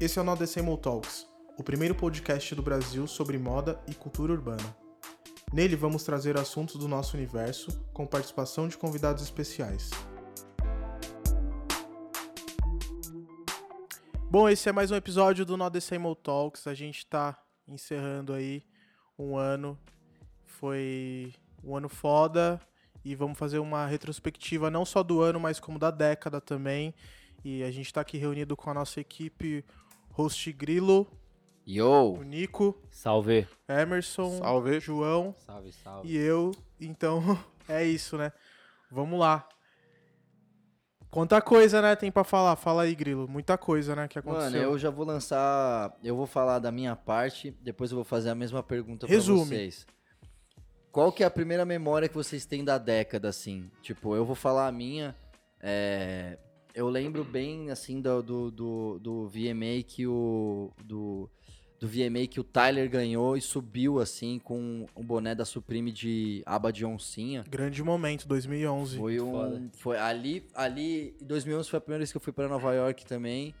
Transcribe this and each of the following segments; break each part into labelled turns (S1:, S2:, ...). S1: Esse é o Nodecemol Talks, o primeiro podcast do Brasil sobre moda e cultura urbana. Nele vamos trazer assuntos do nosso universo com participação de convidados especiais. Bom, esse é mais um episódio do Nodecemol Talks. A gente está encerrando aí um ano. Foi um ano foda e vamos fazer uma retrospectiva não só do ano, mas como da década também. E a gente está aqui reunido com a nossa equipe Host Grilo,
S2: Yo!
S1: o Nico,
S2: Salve!
S1: Emerson,
S3: Salve.
S1: João
S2: Salve, salve.
S1: e eu. Então é isso, né? Vamos lá. Quanta coisa, né, tem pra falar? Fala aí, Grilo. Muita coisa, né, que aconteceu.
S2: Mano, eu já vou lançar. Eu vou falar da minha parte, depois eu vou fazer a mesma pergunta
S1: Resume.
S2: pra vocês. Qual que é a primeira memória que vocês têm da década, assim? Tipo, eu vou falar a minha. é, Eu lembro bem, assim, do, do, do, do VMA que o. Do, do VMA que o Tyler ganhou e subiu, assim, com o boné da Supreme de aba de oncinha.
S1: Grande momento, 2011.
S2: Foi
S4: Foda.
S2: um. Foi ali, ali. Em 2011 foi a primeira vez que eu fui pra Nova York também.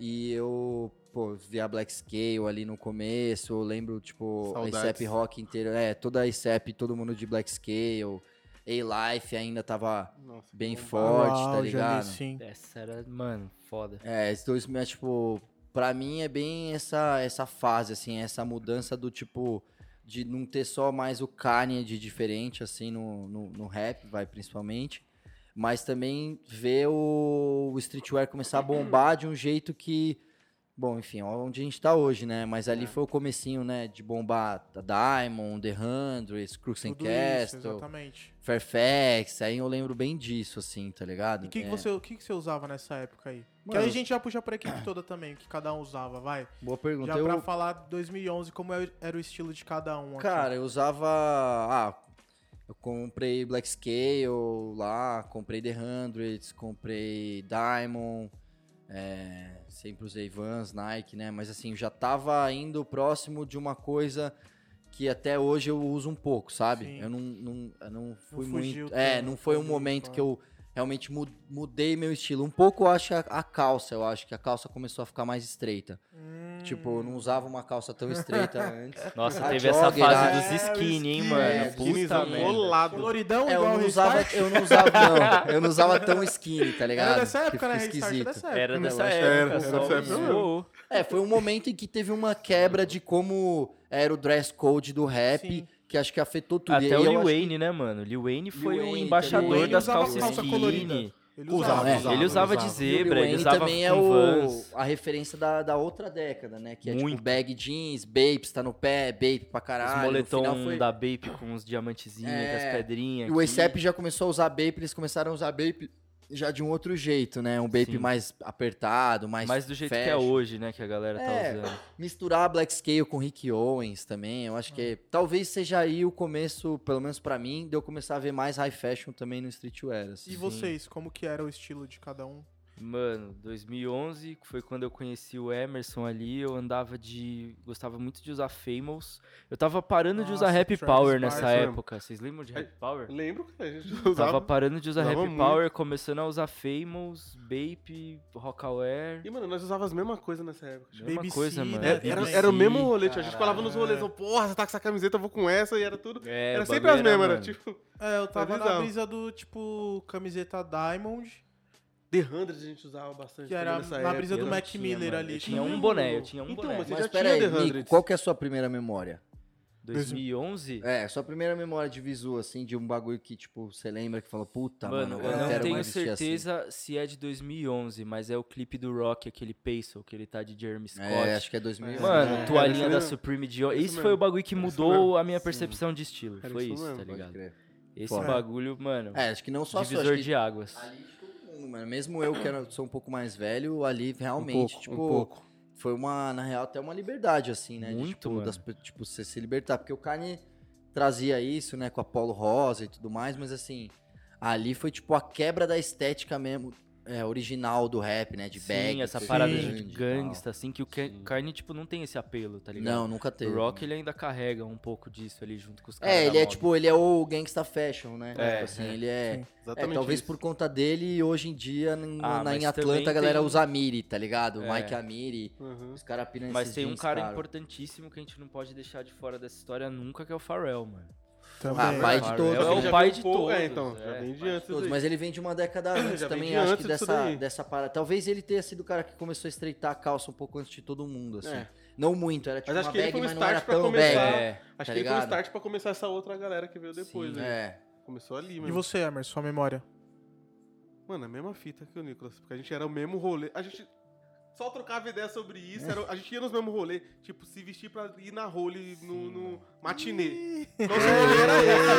S2: E eu, pô, vi a Black Scale ali no começo. Eu lembro, tipo, a
S3: Saudades.
S2: ICEP Rock inteira. É, toda a ICEP, todo mundo de Black Scale. A-Life ainda tava
S3: Nossa, então,
S2: bem
S3: bom.
S2: forte,
S1: Uau,
S2: tá
S1: já
S2: ligado?
S1: li, sim.
S4: Essa era, mano, foda.
S2: É, esses dois, mas, tipo, pra mim é bem essa, essa fase, assim, essa mudança do tipo. De não ter só mais o Kanye de diferente, assim, no, no, no rap, vai principalmente. Mas também ver o, o streetwear começar a bombar de um jeito que. Bom, enfim, ó onde a gente tá hoje, né? Mas
S1: É.
S2: ali foi o comecinho, né? De bombar a Diamond, The Hundreds, Crooks and
S1: Tudo isso,
S2: Castle,
S1: exatamente.
S2: Fairfax. Aí eu lembro bem disso, assim, tá ligado?
S1: E o que, que
S2: É,
S1: você, o que, que você usava nessa época aí? que
S2: Mano,
S1: aí a gente já puxa pra equipe toda também, o que cada um usava, vai.
S2: Boa pergunta.
S1: Já
S2: eu,
S1: pra falar 2011, como é- era o estilo de cada um aqui.
S2: Cara, eu usava. Ah, eu comprei Black Scale lá, comprei The Hundreds, comprei Diamond, é, sempre usei Vans, Nike, né? Mas assim, já tava indo próximo de uma coisa que até hoje eu uso um pouco, sabe?
S1: Sim.
S2: Eu não, não, eu não fui
S1: fugiu
S2: muito. É,
S1: tanto, né?
S2: não foi um
S1: fugiu,
S2: momento
S1: claro.
S2: que eu realmente mu- mudei meu estilo. Um pouco, eu acho, a, a calça. Eu acho que a calça começou a ficar mais estreita.
S1: Hum.
S2: Tipo, eu não usava uma calça tão estreita antes.
S4: Nossa,
S2: A
S4: teve essa
S2: jogger, né?
S4: fase
S2: a-
S4: dos skinny, hein,
S1: skinny,
S4: mano?
S2: é,
S4: Puta
S2: skinnyzão,
S4: merda.
S3: Colado.
S1: Coloridão
S2: É, eu
S1: igual
S2: não
S1: o
S2: usava,
S1: Restart.
S2: eu não usava, não. Eu não usava tão skinny, tá ligado?
S1: Era dessa
S2: Que
S1: época, né? Restart
S2: fica
S1: era dessa época.
S4: Era
S2: Eu
S4: dessa
S2: acho que
S4: época.
S3: era, era
S4: só
S3: dessa época
S4: isso.
S3: mesmo.
S4: Uou.
S2: É, foi um momento em que teve uma quebra de como era o dress code do rap,
S1: Sim.
S2: que acho que afetou tudo. E aí
S4: Até o
S2: eu
S4: Lil
S2: acho que-
S4: Wayne, né, mano? Lil Wayne foi
S2: Lil
S4: o
S2: Wayne
S4: embaixador
S2: também.
S4: das
S1: Ele usava
S4: calças
S1: calça
S4: skinny.
S1: colorida. Ele
S3: Usava,
S1: usava.
S2: é,
S3: usava,
S4: Ele usava de
S3: usava.
S2: Lil
S4: zebra, ele
S2: Wayne
S4: usava
S2: também é
S4: com
S2: o,
S4: Vans.
S2: a referência da, da outra década, né? Que é
S4: Muito.
S2: tipo bag jeans, babes, tá no pé, babe pra caralho.
S4: Os
S2: no final
S4: moletom
S2: foi-
S4: da Bape com os diamantezinhos,
S2: É,
S4: com as pedrinhas.
S2: E o
S4: aqui.
S2: ASAP já começou a usar Bape, eles começaram a usar Bape já de um outro jeito, né? Um Bape
S4: Sim.
S2: mais apertado, mais
S4: Mas do jeito que é
S2: fashion.
S4: hoje, né, que a galera
S2: É.
S4: tá usando.
S2: misturar a Black Scale com Rick Owens também, eu acho
S4: Uhum.
S2: que talvez seja aí o começo, pelo menos pra mim, de eu começar a ver mais high fashion também no streetwear. assim.
S1: E vocês, como que era o estilo de cada um?
S4: Mano, 2011 que foi quando eu conheci o Emerson ali. Eu andava de. Gostava muito de usar Famous. Eu tava parando de usar
S1: Nossa,
S4: Happy
S1: Travis
S4: Power nessa
S3: Barker.
S4: época. Vocês lembram de Happy Power?
S3: Lembro que a gente
S4: Tava
S3: usava.
S4: parando de usar
S3: usava
S4: Happy
S3: muito.
S4: Power, começando a usar Famous, Bape, Rockaware.
S3: E, mano, nós usávamos a mesma coisa nessa época. tipo.
S4: Mesma
S1: Baby
S4: coisa,
S1: C,
S4: mano.
S1: né?
S4: Baby
S3: Era,
S4: C.
S3: era o mesmo rolê, tio. A gente
S2: Caralho.
S3: colava nos rolês, eu, porra, você tá com essa camiseta, eu vou com essa, e era tudo.
S4: É,
S3: era
S4: o
S3: sempre
S4: bagulho
S3: as mesmas, era
S4: mano.
S3: tipo.
S1: É, eu tava na
S3: bizarro.
S1: brisa do, tipo, camiseta Diamond,
S3: The Hundred a gente usava bastante
S1: que era
S3: também nessa
S1: na
S3: época.
S1: brisa
S4: Eu
S1: do
S4: não
S1: Mac
S4: tinha,
S1: Miller
S4: mano.
S1: ali.
S4: Eu tinha um boné, eu tinha um
S3: tipo, Então,
S4: boné.
S3: mas você
S2: Mas
S3: já
S2: pera
S3: tinha
S2: aí,
S3: The
S2: Nico,
S3: Hundreds.
S2: qual que é a sua primeira memória?
S4: 2011?
S2: É, sua primeira memória de visu, assim, de um bagulho que, tipo, você lembra que fala, puta, mano,
S4: tá, Mano,
S2: agora
S4: eu um
S2: eu
S4: não
S2: quero
S4: tenho
S2: mais vestir assim."
S4: certeza se é de 2011, mas é o clipe do Rock, aquele Pencil, que ele tá de Jeremy
S2: assim.
S4: Scott.
S2: É, acho que é 2011.
S4: Mano,
S3: É,
S4: toalhinha
S3: era
S4: da
S3: isso mesmo.
S4: Supreme de Isso,
S3: Era isso
S4: foi
S3: mesmo.
S4: o bagulho que
S3: Era isso
S4: mudou
S3: mesmo.
S4: a minha
S2: Sim.
S4: percepção de estilo.
S3: Era
S4: foi
S3: isso
S4: isso,
S3: mesmo,
S4: tá
S2: Pode
S4: ligado?
S2: crer.
S4: Esse
S2: Foda.
S4: bagulho, mano,
S2: É, acho que não só sua,
S4: divisor
S2: acho que
S4: de águas.
S2: ali de todo mundo, mano. Mesmo eu, que era- sou um pouco mais velho, ali realmente,
S3: pouco, um
S2: tipo,
S3: pouco.
S2: foi uma, na real, até uma liberdade, assim, né? de,
S4: Muito,
S2: tipo,
S4: mano.
S2: das pe- tipo, você se libertar. Porque o Kanye trazia isso, né, com a Polo Rosa e tudo mais, mas assim, ali foi tipo a quebra da estética mesmo é, original do rap, né? De
S4: Sim,
S2: bag.
S4: essa
S2: ser
S4: parada
S2: grande e
S4: de
S2: tal.
S4: gangsta, assim, que o Ca-
S3: Sim.
S4: Kanye, tipo, não tem esse apelo, tá ligado?
S2: Não, nunca teve.
S4: O Rock, ele ainda carrega um pouco disso ali junto com os caras.
S2: É,
S4: da
S2: ele é
S4: moda.
S2: tipo, ele é o gangsta fashion, né?
S4: É,
S2: Tipo assim,
S4: é.
S2: ele é.
S1: Sim.
S2: é,
S3: Exatamente.
S2: talvez
S3: isso.
S2: por conta dele, hoje em dia, n- na,
S4: Ah, mas
S2: em Atlanta,
S4: também
S2: a galera
S4: tem-
S2: usa Amiri, tá ligado?
S4: É.
S2: Mike Amiri.
S3: Uhum.
S2: Os caras piram
S4: Mas
S2: esses
S4: tem um
S2: jeans
S4: cara
S2: caros.
S4: importantíssimo que a gente não pode deixar de fora dessa história nunca, que é o Pharrell, mano.
S1: Também.
S2: Ah, pai de
S4: Pharrell
S2: todos,
S4: É
S2: né?
S4: o
S3: Já
S4: pai
S3: veio
S4: de
S3: um pouco-
S4: todos. né?
S3: É, então, já vem de
S4: pai de
S3: antes
S4: todos.
S3: disso
S2: Mas ele vem de uma década antes
S3: Já vem
S2: também,
S3: de
S2: acho
S3: antes
S2: que
S3: disso
S2: dessa,
S3: daí.
S2: dessa parada. Talvez ele tenha sido o cara que começou a estreitar a calça um pouco antes de todo mundo, assim.
S3: É.
S2: Não muito, era tipo
S3: acho
S2: uma
S3: que ele
S2: bag,
S3: foi um
S2: mas não era
S3: start pra
S2: tão
S3: começar.
S2: bag.
S4: É,
S3: Acho
S2: tá
S3: que ele foi o
S2: ligado?
S3: start pra começar essa outra galera que veio depois.
S4: Sim,
S3: né?
S2: É.
S3: Começou ali,
S1: E
S3: mano.
S1: você, Emerson, sua memória?
S3: Mano, a mesma fita que o Nicolas, porque a gente era o mesmo rolê. A gente só trocava ideia sobre isso, era- a gente ia nos mesmos rolê, tipo, se vestir pra ir na role no, no matinê. Nosso rolê era esse.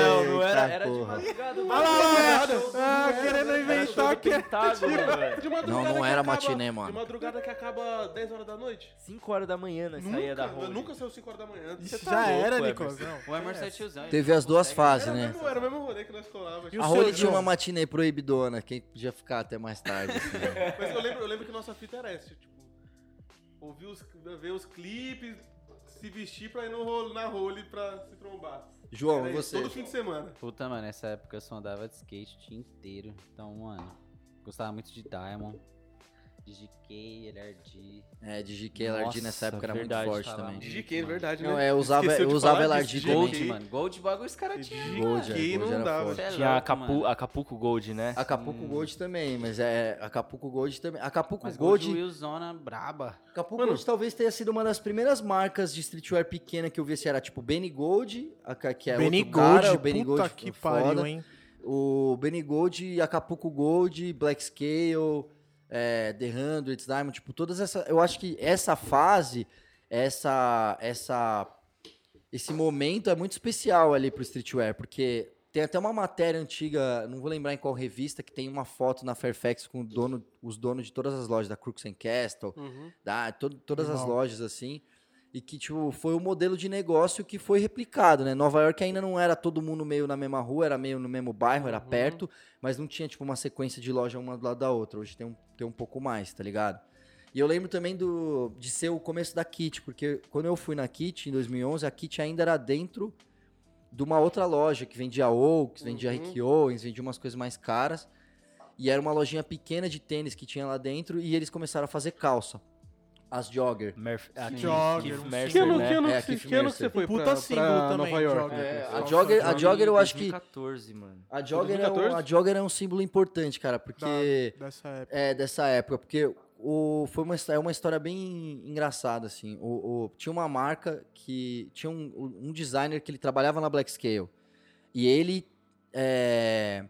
S4: Não, não era,
S2: Eita
S4: era de
S2: porra.
S4: madrugada.
S1: Olha lá,
S3: madrugada.
S1: Ah, querendo inventar que é.
S2: tipo
S4: que
S3: De madrugada
S2: Não, não
S3: que
S2: era
S3: acaba-
S2: matinê, mano.
S3: De madrugada que acaba 10 horas da noite.
S4: 5 horas da manhã, né? Saía
S3: Nunca,
S4: da
S3: eu
S4: rua.
S3: nunca saiu 5 horas da manhã. Você
S1: Isso
S3: tá
S1: já
S3: louco.
S1: era,
S4: Emerson.
S1: Nicolas. Não.
S5: O Emerson é tiozão.
S2: Teve as duas fases,
S3: Era, o
S2: né?
S3: mesmo, era o mesmo rolê que nós colávamos.
S1: E o
S2: A
S1: seu,
S2: Rony tinha
S1: João?
S2: uma matinê proibidona, quem podia ficar até mais tarde. assim.
S3: tipo, Mas eu lembro, eu lembro que nossa fita era essa, tipo, ouvir os, ver os clipes, se vestir pra ir no rolo, na role pra se trombar.
S2: João,
S3: Era
S2: e
S3: isso,
S2: você?
S3: Todo fim de semana.
S5: Puta, mano, nessa época eu só andava de skate o dia inteiro. Então, mano, gostava muito de Diamond, de GK, LRD.
S2: É, de GK Lardi nessa
S4: Nossa,
S2: época era muito
S4: verdade,
S2: forte
S5: tava
S2: também.
S5: muito.
S3: De GK, é verdade,
S2: Não,
S3: né?
S2: é, eu usava-
S3: Esqueceu
S2: eu
S3: de
S2: usava
S3: falar
S2: LRD
S3: disso,
S2: também.
S5: Gold,
S3: GK.
S5: mano. Gold bagulho os caras tinham.
S2: Gold,
S5: mano.
S2: é,
S3: GK
S2: Gold
S3: não
S2: era
S3: dava.
S2: forte.
S5: Cê é
S4: Tinha a
S5: louco,
S4: Acapulco,
S5: mano.
S4: Acapulco Gold, né?
S2: Acapulco Gold também, mas é. Acapulco Gold também. Acapulco
S5: Mas
S2: Gold.
S5: Gold Willzona braba.
S2: Acapulco
S3: Mano.
S2: Gold talvez tenha sido uma das primeiras marcas de streetwear pequena que eu vi. Assim, era tipo Benny Gold, a, ca- que é
S1: Benny
S2: outro cara,
S1: Gold,
S2: o Benny
S1: puta
S2: Gold
S1: que
S2: foda.
S1: pariu, hein?
S2: O Benny Gold, Acapulco Gold, Black Scale, é, The Hundreds, Diamond, tipo, todas essas. Eu acho que essa fase, essa, essa, esse momento é muito especial ali pro streetwear, porque tem até uma matéria antiga, não vou lembrar em qual revista, que tem uma foto na Fairfax com o dono, os donos de todas as lojas da Crooks and Castle,
S3: Uhum.
S2: da, to- todas as
S1: Animal.
S2: lojas assim. E que, tipo, foi o modelo de negócio que foi replicado, né? Nova York ainda não era todo mundo meio na mesma rua, era meio no mesmo bairro, era
S3: Uhum.
S2: perto, mas não tinha, tipo, uma sequência de loja uma do lado da outra. Hoje tem um, tem um pouco mais, tá ligado? E eu lembro também do, de ser o começo da Kit, porque quando eu fui na Kit, em 2011, a Kit ainda era dentro de uma outra loja que vendia Oaks, vendia
S3: Uhum.
S2: Rick Owens, vendia umas coisas mais caras. E era uma lojinha pequena de tênis que tinha lá dentro e eles começaram a fazer calça. As jogger.
S4: Merf... a ah, Keith-
S1: Jogger,
S4: Keith
S1: um
S4: Mercer,
S3: Que ano,
S4: né?
S3: que, ano,
S2: É,
S3: que,
S2: Keith
S3: que ano que
S2: Mercer.
S3: você foi
S1: Puta
S3: pra,
S1: single
S3: pra
S1: também,
S3: Nova York?
S1: Jogger.
S3: né?
S2: É, a
S1: Nossa,
S2: jogger, a
S1: Johnny,
S2: jogger eu acho que
S4: 2014, mano.
S2: a jogger, é um,
S3: 2014?
S2: a jogger é um símbolo importante, cara, porque
S1: Dessa época.
S2: é dessa época, porque o foi uma histó- é uma história bem engraçada assim. O, o- tinha uma marca que tinha um, um designer que ele trabalhava na Black Scale e ele é,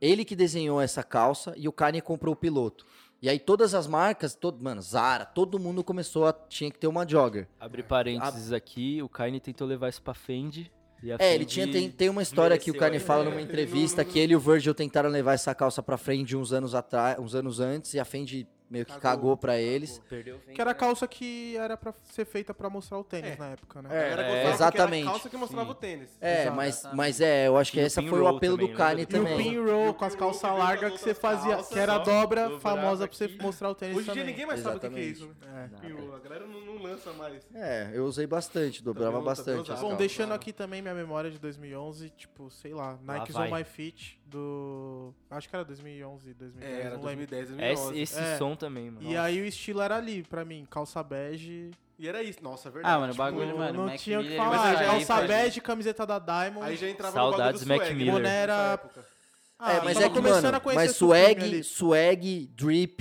S2: ele que desenhou essa calça e o Kanye comprou o piloto. E aí todas as marcas, todo, mano, Zara, todo mundo começou a tinha que ter uma jogger.
S4: Abre parênteses aqui, o Kanye tentou levar isso pra Fendi. E a
S2: É, ele
S4: Fendi-
S2: tinha, tem, tem uma história que o
S4: mereceu,
S2: Kanye
S4: né?
S2: fala numa entrevista que ele e o Virgil tentaram levar essa calça pra frente uns anos atrás, uns anos antes, e a Fendi meio que cagou, pra eles.
S4: Perdeu o Fendi,
S1: Que era a
S4: né?
S1: calça que era pra ser feita pra mostrar o tênis na época, né?
S3: A galera
S4: É,
S3: gostava porque era
S2: exatamente.
S3: a calça que mostrava o tênis.
S2: É,
S1: Exato.
S2: mas, mas é, eu acho que
S4: E o
S2: essa foi o
S4: pinroll
S2: apelo
S4: também,
S2: do
S4: lembra
S2: Kanye
S1: E o
S2: também.
S1: pinroll com as
S3: E o
S1: calças
S3: pinroll
S1: largas
S3: com
S1: que
S3: as
S1: você fazia,
S3: calças,
S1: que era a
S4: ó,
S1: dobra
S4: dobrava
S1: famosa pra você
S4: aqui.
S1: mostrar o tênis
S3: Hoje em dia
S1: também.
S3: ninguém mais sabe o que que é isso,
S2: Exatamente.
S3: né?
S1: É.
S4: Nada.
S3: Pinroll, A galera não, não lança mais.
S2: É, eu usei bastante, dobrava
S3: Também não- também
S2: bastante. assim.
S3: não
S2: as
S3: usava.
S1: Bom,
S2: calças.
S1: deixando aqui também minha memória de 2011, tipo, sei lá, Nike's On
S4: vai.
S1: My Feet do... Acho que era 2011, 2010,
S3: É, era
S1: não lembro.
S3: 2010,
S4: Esse,
S3: 2011.
S4: esse
S1: É.
S4: som também, mano.
S1: E aí o estilo era ali, pra mim, calça bege...
S3: E era isso. Nossa, é verdade.
S5: Ah, mano, o
S3: Tipo,
S5: bagulho,
S1: não-
S5: mano.
S1: não
S5: Mac
S1: tinha o que
S5: Miller,
S1: falar, é
S5: mas aí
S1: calça
S5: faz-
S1: bege, camiseta da Diamond...
S3: Aí já entrava
S4: Saudades
S3: no bagulho do
S4: Mac
S3: swag,
S4: Miller.
S3: né, nessa
S1: Era-
S3: época.
S1: Ah,
S2: é, mas
S1: tava
S2: é que,
S1: começando
S2: mano,
S1: a conhecer
S2: mas
S1: Supreme
S2: swag,
S1: ali.
S2: swag, drip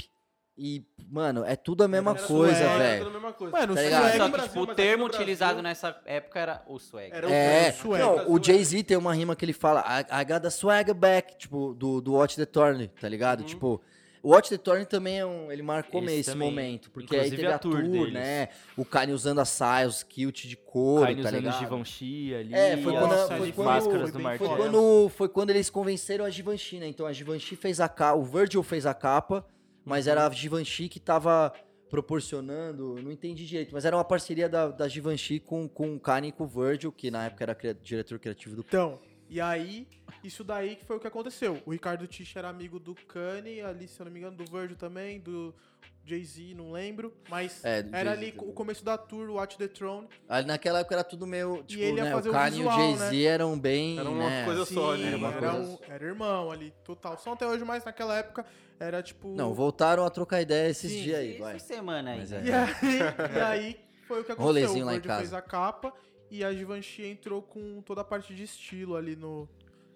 S2: e, mano, é tudo a mesma
S3: Era
S2: coisa,
S3: swag, era
S2: velho.
S3: tudo a mesma coisa.
S1: Mano,
S2: Tá
S1: o
S2: ligado?
S1: swag
S5: Só
S3: no
S5: que, tipo,
S3: Brasil, mas
S5: o
S3: aqui
S5: termo
S3: no Brasil-
S5: utilizado né? nessa época era o swag.
S3: Era o
S2: É,
S3: Brasil,
S1: swag.
S3: era o
S2: não,
S3: Brasil,
S2: o Jay-Z tem uma rima que ele fala, I, I got the swagger back, tipo, do, do Watch the Thorn, tá ligado?
S3: Uhum.
S2: Tipo, o Watch the Thorn também é um, ele marcou
S4: Esse
S2: meio esse
S4: também.
S2: momento, porque aí
S4: Inclusive
S2: teve a,
S4: a tour
S2: tour,
S4: deles.
S2: né? O Kanye usando a saia, os kilt de couro,
S4: Kanye
S2: tá
S4: usando
S2: ligado?
S4: Givenchy ali.
S2: É, foi
S4: as
S2: quando-
S1: Nossa,
S2: foi
S1: ele
S2: quando-
S4: máscaras
S1: foi
S4: do
S1: bem
S4: Mark
S2: Foi
S1: foda.
S4: Jacobs.
S2: quando, foi quando eles convenceram a Givenchy, né? Então a Givenchy fez a capa, o Virgil fez a capa, mas era a Givenchy que tava proporcionando, não entendi direito, mas era uma parceria da, da Givenchy com, com o Kanye e com o Virgil, que na época era cria- diretor criativo do
S1: Então, E aí, isso daí que foi o que aconteceu. O Ricardo Tisch era amigo do Kanye, ali, se eu não me engano, do Virgil também, do Jay-Z, não lembro. Mas
S2: É, do
S1: era
S2: Jay-Z
S1: ali
S2: também.
S1: o começo da tour, Watch the Throne.
S2: Ali naquela época era tudo meio. Tipo,
S1: ele ia
S2: né?
S1: fazer
S2: o
S1: o
S2: Kanye e o
S1: visual,
S2: Jay-Z eram bem.
S3: Era uma
S2: né,
S3: coisa só,
S1: Sim,
S3: né?
S2: Era uma
S1: era,
S2: coisa
S1: um- era irmão ali, total. São até hoje, mas naquela época era tipo.
S2: Não, voltaram a trocar ideia esses
S1: Sim,
S2: dias aí,
S5: Essa
S2: vai.
S5: semana aí.
S2: Mas é.
S1: E aí, e aí foi o que aconteceu.
S2: Rolezinho lá
S1: o
S2: em
S1: Virgil
S2: casa.
S1: fez a capa e a Givenchy entrou com toda a parte de estilo ali no,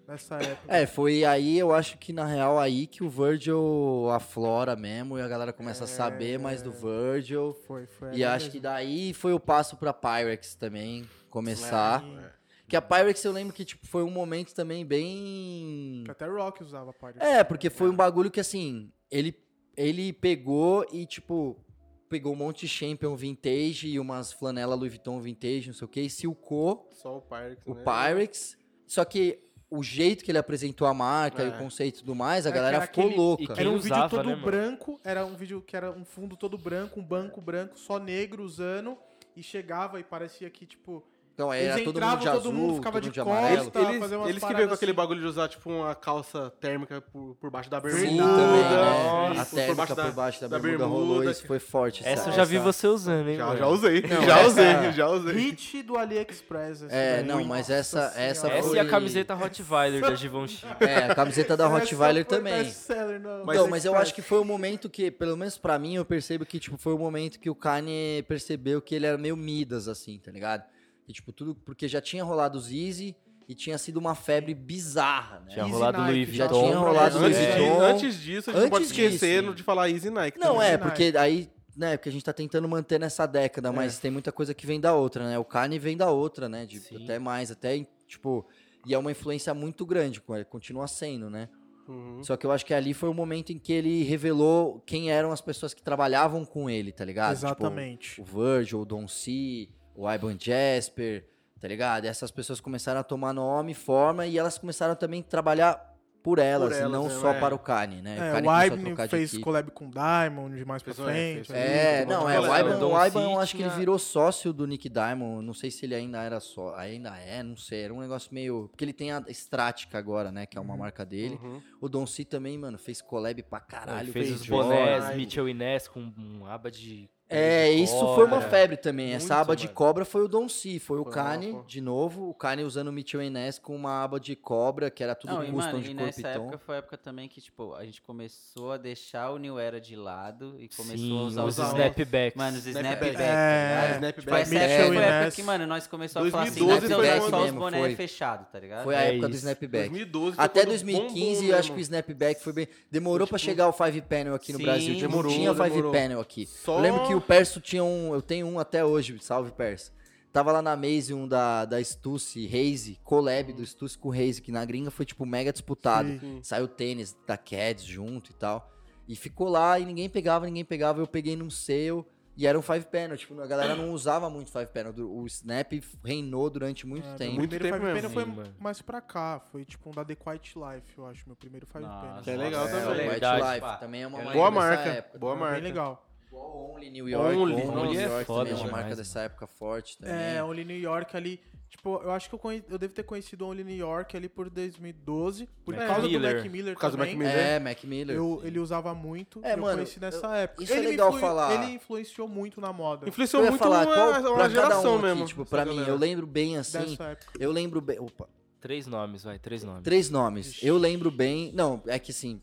S1: nessa época.
S2: É, foi aí, eu acho que na real aí que o Virgil aflora mesmo e a galera começa a saber mais do Virgil.
S1: Foi, É. foi.
S2: E
S1: ali
S2: acho que
S1: mesmo.
S2: daí foi o passo pra Pyrex também começar.
S1: Sim,
S2: Que a Pyrex eu lembro que tipo, foi um momento também bem.
S1: que até Rock usava a parte.
S2: É, porque foi um bagulho que assim, ele, ele pegou e tipo. Pegou um monte de Champion vintage e umas flanela Louis Vuitton vintage, não sei o que, e silcou.
S3: Só o Pyrex,
S2: o
S3: né?
S2: Pyrex. Só que o jeito que ele apresentou a marca e
S3: É.
S2: o conceito e tudo mais, a
S1: É, que
S2: galera
S1: era
S2: ficou
S1: aquele-
S2: louca.
S4: e que-
S1: Era um
S4: Quem usava,
S1: vídeo todo
S4: né, mano?
S1: branco, era um vídeo que era um fundo todo branco, um banco branco, só negro usando. E chegava e parecia que, tipo,
S2: Então, aí
S1: eles
S2: era todo mundo
S1: entravam,
S2: de
S1: todo
S2: azul,
S1: mundo ficava
S2: todo mundo
S1: de
S2: de
S3: É,
S2: amarelo.
S1: costa.
S3: Eles,
S1: fazer umas
S3: eles que
S1: paradas
S3: veio com aquele
S1: assim.
S3: bagulho de usar, tipo, uma calça térmica por, por baixo da bermuda.
S2: Sim, também,
S1: Nossa,
S2: né? A
S3: por
S2: térmica
S3: baixo
S2: por
S3: da-
S2: baixo da,
S3: da
S2: bermuda,
S3: bermuda,
S2: rolou,
S3: que-
S2: isso foi forte.
S4: Essa
S2: sabe?
S4: eu já vi
S2: Essa-
S4: você usando, hein?
S3: Já,
S4: mano?
S3: já usei, já
S2: essa-
S3: usei, já usei.
S1: Hit do AliExpress. esse
S2: É,
S1: daí.
S2: não, mas essa-
S1: Nossa
S2: essa
S1: senhora.
S4: Essa
S2: foi-
S4: e a camiseta Rottweiler da Givenchy.
S2: É, a camiseta da
S1: Essa
S2: Rottweiler
S1: foi
S2: também.
S1: best-seller no
S2: Mas, então, mas eu
S1: AliExpress.
S2: acho que foi o momento que, pelo menos pra mim, eu percebo que, tipo, foi o momento que o Kanye percebeu que ele era meio Midas, assim, tá ligado? E, tipo, tudo porque já tinha rolado os Easy e tinha sido uma febre bizarra, né?
S4: Tinha
S1: Easy
S4: rolado
S1: Nike,
S4: Louis
S1: já
S2: Já
S4: Vuitton.
S2: tinha rolado
S1: Louis
S2: Louis
S3: Antes,
S1: É.
S3: de-
S2: Vuitton.
S3: antes disso, a gente não pode
S2: Antes disso.
S3: esquecer de falar Easy Nike.
S2: Não,
S3: também.
S2: é,
S1: Nike.
S2: porque aí, né, porque a gente tá tentando manter nessa década, mas tem muita coisa que vem da outra, né? O Kanye vem da outra, né? De-
S4: Sim.
S2: até mais, até, tipo... E é uma influência muito grande, co- é, continua sendo, né?
S3: Uhum.
S2: Só que eu acho que ali foi o momento em que ele revelou quem eram as pessoas que trabalhavam com ele, tá ligado? Tipo,
S1: Exatamente.
S2: o Virgil, o Don C, o Ivan Jasper, tá ligado? Essas pessoas começaram a tomar nome, forma, e elas começaram também a trabalhar por elas,
S3: elas,
S2: e não
S3: né,
S2: só
S3: é.
S2: para o Kanye, né?
S1: É,
S2: Kanye
S1: o
S2: começou a
S1: Iben
S2: trocar de
S1: fez
S2: equipe.
S1: collab com o Diamond de mais pra
S3: Fez, é,
S1: frente.
S3: fez.
S1: ali,
S2: É,
S1: tomou
S2: não,
S1: uma
S2: é,
S1: collab.
S2: o
S4: Colégio
S2: Ivan,
S4: Don
S2: o
S4: C
S2: Ivan eu acho que ele
S5: né?"
S4: tinha-
S2: virou sócio do Nick Diamond, não sei se ele ainda era só, ainda é, não sei, era um negócio meio, porque ele tem a Stratica agora, né, que é uma marca dele.
S3: Uhum.
S2: O Don C também, mano, fez collab pra caralho.
S4: Ele fez
S2: com
S4: os
S2: Jordan.
S4: bonés,
S3: Jordan.
S4: Mitchell Inés com um aba de.
S2: É,
S4: de
S2: isso
S4: cobra.
S2: foi uma febre também. Essa
S4: Muito,
S2: aba de
S4: mano.
S2: cobra foi o Don C, foi o
S3: Foi
S2: Kanye,
S3: louco.
S2: de novo, o Kanye usando o Mitchell Enes com uma aba de cobra, que era tudo
S5: Não, e,
S2: custom
S5: mano,
S2: de
S5: e
S2: cor
S5: nessa
S2: piton.
S5: época foi a época também que, tipo, a gente começou a deixar o New Era de lado e começou a
S4: Sim,
S5: usar
S4: os
S5: os
S4: snapbacks.
S5: Mano, os
S3: Snapback.
S5: snapbacks.
S1: É,
S5: tá ligado?
S3: Snapback.
S5: Tipo, essa
S1: Mitchell
S5: época foi a época
S1: Inés.
S5: que, mano, nós começamos a
S3: 2012
S5: falar
S3: foi
S5: assim, Snapback só os
S2: mesmo,
S5: boné
S2: foi.
S5: fechado, tá ligado?
S2: Foi a
S4: É
S2: época do
S4: isso.
S2: Snapback.
S3: 2012 foi
S2: Até
S3: Tipo, quando
S2: 2015,
S3: bombou
S2: eu acho que o
S3: mesmo.
S2: Snapback foi bem. Demorou
S3: Foi,
S2: pra
S3: tipo,
S2: chegar o Five Panel aqui no
S5: sim,
S2: Brasil. Tipo,
S3: demorou,
S2: não tinha Five
S3: demorou.
S2: Panel aqui.
S3: Só...
S2: Eu lembro que o Perso tinha um. Eu tenho um até hoje, salve Perso. Tava lá na Maze um da, da Stussy, Raze, collab do Stussy com o Raze, que na gringa foi, tipo, mega disputado.
S1: Sim.
S2: Saiu tênis da Cats junto e tal. E ficou lá e ninguém pegava, ninguém pegava. Eu peguei num sale e era um five panel. Tipo, a galera não usava muito five panel. Du- O Snap reinou durante muito
S1: É,
S2: tempo.
S1: meu
S3: Muito
S1: primeiro
S3: tempo
S1: Five Panel
S3: mesmo.
S1: foi
S4: Sim, mano.
S1: mais pra cá. Foi tipo um da The Quiet Life, eu acho, meu primeiro Five Panel.
S5: Nossa,
S3: Que é legal
S5: nossa,
S2: o
S3: também.
S2: White
S4: Verdade.
S2: Life também é uma
S5: Boa
S2: marca
S3: Boa
S2: dessa
S3: marca.
S2: época.
S3: Boa
S1: Bem
S3: marca.
S1: legal.
S2: Igual Only New York.
S3: Only.
S2: Only, New
S4: Only é
S2: York
S4: foda
S2: também é uma
S4: demais,
S2: marca
S4: mano.
S2: dessa época forte também.
S1: É, Only New York ali. Tipo, eu acho que eu, conhe- eu devo ter conhecido Only New York ali por 2012. Por
S4: Mac
S1: causa
S4: Miller.
S1: do Mac Miller
S3: Por causa do
S1: também.
S3: Mac
S2: É, Mac Miller.
S1: Eu- ele usava muito.
S2: É,
S1: eu
S2: mano,
S1: conheci nessa
S2: eu-
S1: época.
S2: isso é
S1: ele me
S2: legal falar.
S1: Ele influenciou muito na moda.
S3: Influenciou
S2: Eu ia
S3: muito
S2: falar,
S3: uma,
S2: qual,
S3: uma
S2: pra cada
S3: é geração
S2: um aqui,
S3: mesmo.
S2: tipo, pra
S3: essa
S2: mim,
S3: galera.
S2: eu lembro bem assim,
S1: Dessa época.
S2: eu lembro bem, opa,
S4: Três nomes, vai, três nomes.
S2: Três nomes.
S1: Ixi.
S2: Eu lembro bem. Não, é que assim,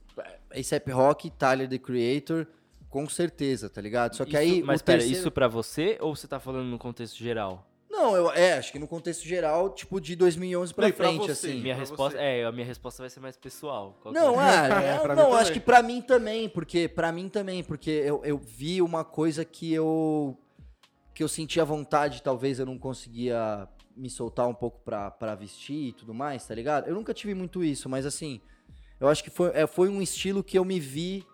S2: A$AP Rock, Tyler The Creator, com certeza, tá ligado? Só que
S4: Isso-
S2: aí.
S4: Mas
S2: o
S4: pera,
S2: terceiro-
S4: isso pra você ou você tá falando no contexto geral?
S2: Não, eu, é, acho que no contexto geral, tipo, de 2011 pra
S3: Não, e pra
S2: frente,
S3: você?
S2: assim.
S4: Minha
S3: pra
S4: resposta.
S3: você.
S4: É, a minha resposta vai ser mais pessoal. Qual que
S2: Não,
S4: é.
S2: ah,
S3: É,
S2: eu-
S3: pra mim
S2: não,
S3: também.
S2: acho que pra mim também, porque para mim também, porque eu, eu vi uma coisa que eu que eu sentia vontade, talvez eu não conseguia me soltar um pouco pra, pra vestir e tudo mais, tá ligado? Eu nunca tive muito isso, mas assim, eu acho que foi, é, foi um estilo que eu me vi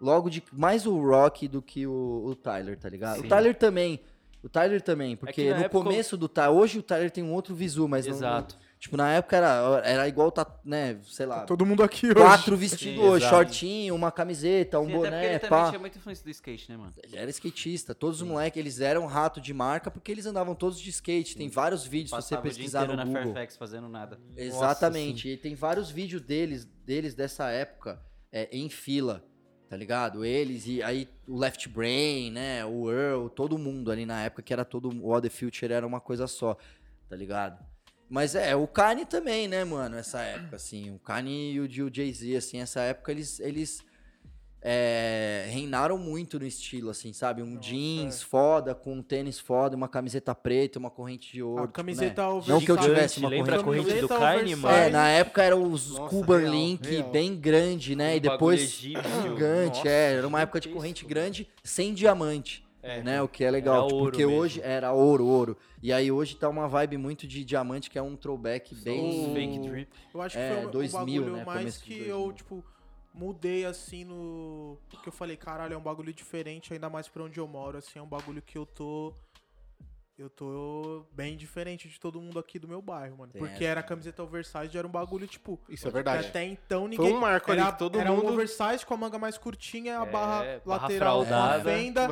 S2: logo de mais o rock do que o, o Tyler, tá ligado?
S4: Sim. É
S2: O Tyler também. O Tyler também, porque
S4: na
S2: no
S4: época eu-
S2: começo do Tyler, hoje o Tyler tem um outro visu, mas não-
S4: Exato.
S2: não, Tipo, na época era, era igual, tá, né, sei lá,
S1: Todo mundo aqui hoje.
S2: quatro vestidos
S5: Sim,
S2: hoje,
S5: exato.
S2: shortinho, uma camiseta, um
S5: Sim, até porque
S2: boné,
S5: ele
S2: pá.
S5: também tinha muita influência do skate, né, mano?
S2: Ele era skatista, todos os moleques, eles eram rato de marca porque eles andavam todos de skate. Tem vários vídeos, se você
S5: Passava o dia
S2: pesquisar
S5: inteiro
S2: no
S5: na
S2: Google.
S5: Fairfax fazendo nada.
S2: Exatamente. E tem vários vídeos deles, deles dessa época é, em fila, tá ligado? Eles e aí o Left Brain, né? O Earl, todo mundo ali na época que era todo o All the Future era uma coisa só, tá ligado? Mas é, o Kanye também, né, mano, essa época, assim. O Kanye e o, e o Jay-Z, assim, essa época eles, eles é, reinaram muito no estilo, assim, sabe? Um
S1: Nossa,
S2: jeans foda, com um tênis foda, uma camiseta preta, uma corrente de ouro.
S1: A
S2: tipo, né?
S1: camiseta alves-
S2: Não que eu tivesse uma
S4: Lembra a
S1: corrente-
S4: corrente do
S1: Camiseta
S4: Kanye,
S1: oversize.
S4: mano?
S2: é, na época era os
S3: Nossa,
S2: Cuban
S3: real,
S2: Link
S3: real.
S2: bem grande, né?
S4: Um
S2: e depois
S4: bagulho egípcio.
S2: gigante,
S4: Nossa,
S2: é, era uma época de
S4: gigantesco,
S2: corrente
S4: mano.
S2: grande sem diamante,
S4: É.
S2: né? O que é legal,
S4: Era
S2: tipo,
S4: ouro
S2: porque
S4: mesmo.
S2: hoje era ouro, ouro. E aí hoje tá uma vibe muito de diamante que é um throwback
S4: Os
S2: bem
S4: um fake drip.
S1: Eu acho que
S2: É,
S1: foi um,
S2: 2000,
S1: um bagulho
S2: né,
S1: mais
S2: começo de
S1: que
S2: 2000.
S1: eu, tipo, mudei assim no. Porque eu falei, caralho, é um bagulho diferente, ainda mais pra onde eu moro, assim, é um bagulho que eu tô. Eu tô bem diferente de todo mundo aqui do meu bairro, mano.
S2: Tem
S1: porque
S2: essa,
S1: era
S2: né?
S1: camiseta oversized, era um bagulho, tipo.
S3: Isso é
S1: que
S3: verdade.
S1: até então
S3: Foi
S1: ninguém.
S3: um marco
S1: Era,
S3: ali que todo
S1: era um
S3: mundo.
S1: oversized com a manga mais curtinha, a
S4: É,
S1: barra,
S4: barra
S1: lateral com a
S4: fraudada.
S1: venda.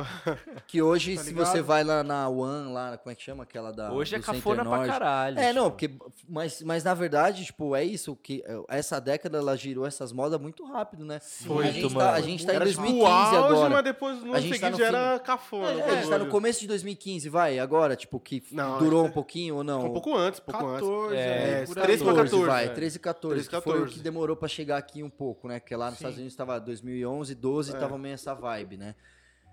S2: que hoje
S1: Tá
S2: se
S1: ligado?
S2: você vai lá na One lá, como é que chama aquela da
S4: Hoje é
S2: do Center
S4: cafona pra
S2: Norte,
S4: caralho.
S2: É, não,
S4: tipo.
S2: porque. Mas, mas na verdade, tipo, é isso. que Essa década ela girou essas modas muito rápido, né?
S4: Muito,
S2: a gente
S4: mano.
S2: Tá, a gente tá em
S3: Era
S2: 2015
S3: tipo o auge, mas
S2: agora.
S3: depois no
S2: A gente
S3: seguinte
S2: tá no
S3: já era cafona.
S2: É,
S3: o
S2: a gente tá no
S3: bagulho.
S2: começo de 2015, vai, agora, tipo, que
S3: Não,
S2: durou
S3: é-
S2: um pouquinho ou não? um
S3: Um pouco antes, um pouco antes.
S1: 14,
S4: É,
S1: por
S3: 13 pra
S1: aí.
S3: 14.
S2: vai,
S3: é.
S2: 13, 14,
S3: 13,
S2: que foi o
S3: 14.
S2: que demorou pra chegar aqui um pouco, né? Porque lá nos
S1: Sim.
S2: Estados Unidos tava 2011, 12,
S3: É.
S2: tava meio essa vibe, né?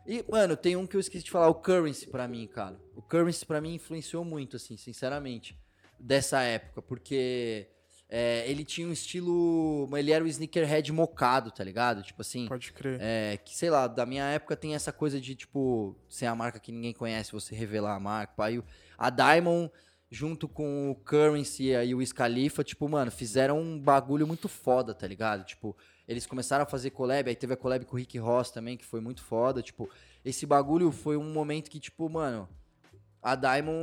S2: E, mano, tem um que eu esqueci de falar, o Currency pra mim, cara. O Currency pra mim influenciou muito, assim, sinceramente, dessa época, porque é, ele tinha um estilo. Ele era o sneakerhead mocado, tá ligado? Tipo assim.
S1: Pode crer.
S2: É, que sei lá, da minha época tem essa coisa de, tipo, ser a marca que ninguém conhece, você revelar a marca. Aí o- a Diamond, junto com o Currency e aí o Scalifa, tipo, mano, fizeram um bagulho muito foda, tá ligado? Tipo, eles começaram a fazer collab, aí teve a collab com o Rick Ross também, que foi muito foda. Tipo, esse bagulho foi um momento que, tipo, mano, a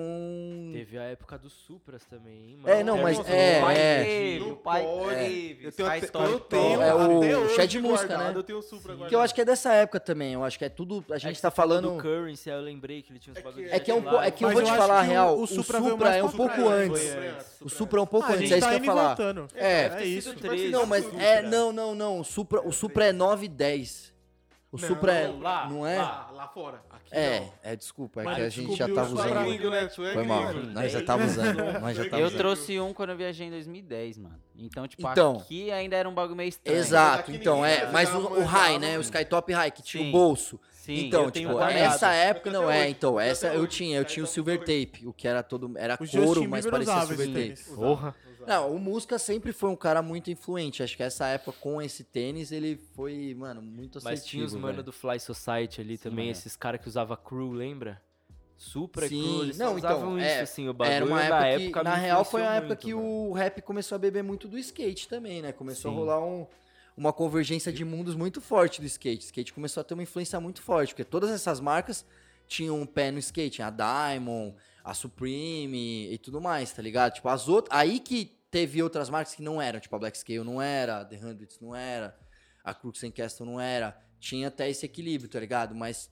S2: Diamond.
S4: Teve a época dos Supras também, hein, mano.
S2: É, não, mas
S3: Nossa,
S2: é,
S5: o um pai
S2: é.
S5: teve,
S3: Não
S5: o pai
S3: pode.
S5: teve.
S3: Eu tenho,
S5: Faz
S3: até,
S5: história.
S3: eu tenho
S2: É o
S3: até hoje
S2: Shed Musca,
S3: guardado,
S2: né?
S3: Eu tenho o Supra
S2: Que eu
S3: guardado.
S2: acho que é dessa época também, eu acho que é tudo. A gente tá falando.
S4: do Currency, aí eu lembrei que ele tinha uns
S3: É que-
S4: bagulhos.
S2: É que é um
S4: de
S2: po- é que eu
S1: Mas
S4: lado.
S2: vou te
S1: acho
S2: falar a
S1: que
S2: real,
S1: o
S2: o
S1: Supra veio
S2: Supra
S1: mais
S2: é um
S1: pro
S2: pouco
S1: Supra,
S2: antes.
S4: foi antes.
S2: O Supra é um pouco
S1: Ah, a
S2: antes,
S1: gente
S2: é isso
S1: tá
S2: que eu
S1: indo
S2: ia
S1: e
S2: falar.
S1: voltando.
S2: É.
S1: é isso.
S4: Tipo assim,
S2: Não,
S4: Esse
S2: mas
S4: Supra.
S2: é, não, não, não. O Supra, o Supra é 9 e 10. O
S3: Não,
S2: Supra é.
S4: lá,
S2: não é?
S3: Lá, lá fora. Aqui
S2: É,
S3: não.
S2: é, desculpa, é
S1: Mas
S2: que a gente
S1: descobriu
S2: já tava
S1: isso
S3: Tu é
S1: pra
S2: usando.
S1: mim.
S3: gringo, né? Tu é
S2: Foi mal,
S3: gringo.
S2: nós já tá- tava usando. Nós já
S3: Eu
S2: tava
S5: Eu
S2: usando.
S5: trouxe um quando eu viajei em 2010, mano. Então, tipo,
S2: Então.
S5: aqui ainda era um bagulho meio estranho.
S2: Exato,
S3: Aqui
S2: então
S3: ninguém
S2: é.
S3: vai
S2: Mas
S3: usar
S2: o, o
S3: amanhã,
S2: high,
S3: não.
S2: né? O Skytop High, que tinha o
S5: Sim.
S2: bolho.
S5: Sim,
S2: então,
S5: eu tenho
S2: tipo,
S5: guardado.
S2: essa época
S3: Eu tenho
S2: não
S3: até
S2: é,
S3: hoje.
S2: então,
S3: Eu
S2: essa
S3: tenho
S2: eu
S3: hoje.
S2: tinha, eu tinha o
S3: Skytop
S2: silver
S3: até hoje.
S2: tape, o que era todo, era
S1: O
S2: couro,
S1: Justin
S2: mas
S1: Bieber
S2: parecia
S1: usava
S2: silver
S1: esse
S2: tape.
S1: tênis.
S3: Usava,
S4: Porra.
S3: usava.
S2: Não, o Musca sempre foi um cara muito influente. Acho que essa época com esse tênis ele foi, mano, muito assertivo.
S4: Mas tinha os mano
S2: velho.
S4: do Fly Society ali
S5: Sim,
S4: também,
S5: mano.
S4: esses caras que usava crew, lembra? Supra e
S2: Sim,
S4: crew, eles
S2: não,
S4: não, usavam
S2: então,
S4: isso,
S2: é,
S4: assim, o bagulho
S2: Era uma
S4: na
S2: época que,
S4: época
S2: na
S4: me
S2: real, foi a
S4: influenciou
S2: época
S4: muito,
S2: que
S4: velho.
S2: o rap começou a beber muito do skate também, né? Começou
S4: Sim.
S2: a rolar um- uma convergência de mundos muito forte do skate. O skate começou a ter uma influência muito forte, porque todas essas marcas tinham um pé no skate, a Diamond, a Supreme e tudo mais, tá ligado? Tipo, as outras. Aí que teve outras marcas que não eram, tipo, a Black Scale não era, a The Hundreds não era, a Crooks and Castle não era. Tinha até esse equilíbrio, tá ligado? Mas,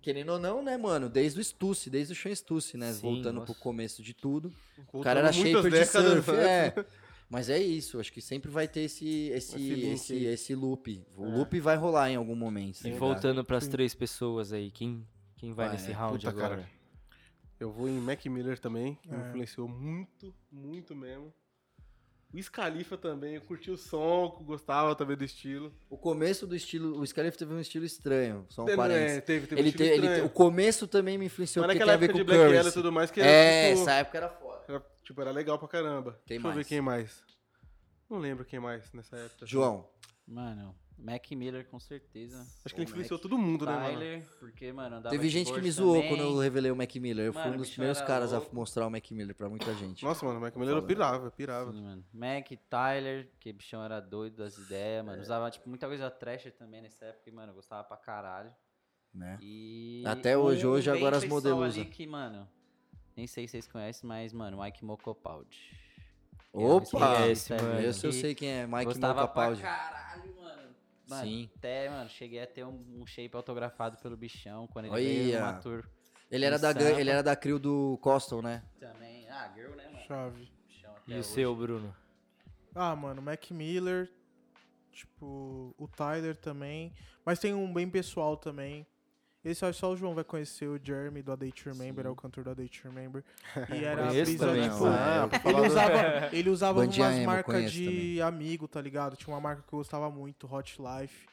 S2: querendo ou não, né, mano? Desde o Stussy, desde o Sean Stussy, né?
S4: Sim,
S2: Voltando
S4: nossa.
S2: pro começo de tudo. O
S3: Voltando
S2: cara era
S3: muitas
S2: shaper de
S3: décadas
S2: surf,
S3: antes.
S2: é. Mas é isso, acho que sempre vai ter esse esse
S3: Esse
S2: esse
S3: loop É.
S2: esse
S3: aí.
S2: loop. O loop vai rolar em algum momento. tá
S4: E
S2: ligado?
S4: voltando pras
S1: Sim.
S4: três pessoas aí, quem, quem vai
S2: Vai, é
S4: nesse round
S3: puta,
S4: agora?
S3: cara. Eu vou em Mac Miller também, que me
S1: É.
S3: influenciou muito, muito mesmo. O Scalifa também, eu curti o som, gostava também do estilo.
S2: O começo do estilo, o Scalife teve um estilo estranho, só um
S3: Ele-
S2: parênteses.
S3: é, teve, teve
S2: Ele
S3: um estilo
S2: te- ele te-
S3: estranho.
S2: o começo também me influenciou
S3: Mas
S2: porque
S3: naquela
S2: tem a ver com
S3: época de
S2: o
S3: Black Yellow e
S2: Currency.
S3: tudo mais, que
S2: É,
S3: era, tipo,
S2: essa época era foda.
S3: era, tipo, era legal pra caramba.
S2: Quem
S3: Deixa eu
S2: mais?
S3: ver quem mais. Não lembro quem mais nessa época.
S2: João,
S5: Mano, Mac Miller com certeza.
S3: Acho que ele
S2: Ô,
S3: influenciou
S2: Mac.
S3: todo mundo, né, mano?
S5: Tyler, porque, mano, andava
S2: teve
S5: de
S2: gente que
S5: Porsche
S2: me zoou
S5: também.
S2: quando eu revelei o Mac Miller. Eu fui
S5: Mano,
S2: um
S5: o
S2: dos
S5: bicho
S2: primeiros
S5: era
S2: caras a
S5: louco.
S2: mostrar o Mac Miller pra muita gente.
S3: Nossa, mano, o Mac Miller eu
S2: Fala.
S3: pirava, pirava.
S5: Sim, mano. Mac, Tyler, que bichão era doido das ideias,
S2: É.
S5: mano. Usava, tipo, muita coisa Thrasher também nessa época, e, mano, eu gostava pra caralho.
S2: né?
S5: E.
S2: Até hoje, hoje
S5: bem
S2: agora as
S5: pessoal
S2: modelos
S5: ali
S2: usam.
S5: que, um mano, nem sei se vocês conhecem, mas, mano, Mike Mocopaldi.
S2: Opa!
S4: sei
S2: é Esse,
S4: esse, mano.
S2: Esse eu sei quem é, Mike
S5: Gostava pra
S2: Malcapaldi.
S5: caralho, mano. Mano,
S2: Sim.
S5: Até, mano, cheguei a ter um, um shape autografado pelo bichão quando ele
S2: Olha.
S5: veio numa tour.
S2: Ele era,
S5: Um
S2: da, gan-
S5: samba.
S2: ele era da crew do Coston, né?
S5: Também. Ah, girl, né, mano?
S1: Chave.
S5: Bichão
S2: É
S5: até
S4: E o
S5: hoje.
S4: seu, Bruno?
S1: Ah, mano, Mac Miller, tipo, o Tyler também. Mas tem um bem pessoal também. Esse acho que só o João vai conhecer, o Jeremy do A Day to Remember, é o cantor do A Day to Remember. E era a
S4: Conheço
S1: brisa,
S4: também,
S1: tipo,
S4: ó.
S3: Ah, pra falar
S1: Ele
S3: do-
S1: usava, ele usava
S2: Bandinha
S1: umas
S2: emo,
S1: marcas
S2: conheço
S1: de
S2: também.
S1: amigo, tá ligado? Tinha uma marca que eu gostava muito, Hot Life.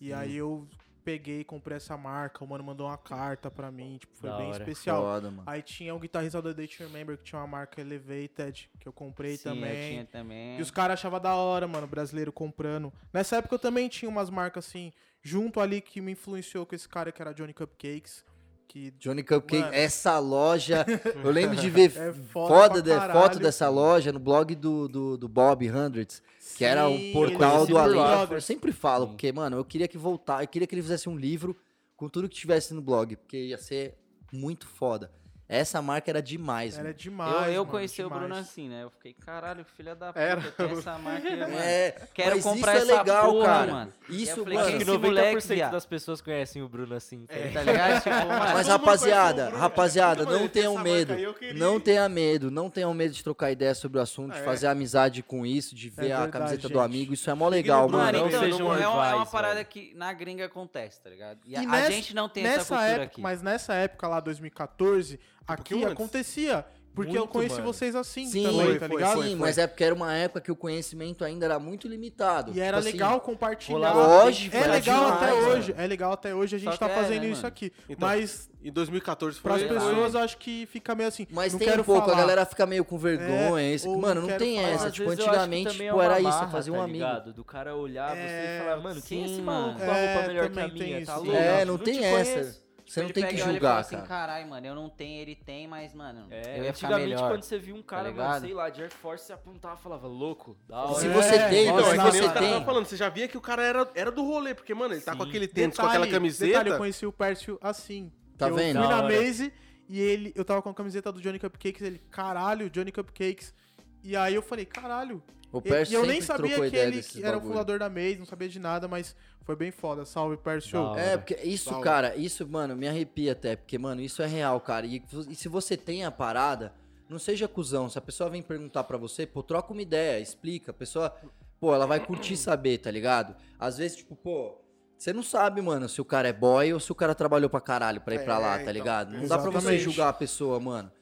S1: E aí eu peguei e comprei essa marca. O mano mandou uma carta pra mim, tipo, foi
S4: Da
S1: bem
S4: hora.
S1: especial.
S2: Foda, mano.
S1: Aí tinha o guitarrista do Day to Remember, que tinha uma marca Elevated, que eu comprei
S5: Sim,
S1: também.
S5: Eu tinha também.
S1: E os caras achavam da hora, mano, brasileiro comprando. Nessa época eu também tinha umas marcas assim, junto ali que me influenciou com esse cara que era Johnny Cupcakes. Que
S2: Johnny Cupcake,
S1: Mano.
S2: essa loja. Eu lembro de ver
S1: É foda
S2: foda
S1: pra
S2: de- foto
S1: caralho.
S2: dessa loja no blog do, do, do Bob Hundreds, que era um
S1: Sim,
S2: portal
S1: eles-
S2: do
S1: Brothers.
S2: Além. Eu sempre falo,
S5: Sim.
S2: porque, mano, eu queria que voltar, eu queria que ele fizesse um livro com tudo que tivesse no blog, porque ia ser muito foda. Essa marca era demais,
S1: Era
S2: mano.
S1: demais.
S5: Eu, eu
S1: mano,
S5: conheci o Bruno
S1: demais.
S5: assim, né? Eu fiquei, caralho, filha da puta,
S3: Era.
S5: eu tenho essa marca aí, mano.
S2: É,
S5: Quero
S2: mas
S5: comprar
S2: isso é
S5: essa
S2: legal,
S5: porra,
S2: cara.
S5: mano. E
S2: Isso,
S5: eu falei,
S2: mano.
S5: que
S4: Acho que
S5: esse moleque,
S4: 90%
S5: viado.
S4: das pessoas conhecem o Bruno assim.
S2: É,
S4: tá ligado?
S5: Tá ligado? Tipo,
S2: Mas,
S5: mano,
S3: Todo mundo conhece o
S2: rapaziada,
S3: Bruno.
S2: rapaziada,
S3: Então,
S2: não
S3: essa
S2: tenham
S3: marca
S2: medo.
S3: aí eu queria.
S2: Não tenha medo, não tenham medo de trocar ideia sobre o assunto, de
S3: É.
S2: fazer amizade com isso, de ver a
S1: verdade,
S2: camiseta do
S1: gente.
S2: amigo. Isso é mó
S3: Cheguei
S2: legal,
S3: no Bruno,
S2: mano.
S5: Mano,
S4: não
S5: então,
S4: seja um
S5: é, uma- é uma,
S4: advice,
S5: parada
S4: velho.
S5: que na gringa acontece, tá ligado? E,
S1: E
S5: a, a
S1: nessa-
S5: gente não tem essa
S1: Nessa
S5: cultura
S1: época,
S5: aqui.
S1: mas nessa época lá, 2014, aqui
S3: pouquinho antes.
S1: acontecia. Porque eu
S4: Muito,
S1: conheci
S4: mano.
S1: vocês assim
S2: Sim,
S1: também,
S3: foi,
S1: tá
S3: foi,
S1: ligado?
S2: Sim, mas é porque era uma época que o conhecimento ainda era muito limitado.
S1: E era
S2: Tipo assim,
S1: legal compartilhar.
S2: rolava Lógico,
S1: é
S2: era
S1: legal
S2: demais,
S1: até
S2: mano.
S1: hoje. É legal até hoje a
S5: Só
S1: gente tá
S5: que é,
S1: fazendo
S5: né,
S1: isso
S5: mano?
S1: aqui.
S3: Então,
S1: mas
S3: em 2014 foi
S1: Para as
S5: Sei lá.
S1: pessoas, eu acho que fica meio assim.
S2: Mas
S1: não
S2: tem
S1: quero
S2: um pouco,
S1: falar.
S2: a galera fica meio com vergonha.
S1: É,
S2: esse-
S1: ou
S2: mano,
S1: não
S2: não
S1: quero
S2: tem
S1: falar.
S2: essa.
S1: Às
S2: tipo,
S4: vezes eu acho que
S2: antigamente,
S4: também é
S2: tipo,
S4: uma
S2: era isso,
S4: marra,
S2: fazer um
S4: tá
S2: amigo.
S4: ligado? Do cara olhar você
S1: É,
S4: e falar, mano, quem é esse
S5: sim,
S4: maluco com a
S1: mano.
S4: roupa
S1: É,
S4: melhor que a
S1: também tem
S4: minha? Tá
S1: isso.
S4: louco?
S2: É,
S4: Não
S2: não
S4: te
S2: tem essa.
S4: conheço.
S2: Você não
S5: Ele
S2: tem que
S5: pega e olha e fala
S2: julgar,
S5: assim,
S2: cara.
S5: Caralho, mano, eu não tenho, ele tem, mas, mano,
S4: É,
S5: eu ia ficar
S4: antigamente
S5: melhor.
S4: quando você via um cara, mano,
S5: ligado?
S4: sei lá, de Air Force, você apontava e falava, louco, da hora.
S2: Se
S1: É,
S2: você tem,
S1: nossa,
S2: então, se
S3: Não, é que nem
S2: você
S3: o cara tava
S2: tem.
S3: falando, você já via que o cara era, era do rolê, porque, mano, ele tá com
S4: Sim.
S3: aquele tênis, com aquela camiseta.
S1: Detalhe, eu conheci o Pércio assim.
S2: Tá
S1: eu
S2: vendo?
S1: fui
S4: Da
S1: na
S4: hora.
S1: Maze e ele, eu tava com a camiseta do Johnny Cupcakes, ele, caralho, Johnny Cupcakes. E aí eu falei, caralho.
S2: O
S1: E-
S2: Pércio
S1: e eu nem
S2: sempre
S1: sabia
S2: trocou
S1: que
S2: ideia
S1: ele
S2: desses
S1: que era o
S2: bagulho.
S1: fundador da Maze, não sabia de nada, mas foi bem foda. Salve, Pércio.
S4: Da hora.
S2: É, porque isso,
S1: Da hora.
S2: cara, isso, mano, me arrepia até, porque, mano, isso é real, cara. E, e se você tem a parada, não seja cuzão. Se a pessoa vem perguntar pra você, pô, troca uma ideia, explica. A pessoa, pô, ela vai curtir saber, tá ligado? Às vezes, tipo, pô, você não sabe, mano, se o cara é boy ou se o cara trabalhou pra caralho pra ir pra
S3: É,
S2: lá, tá
S3: então,
S2: ligado? Não dá pra você
S1: exatamente.
S2: julgar a pessoa, mano.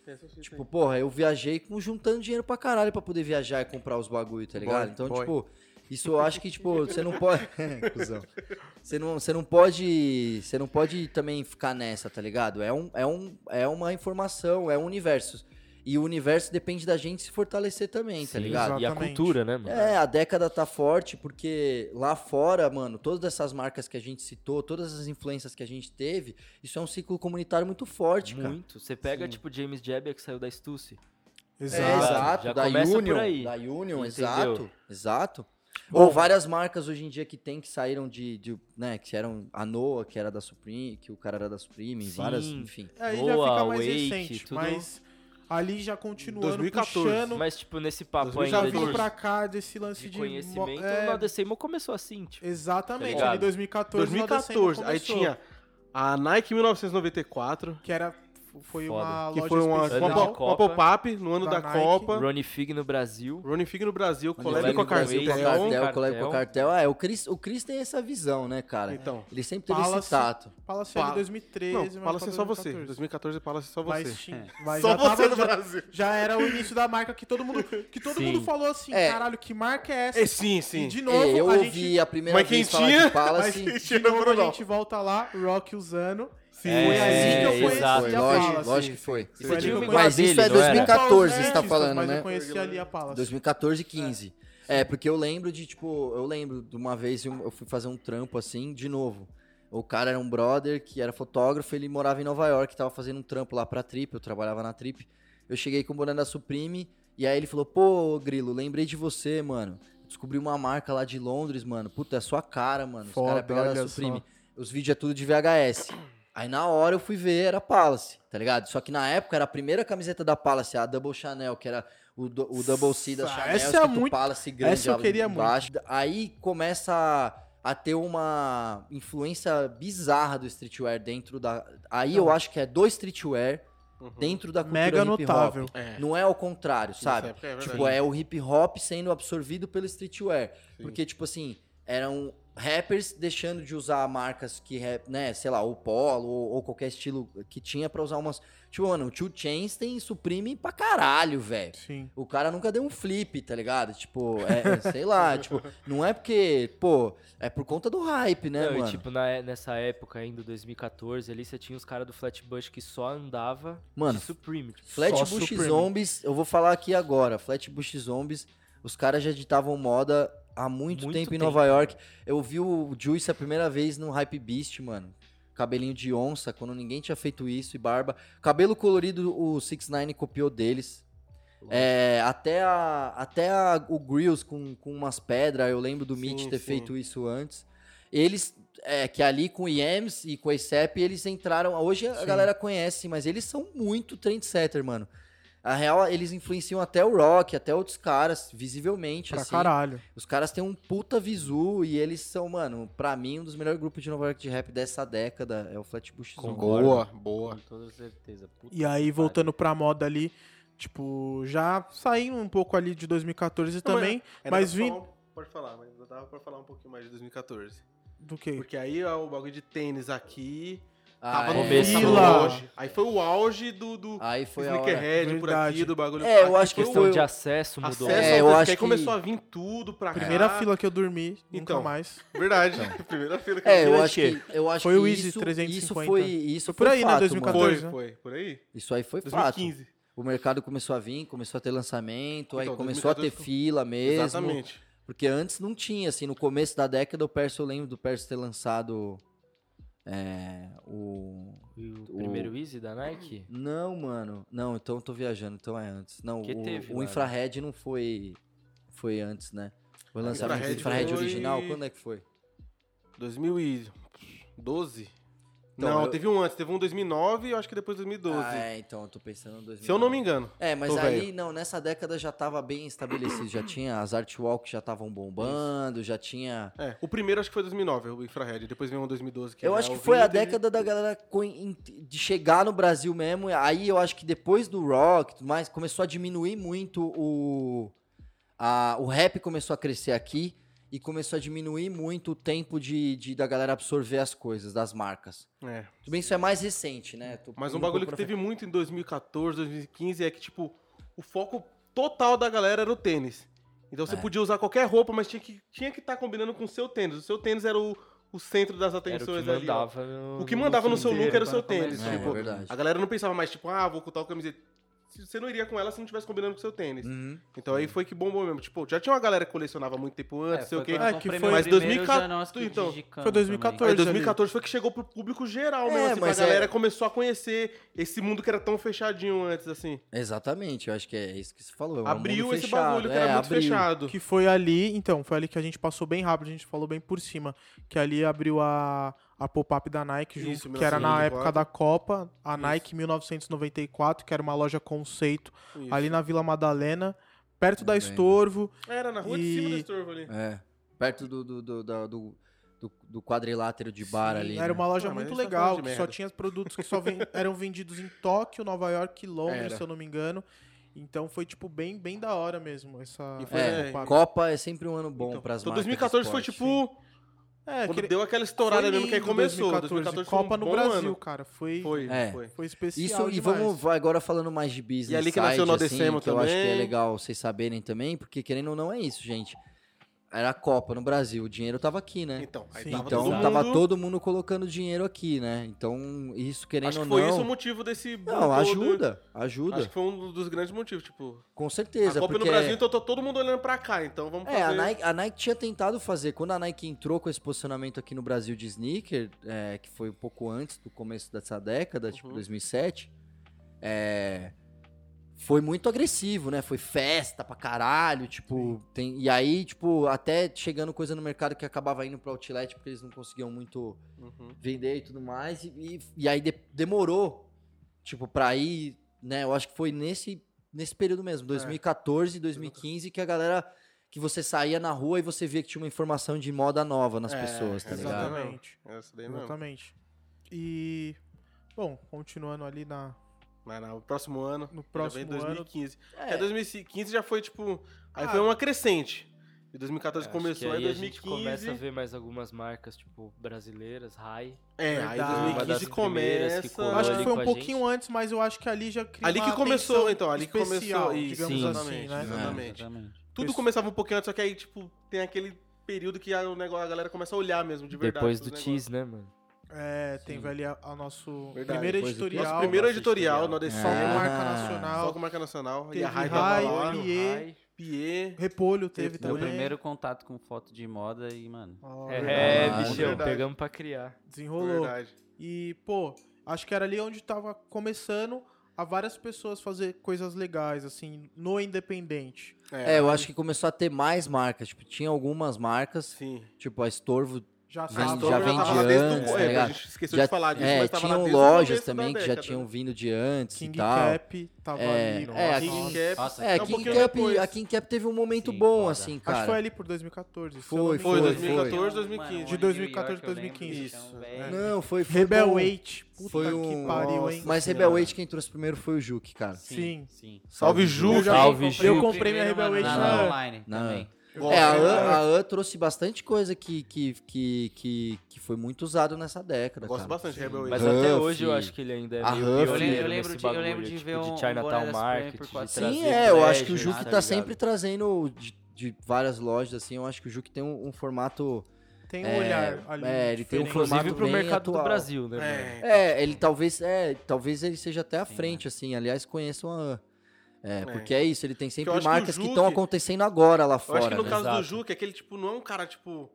S2: Tipo, porra, eu viajei com, juntando dinheiro pra caralho pra poder viajar e comprar os bagulho, tá ligado?
S3: Boy,
S2: então,
S3: boy.
S2: tipo, isso eu acho que, tipo, você não pode. Cusão. Você não, você não pode. Você não pode também ficar nessa, tá ligado? É, um, é, um, é uma informação, é um universo. E o universo depende da gente se fortalecer também, tá
S4: Sim,
S2: ligado?
S4: E a
S1: Exatamente.
S4: cultura, né, mano?
S2: É, a década tá forte porque lá fora, mano, todas essas marcas que a gente citou, todas as influências que a gente teve, isso é um ciclo comunitário muito forte, cara.
S4: Muito. Você pega,
S5: Sim.
S4: tipo, James Jebbia que saiu da Stussy.
S2: É,
S4: Exato.
S2: exato,
S4: Já
S2: da
S4: começa por
S2: Union,
S4: aí.
S2: da Union,
S4: Entendeu?
S2: exato, exato. Ou várias marcas hoje em dia que tem que saíram de, de, né, que eram a Noah, que era da Supreme, que o cara era da Supreme,
S4: Sim.
S2: várias, enfim.
S1: Aí já
S4: Boa,
S1: fica mais
S4: Wake,
S1: recente,
S4: tudo-
S1: mas ali já continuando
S3: 2014,
S1: puxando.
S4: Mas, tipo, nesse papo
S3: 2014.
S1: Já
S4: ainda
S1: vindo
S4: de,
S1: pra cá desse lance
S4: de
S1: de. mo-
S4: conhecimento,
S2: Tá
S1: é,
S4: o Nadecemo começou assim, tipo. Tá
S1: Exatamente,
S4: ligado?
S1: ali 2014,
S3: 2014, aí tinha a Nike 1994,
S1: Que era. Foi uma
S3: que
S1: loja
S3: foi uma,
S1: especial.
S3: uma,
S4: Ano de
S3: pop- uma
S4: Copa.
S3: pop-up no ano
S1: Da
S3: da,
S1: Nike.
S3: Copa.
S4: Ronnie Fig no Brasil.
S3: Ronnie Fig no Brasil,
S4: vai
S3: Collab com a
S4: no Brasil,
S2: com a
S3: Cartel. né?
S2: Cartel, Collab com a
S4: Cartel.
S2: Cartel. Ah, é, o Chris, o Chris tem essa visão, né, cara?
S3: Então.
S2: Ele sempre teve esse
S1: Palace-
S2: tato.
S1: Palace
S3: Pa-
S1: é de 2013,
S3: Não,
S1: mas
S3: fala assim,
S1: pra
S3: só você.
S1: 2014.
S3: 2014 fala assim, é só
S1: Vai
S3: você.
S1: sim, vai,
S3: Só
S1: já
S3: você
S1: tava-
S3: no
S1: já-
S3: Brasil.
S1: Já era o início da marca que todo mundo, que todo
S4: Sim.
S1: mundo falou assim,
S2: É.
S1: caralho, que marca é essa?
S3: É, sim, sim.
S1: E de novo,
S2: É, eu
S1: a
S2: ouvi assim.
S1: gente,
S2: a primeira
S3: Mas quem
S2: vez falar
S3: tinha-
S2: de Palace.
S3: mas-
S1: de novo a gente volta lá, Rock usando.
S3: Sim.
S4: É,
S1: Foi assim que eu conheci
S4: exato.
S1: a
S2: Foi,
S1: Palace.
S2: lógico, lógico que foi.
S1: Foi ali que eu
S2: Mas
S1: conheci-
S2: isso é
S4: um Não era?
S2: 2014, você
S1: Antes,
S2: tá falando,
S1: mas
S2: né?
S1: eu conheci ali a Palace.
S2: 2014, 15. É. porque eu lembro de, tipo, eu lembro de uma vez eu eu fui fazer um trampo assim, de novo. O cara era um brother que era fotógrafo, ele morava em Nova York, tava fazendo um trampo lá pra Trip, eu trabalhava na Trip. Eu cheguei com o boné da Supreme, e aí ele falou, pô, Grilo, lembrei de você, mano. Descobri uma marca lá de Londres, mano. Puta, é a sua cara, mano. Os
S1: Foda,
S2: caras pegaram
S1: olha
S2: da Supreme. Os vídeos é tudo de VHS. Aí na hora eu fui ver, era Palace, tá ligado? Só que na época era a primeira camiseta da Palace, a Double Chanel, que era o, du- o Double C da
S1: Essa
S2: Chanel,
S1: é
S2: escrito
S1: muito-
S2: Palace grande
S1: essa eu
S2: lá
S1: queria
S2: embaixo. Aí começa a, a ter uma influência bizarra do streetwear dentro da... Aí eu acho que é do streetwear
S3: Uhum.
S2: dentro da cultura
S1: Mega
S2: hip-hop.
S1: notável.
S3: É.
S2: Não é ao contrário, sabe?
S3: Nessa época, é verdade.
S2: tipo, é o hip hop sendo absorvido pelo streetwear.
S3: Sim.
S2: Porque, tipo assim, eram rappers deixando de usar marcas que, rap- né, sei lá, o polo ou, ou qualquer estilo que tinha pra usar umas. Tipo, mano, o Two Chains tem suprime pra caralho, velho.
S1: Sim.
S2: O cara nunca deu um flip, tá ligado? Tipo, é, é, sei lá, tipo, não é porque, pô, é por conta do hype, né,
S4: Não, e
S2: mano?
S4: tipo, na- nessa época ainda, 2014, ali você tinha os caras do Flatbush que só andava
S2: Mano,
S4: de Supreme. Tipo,
S1: Só
S2: Flatbush
S1: Superman.
S2: Zombies, eu vou falar aqui agora. Flatbush Zombies, os caras já ditavam moda há muito,
S4: Muito
S2: tempo em
S4: tempo.
S2: Nova York. Eu vi o Juice a primeira vez no Hype Beast, mano. Cabelinho de onça, quando ninguém tinha feito isso e barba. Cabelo colorido, o 6 ix copiou deles. É, até a, até a- o Grills com, com umas pedras, eu lembro do
S3: Sim,
S2: Mitch ter
S3: sim.
S2: feito isso antes. Eles, é, que ali com o IEMS e com o ASAP, eles entraram. Hoje a
S1: Sim.
S2: galera conhece, mas eles são muito trendsetter, mano. A real, eles influenciam até o rock, até outros caras, visivelmente.
S1: Pra
S2: assim.
S1: caralho.
S2: Os caras têm um puta visu e eles são, mano, pra mim, um dos melhores grupos de Nova York de rap dessa década. É o Flatbush Zombies.
S3: Boa, boa.
S5: Com toda certeza. Puta
S1: E aí,
S5: que
S1: voltando pra moda ali, tipo, já saindo um pouco ali de 2014 também,
S3: Era
S1: mas
S3: só
S1: vim...
S3: um- Pode falar, mas dava pra falar um pouquinho mais de 2014.
S1: Do que?
S3: Porque aí ó, o bagulho de tênis aqui,
S2: Ah,
S3: tava
S2: é.
S3: no
S4: Começou.
S3: no auge. Aí foi o auge do, do
S2: Aí foi a hora.
S3: sneakerhead por
S1: Verdade.
S3: aqui, do bagulho.
S2: É,
S3: aqui
S2: eu acho que
S3: foi
S4: questão
S2: foi-
S4: de acesso
S3: o
S4: mudou.
S3: acesso
S2: É,
S3: ao
S2: eu
S3: tênis,
S2: acho
S3: que aí
S2: que-
S3: começou a vir tudo pra cá.
S1: Primeira fila que eu dormi, nunca
S3: Então.
S1: mais.
S3: Verdade, primeira fila que
S2: É, eu
S3: eu
S2: acho que, eu acho
S1: Foi
S2: que
S1: o Easy
S2: isso,
S1: 350.
S2: isso foi isso
S1: Foi por
S2: foi
S1: aí, né,
S2: fato, mano.
S1: 2014.
S3: Foi,
S1: 14, né?
S3: foi, por aí.
S2: Isso aí foi fato.
S3: 2015.
S2: O mercado começou a vir, começou a ter lançamento, aí
S3: Então,
S2: começou a ter
S3: 2014 foi-
S2: fila mesmo.
S3: Exatamente.
S2: Porque antes não tinha, assim, no começo da década o Perso, eu lembro do Perso ter lançado é, o...
S4: E o primeiro Easy da Nike?
S2: Não, mano. Não, então eu tô viajando, então é antes. Não,
S4: Que
S2: o,
S4: teve,
S2: o
S4: mano?
S2: Infrared não foi foi antes, né? Foi lançado
S3: Ah, Infrared
S2: o Infrared
S3: foi-
S2: original, quando é que foi?
S3: 2012?
S2: Então,
S3: não,
S2: eu-
S3: teve um antes, teve um 2009 e eu acho que depois 2012.
S2: Ah, é, então eu tô pensando em 2000.
S3: Se eu não me engano.
S2: É, mas
S3: Tô
S2: aí,
S3: velho.
S2: não, nessa década já tava bem estabelecido, já tinha, as art walks já estavam bombando, já tinha...
S3: É, o primeiro acho que foi 2009, o Infrared, depois veio um 2012 que
S2: eu
S3: era
S2: acho que
S3: o
S2: foi a
S3: Vintage.
S2: década da galera co- in- de chegar no Brasil mesmo, aí eu acho que depois do rock e tudo mais, começou a diminuir muito o... a- o rap começou a crescer aqui e começou a diminuir muito o tempo de, de- da galera absorver as coisas, das marcas.
S3: É.
S2: Tudo bem, isso é mais recente, né? Tô
S3: Mas um
S2: indo
S3: bagulho
S2: pouco pra
S3: que teve muito em 2014, 2015 é que, tipo, o foco total da galera era o tênis. Então você
S2: É.
S3: podia usar qualquer roupa, mas tinha que estar tinha que tá combinando com o seu tênis. O seu tênis era o, o centro das
S4: Era o
S3: atenções
S4: que
S3: ali. ó.
S4: mandava no,
S3: O que mandava no seu
S4: inteiro né?
S3: look era o
S4: pra
S3: seu tênis.
S4: começar.
S2: É,
S3: tipo,
S2: é verdade.
S3: a galera não pensava mais, tipo, ah, vou ocultar a camiseta. Você não iria com ela se não tivesse combinando com o seu tênis.
S2: Uhum.
S3: Então aí foi que bombou mesmo. Tipo, já tinha uma galera que colecionava muito tempo antes, sei o quê.
S1: quando-
S3: Aí
S1: É, que foi-
S3: mas 2014, então.
S1: Foi 2014.
S3: 2014 foi que chegou pro público geral
S2: É,
S3: mesmo. Assim,
S2: mas
S3: a galera
S2: é-
S3: começou a conhecer esse mundo que era tão fechadinho antes, assim.
S2: Exatamente, eu acho que é isso que você falou. é um
S3: abriu
S2: É, mundo
S3: esse
S2: fechado,
S3: bagulho que
S2: é,
S3: era muito
S2: abriu.
S3: fechado.
S1: Que foi ali, então, foi ali que a gente passou bem rápido, a gente falou bem por cima. Que ali abriu a, a pop-up da Nike, junto,
S3: Isso,
S1: que era na
S3: 1994.
S1: época da Copa, a
S3: Isso.
S1: Nike 1994, que era uma loja conceito,
S3: Isso.
S1: ali na Vila Madalena, perto da
S2: Lembro.
S1: Estorvo.
S3: Era na rua de cima
S1: E-
S3: do estorvo ali.
S2: É. Perto do, do, do, da- do, do- do quadrilátero de bar
S1: Sim,
S2: ali.
S1: era
S2: né?
S1: uma loja
S3: Ah, mas
S1: muito
S3: a gente tá
S1: legal,
S3: falando
S1: que
S3: de
S1: só
S3: merda.
S1: tinha produtos que só ven- eram vendidos em Tóquio, Nova York e Londres,
S3: Era.
S1: se eu não me engano. Então foi, tipo bem, bem da hora mesmo essa
S3: E foi,
S2: É,
S1: pop-up.
S2: Copa é sempre um ano bom
S3: Então,
S2: pras
S3: então
S2: marcas. de
S3: 2014 foi
S2: esporte.
S3: tipo.
S1: É,
S3: quando
S1: aquele-
S3: deu aquela estourada
S1: foi
S3: mesmo, que aí
S1: lindo
S3: começou. 2014, foi um
S1: Copa no
S3: bom
S1: Brasil,
S3: ano.
S1: cara. Foi, foi.
S3: Foi,
S2: É.
S3: foi.
S1: especial.
S2: Isso, e
S1: demais.
S2: vamos vai agora falando mais de business.
S3: E ali que nasceu o
S2: side,
S3: Nó
S2: assim,
S3: Decemo
S2: que Eu acho que é
S3: também.
S2: legal vocês saberem também, porque querendo ou não é isso, gente. Era a Copa no Brasil, o dinheiro tava aqui, né?
S3: Então, aí
S1: Sim.
S3: tava
S2: então
S3: todo mundo...
S2: tava todo mundo colocando dinheiro aqui, né? Então, isso querendo
S3: Acho
S2: ou
S3: que
S2: não.
S3: foi isso o motivo desse. boom
S2: Não,
S3: todo. né?
S2: ajuda, ajuda.
S3: Acho que foi um dos grandes motivos, tipo.
S2: Com certeza.
S3: a Copa
S2: porque...
S3: no Brasil, então tá todo mundo olhando pra cá, então vamos fazer.
S2: É, a Nike, a Nike tinha tentado fazer. Quando a Nike entrou com esse posicionamento aqui no Brasil de sneaker, é, que foi um pouco antes do começo dessa década, tipo
S3: Uhum.
S2: 2007, é, foi muito agressivo, né? Foi festa pra caralho, tipo... tem- e aí, tipo, até chegando coisa no mercado que acabava indo pra Outlet, porque eles não conseguiam muito
S3: Uhum.
S2: vender e tudo mais. E, e, e aí de- demorou, tipo, pra ir, né? Eu acho que foi nesse, nesse período mesmo,
S3: É.
S2: 2014, 2015, que a galera. Que você saía na rua e você via que tinha uma informação de moda nova nas
S1: É,
S2: pessoas, tá ligado?
S1: Exatamente.
S3: É Essa daí não.
S1: Exatamente. E. Bom, continuando ali na,
S3: Mas no próximo ano.
S1: no
S3: Próximo
S1: próximo
S3: já vem
S1: ano.
S3: 2015. É.
S2: É.
S3: 2015 já foi tipo. Aí
S1: Ah.
S3: foi uma crescente. E 2014
S4: Acho
S3: começou,
S4: que
S3: aí
S4: aí a gente
S3: 2015.
S4: começa a ver mais algumas marcas, tipo, brasileiras, Rai.
S3: É, aí
S1: Verdade. Uma
S3: 2015
S4: das primeiras que
S3: começa.
S1: Eu
S4: colou
S1: acho
S4: ali
S1: que foi
S4: com
S1: um
S4: a
S1: pouquinho
S4: gente.
S1: antes, mas eu acho que ali já criou
S3: Ali que
S1: uma
S3: começou,
S1: tensão
S3: então, ali que
S1: especial,
S3: começou, isso.
S1: digamos
S4: Sim,
S1: assim,
S3: exatamente,
S1: né?
S3: exatamente.
S5: Exatamente.
S3: Tudo
S1: Isso.
S3: começava um pouquinho antes, só que aí, tipo, tem aquele período que a, o negócio, a galera começa a olhar mesmo, de verdade.
S4: Depois
S3: pros
S4: do
S3: negócios.
S4: Tease, né, mano?
S1: É, teve ali a- a nosso
S3: Verdade,
S1: primeiro
S2: depois do
S1: editorial.
S3: Nosso primeiro
S4: Nosso
S3: editorial,
S4: editorial.
S3: no ADC.
S1: Só com
S2: Ah.
S1: marca
S3: Só
S1: nacional.
S3: com marca nacional. E
S1: Teve
S3: a Rai
S1: Rai,
S3: tava lá.
S1: Oli- Pier.
S4: Rai.
S3: Pier.
S1: Repolho teve
S3: Meu
S5: Meu
S1: também.
S5: primeiro contato com foto de moda e, mano.
S1: Ó,
S4: É,
S1: verdade.
S2: verdade.
S4: bichão,
S3: Verdade.
S4: pegamos pra criar.
S1: Desenrolou.
S3: Verdade.
S1: E, pô, acho que era ali onde tava começando a várias pessoas fazer coisas legais, assim, no independente.
S2: É, eu acho que começou a ter mais marcas. Tipo, tinha algumas marcas,
S3: Sim. Ah,
S2: tipo a Estorvo.
S1: Já
S2: Vem-
S1: tava.
S2: já vem
S3: tava
S2: de
S3: lá desde o-
S2: antes,
S3: é,
S2: tá
S3: a
S2: ligado?
S3: gente esqueceu
S2: Já,
S3: de falar disso,
S2: é,
S3: mas tava lá
S2: tinham
S3: desde o
S2: lojas
S3: começo da
S2: também que já
S3: década.
S2: tinham vindo de antes
S1: King
S2: e tal.
S1: Cap tava
S2: É,
S1: ali.
S2: é,
S1: nossa.
S2: a
S3: King
S1: Acho
S3: Cap.
S5: Nossa,
S2: É,
S3: um
S2: King
S3: pouquinho
S2: Cap,
S3: depois.
S2: a King Cap teve um momento
S5: Sim,
S2: bom,
S5: foda.
S2: assim,
S1: que foi
S2: cara.
S1: ali por 2014. se eu
S2: Foi,
S1: não me
S3: Foi,
S1: engano.
S3: 2014,
S5: Mano,
S3: 2015.
S1: De
S5: um
S1: 2014,
S5: ano em New York, eu
S1: 2015.
S5: lembro,
S3: Isso,
S5: então,
S3: é.
S5: velho.
S2: Não, foi, foi
S1: né? Rebel
S2: bom.
S1: 8. Puta
S2: Foi um-
S1: que pariu, hein?
S2: Mas Rebel Eight quem trouxe primeiro foi o Juque, cara.
S1: Sim.
S5: Sim.
S3: Salve, Ju.
S1: Eu já-
S4: Salve,
S1: Eu
S4: Ju.
S1: comprei minha Rebel Eight
S5: na
S1: na...
S5: online
S2: Não.
S5: também.
S3: Gosto,
S2: É, a
S3: hein,
S2: An,
S3: cara?
S2: a An trouxe bastante coisa que, que, que, que, que foi muito usado nessa década.
S3: Eu Gosto
S2: cara.
S3: bastante de Rebel
S4: Mas
S2: Huff.
S3: Eight.
S4: até hoje eu acho que ele ainda é
S2: A
S4: meio
S2: Huff.
S5: Eu lembro,
S4: pioneiro nesse
S5: eu lembro, de, eu lembro
S4: bagulho,
S5: de
S4: tipo,
S5: ver um
S4: de Chinatown
S5: Borellas Prime
S4: Market,
S5: por
S4: de
S5: 400
S4: trazer
S2: Sim, é, eu acho que o
S4: breja,
S2: Juque
S5: tá
S2: tá
S4: ligado?
S2: sempre trazendo de, de várias lojas, assim. Eu acho que o Juque tem um, um formato.
S1: Tem um
S2: É,
S1: olhar ali.
S2: é, ele tem um
S1: diferente.
S2: formato
S4: Inclusive pro
S2: bem
S4: mercado do
S2: atual.
S4: Brasil, né, mano?
S3: É, né?
S2: É, ele talvez. É, talvez ele seja até à
S5: Sim,
S2: frente, assim. Aliás, conheçam a An. É,
S3: É.
S2: porque é isso, ele tem
S3: eu
S2: sempre
S3: acho que o
S2: marcas que
S3: Juque-
S2: estão acontecendo agora lá
S3: Eu acho que
S2: fora.
S3: no
S2: né?
S3: caso do
S4: Exato.
S3: Juca, aquele tipo, não é um cara tipo,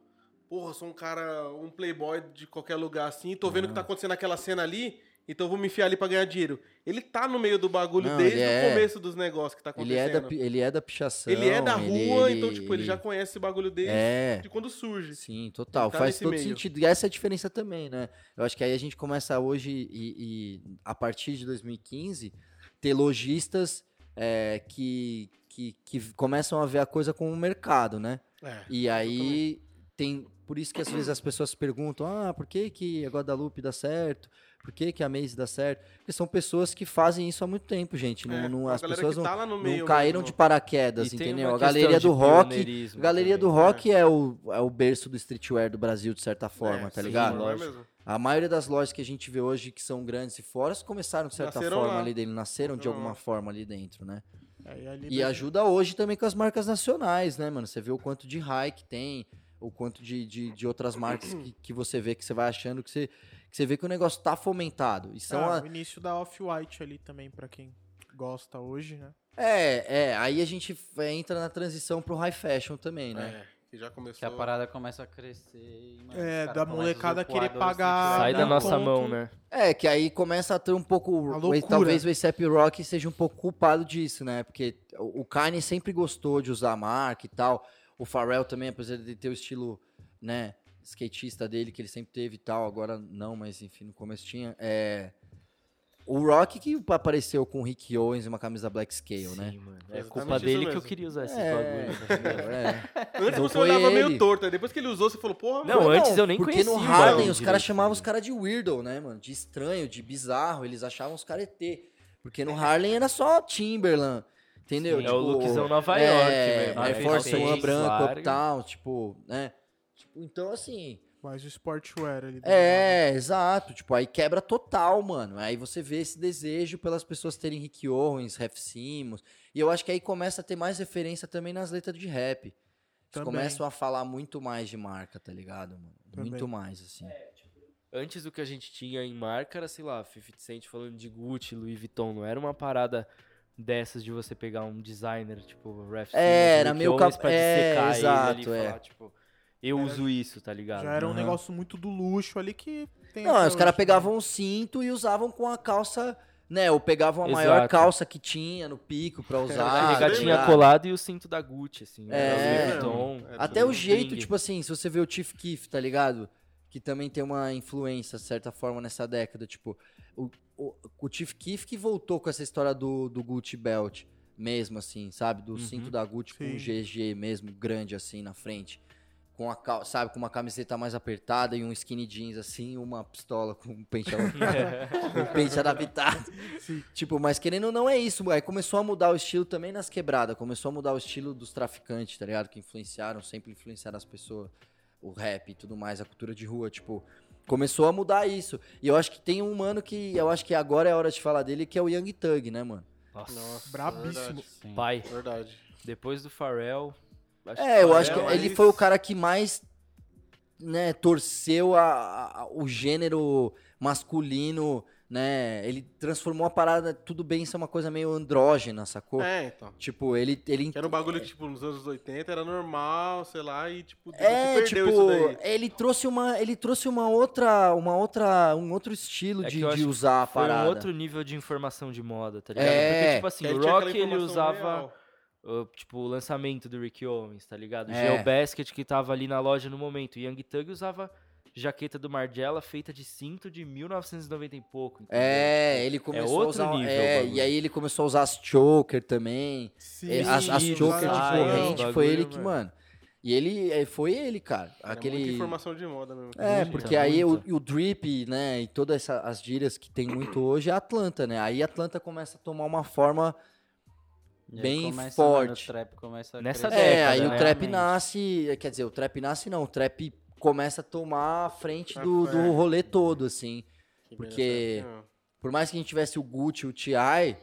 S3: porra, sou um cara, um playboy de qualquer lugar assim, e tô vendo o que tá acontecendo naquela cena ali, então eu vou me enfiar ali pra ganhar dinheiro. Ele tá no meio do bagulho
S2: Não,
S3: desde
S2: ele
S3: o
S2: é-
S3: começo dos negócios que tá
S2: Ele
S3: acontecendo.
S2: é, da, pi- ele é da pichação.
S3: Ele é da rua,
S2: ele-
S3: então tipo, ele já conhece esse bagulho desde
S2: É.
S3: de quando surge.
S2: Sim, total.
S3: Ele tá
S2: Faz
S3: nesse
S2: todo
S3: meio.
S2: sentido. E essa é a diferença também, né? Eu acho que aí a gente começa hoje e, e a partir de 2015 ter lojistas é, que, que, que começam a ver a coisa como um mercado, né?
S3: É.
S2: E aí tem. Por isso que às vezes as pessoas perguntam: ah, por que, que a Guadalupe dá certo? Por que, que a Maze dá certo? Porque são pessoas que fazem isso há muito tempo, gente. Não- não-
S3: a
S2: as
S3: É, galera
S2: pessoas
S3: que
S2: não,
S3: tá lá no
S2: não
S3: meio
S2: caíram
S3: mesmo.
S2: de paraquedas,
S4: E tem
S2: assim, entendeu?
S4: uma
S2: A galeria
S4: questão
S2: do
S4: de
S2: rock.
S4: pioneirismo
S2: Galeria do
S4: também.
S2: Rock é o, é o berço do streetwear do Brasil, de certa forma,
S3: É,
S2: tá
S3: sim,
S2: ligado?
S3: não é mesmo?
S2: A maioria das lojas que a gente vê hoje, que são grandes e fora, começaram de certa
S3: Nasceram
S2: forma
S3: lá.
S2: ali dentro, nasceram de
S3: Nasceram
S2: alguma
S3: lá.
S2: forma ali dentro, né?
S1: É, ali
S2: E ajuda hoje também com as marcas nacionais, né, mano? Você vê o quanto de high que tem, o quanto de, de, de outras marcas que, que você vê, que você vai achando, que você, que você vê que o negócio tá fomentado. E são
S1: Ah,
S2: a-
S1: o início da Off-White ali também, pra quem gosta hoje, né?
S2: É, é, aí a gente é, entra na transição pro high fashion também, né?
S3: É, que já começou.
S5: Que a parada começa a crescer. e, mano, os
S1: É,
S5: cara
S1: da
S5: começa a
S1: molecada
S5: zoar
S1: querer
S5: dois,
S1: pagar-
S5: três,
S4: Sai
S1: Ah,
S4: da
S1: dá
S4: nossa
S1: ponto.
S4: mão, né?
S2: É, que aí começa a ter um pouco.
S1: A
S2: o-
S1: loucura.
S2: Talvez o ASAP Rock seja um pouco culpado disso, né? Porque o o Kanye sempre gostou de usar a marca e tal. O Pharrell também, apesar de ter o estilo, né, skatista dele, que ele sempre teve e tal. Agora não, mas enfim, no começo tinha. É. O Rock que apareceu com o Rick Owens e uma camisa Black Scale, né?
S4: Sim, mano. É
S3: Exatamente
S4: culpa
S3: isso
S4: dele que eu
S3: mesmo.
S4: queria usar esses
S2: É,
S4: bagulhos. tá ligado?
S2: é.
S3: Antes
S2: Então
S3: você
S2: foi
S3: olhava
S2: ele.
S3: meio torto, aí depois que ele usou, você falou, porra,
S4: Não,
S3: mano.
S4: antes eu nem
S2: porque
S4: conhecia.
S2: no
S4: o
S2: Harlem
S4: bagulho
S2: os caras
S4: direito,
S2: chamavam os
S4: né?
S2: caras de weirdo, né, mano? De estranho, de bizarro. Eles achavam os caras ET. Porque no Harlem era só Timberland. Entendeu?
S4: É o lookzão Nova
S2: tipo, é,
S4: York, né? velho.
S2: Air
S4: Aí
S2: Force
S4: fez
S2: One branco,
S4: larga.
S2: uptown, tipo, né? Tipo, então, assim.
S1: Mas o Sportwear ali. do lado.
S2: É, exato. Tipo, aí quebra total, mano. Aí você vê esse desejo pelas pessoas terem Rick Owens, Ref Simmons. E eu acho que aí começa a ter mais referência também nas letras de rap. Eles
S1: Também.
S2: começam a falar muito mais de marca, tá ligado, mano?
S1: Também.
S2: Muito mais, assim.
S4: Antes o que a gente tinha em marca era, sei lá, 50 Cent falando de Gucci, Louis Vuitton. Não era uma parada dessas de você pegar um designer, tipo, Raf Simons,
S2: É, era
S4: Rick
S2: meio
S4: Owens,
S2: cap-
S4: pra
S2: é,
S4: dissecar ele ali e
S2: exato, é.
S4: falar, tipo, eu uso isso, tá ligado?
S1: Já era
S5: Uhum.
S1: um
S2: Aham.
S1: negócio muito do luxo ali que tem. né?
S2: Não,
S1: até
S2: os caras
S1: hoje,
S2: pegavam um cinto e usavam com a calça, né? Ou pegavam a
S4: Exato.
S2: maior calça que tinha no pico pra
S3: verdade,
S2: usar.
S4: a
S2: tá
S4: regatinha
S2: ligado?
S4: colada e o cinto da Gucci, assim.
S2: É.
S4: era o Louis Vuitton.
S2: Até o jeito,
S4: Ring.
S2: tipo assim, se você vê o Chief Keef, tá ligado? Que também tem uma influência, de certa forma, nessa década. Tipo, o, o, o Chief Keef que voltou com essa história do, do Gucci Belt. mesmo, assim, sabe? Do
S4: Uhum.
S2: cinto da Gucci com um
S1: Sim.
S2: GG mesmo, grande assim na frente. Com a, cal- sabe, com uma camiseta mais apertada e um skinny jeans assim, e uma pistola com um pente
S4: É.
S2: um pente adaptado. Tipo, mas querendo ou não é isso. Aí começou a mudar o estilo também nas quebradas. Começou a mudar o estilo dos traficantes, tá ligado? Que influenciaram, sempre influenciaram as pessoas. O rap e tudo mais, a cultura de rua, tipo... Começou a mudar isso. E eu acho que tem um mano que... Eu acho que agora é a hora de falar dele, que é o Young Thug, né, mano?
S4: Nossa.
S3: Nossa,
S1: Brabíssimo.
S5: Sim.
S4: Pai,
S3: Verdade.
S4: depois do Pharrell... acho que
S2: É, eu acho que
S4: Pharrell
S3: Pharrell,
S2: ele
S3: eles-
S2: foi o cara que mais né, torceu a- a- o gênero masculino, né? Ele transformou a parada, tudo bem, isso é uma coisa meio andrógena, sacou?
S3: É, então.
S2: Tipo, ele. ele
S3: Que era um bagulho que, tipo, nos anos 80 era normal, sei lá, e, tipo,
S2: é,
S3: se perdeu
S2: tipo,
S3: isso daí.
S2: ele trouxe uma, ele trouxe uma outra, uma outra, um outro estilo
S4: É
S2: de,
S4: que eu
S2: de
S4: acho que
S2: usar a
S4: Foi
S2: parada.
S4: um outro nível de informação de moda, tá ligado?
S2: É.
S4: Porque, tipo assim,
S3: Aí
S4: o
S3: tinha aquela
S4: rock ele
S3: informação
S4: usava,
S3: real. É
S4: uh, tipo, o lançamento do Rick Owens, tá ligado? O
S2: É.
S4: Geo Basket que tava ali na loja no momento. O Young Thug usava jaqueta do Margiela feita de cinto de 1990 e pouco. entendeu?
S2: É, ele começou
S4: outro
S2: a usar,
S4: nível o
S2: é,
S4: bagulho.
S2: e aí ele começou a usar as choker também.
S1: Sim,
S2: É, as, as
S4: Sim,
S2: choker
S3: Ah,
S2: de
S4: sai,
S2: corrente,
S4: é um
S2: foi ele
S4: bagulho,
S2: que,
S4: velho.
S2: mano. E ele, é, foi ele, cara.
S3: Era
S2: aquele.
S3: muita informação de moda mesmo.
S2: É,
S4: Muita,
S2: porque aí o,
S4: muita.
S2: e o drip, né, e todas essa- as gírias que tem muito hoje é Atlanta, né? Aí Atlanta começa a tomar uma forma.
S5: E aí
S2: Bem
S5: começa, mano,
S2: forte.
S5: o trap começa a
S4: Nessa
S5: crescer.
S2: é,
S4: década,
S2: aí
S4: né?
S2: o trap
S4: Realmente.
S2: nasce, quer dizer, o trap nasce não, o trap começa a tomar a frente
S3: Ah,
S2: do, do
S3: é.
S2: rolê todo, assim.
S3: Que
S2: porque-
S3: beleza, né?
S2: Por mais que a gente tivesse o Gucci, o T.I.,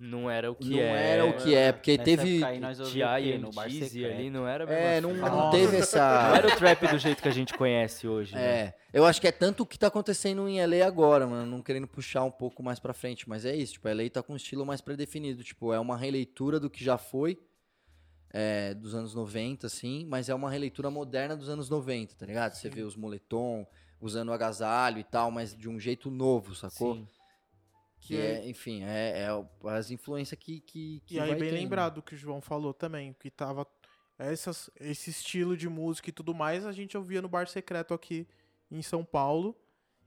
S4: Não era o que
S2: não
S4: era.
S2: era o que é, porque
S5: Nessa
S2: teve...
S5: época aí nós ouvimos o
S4: T.I.
S5: quê?
S4: e
S5: no bar
S4: Dizzy
S5: secreto.
S4: ali, não era a mesma
S2: É, não,
S4: fita.
S2: não
S1: Nossa.
S2: teve
S4: Não
S2: essa...
S4: era o trap do jeito que a gente conhece hoje, né?
S2: É, eu acho que é tanto o que tá acontecendo em LA agora, mano, não querendo puxar um pouco mais pra frente, mas é isso, tipo, a LA tá com um estilo mais predefinido, tipo, é uma releitura do que já foi, é, dos anos 90, assim, mas é uma releitura moderna dos anos 90, tá ligado? Você vê os moletom, usando o agasalho e tal, mas de um jeito novo, sacou?
S4: Sim.
S2: Que é, enfim, é, é o- as influências que, que, que
S1: E aí,
S2: vai
S1: bem
S2: tendo.
S1: lembrado o que o João falou também, que tava. Essas, esse estilo de música e tudo mais, a gente ouvia no bar secreto aqui em São Paulo.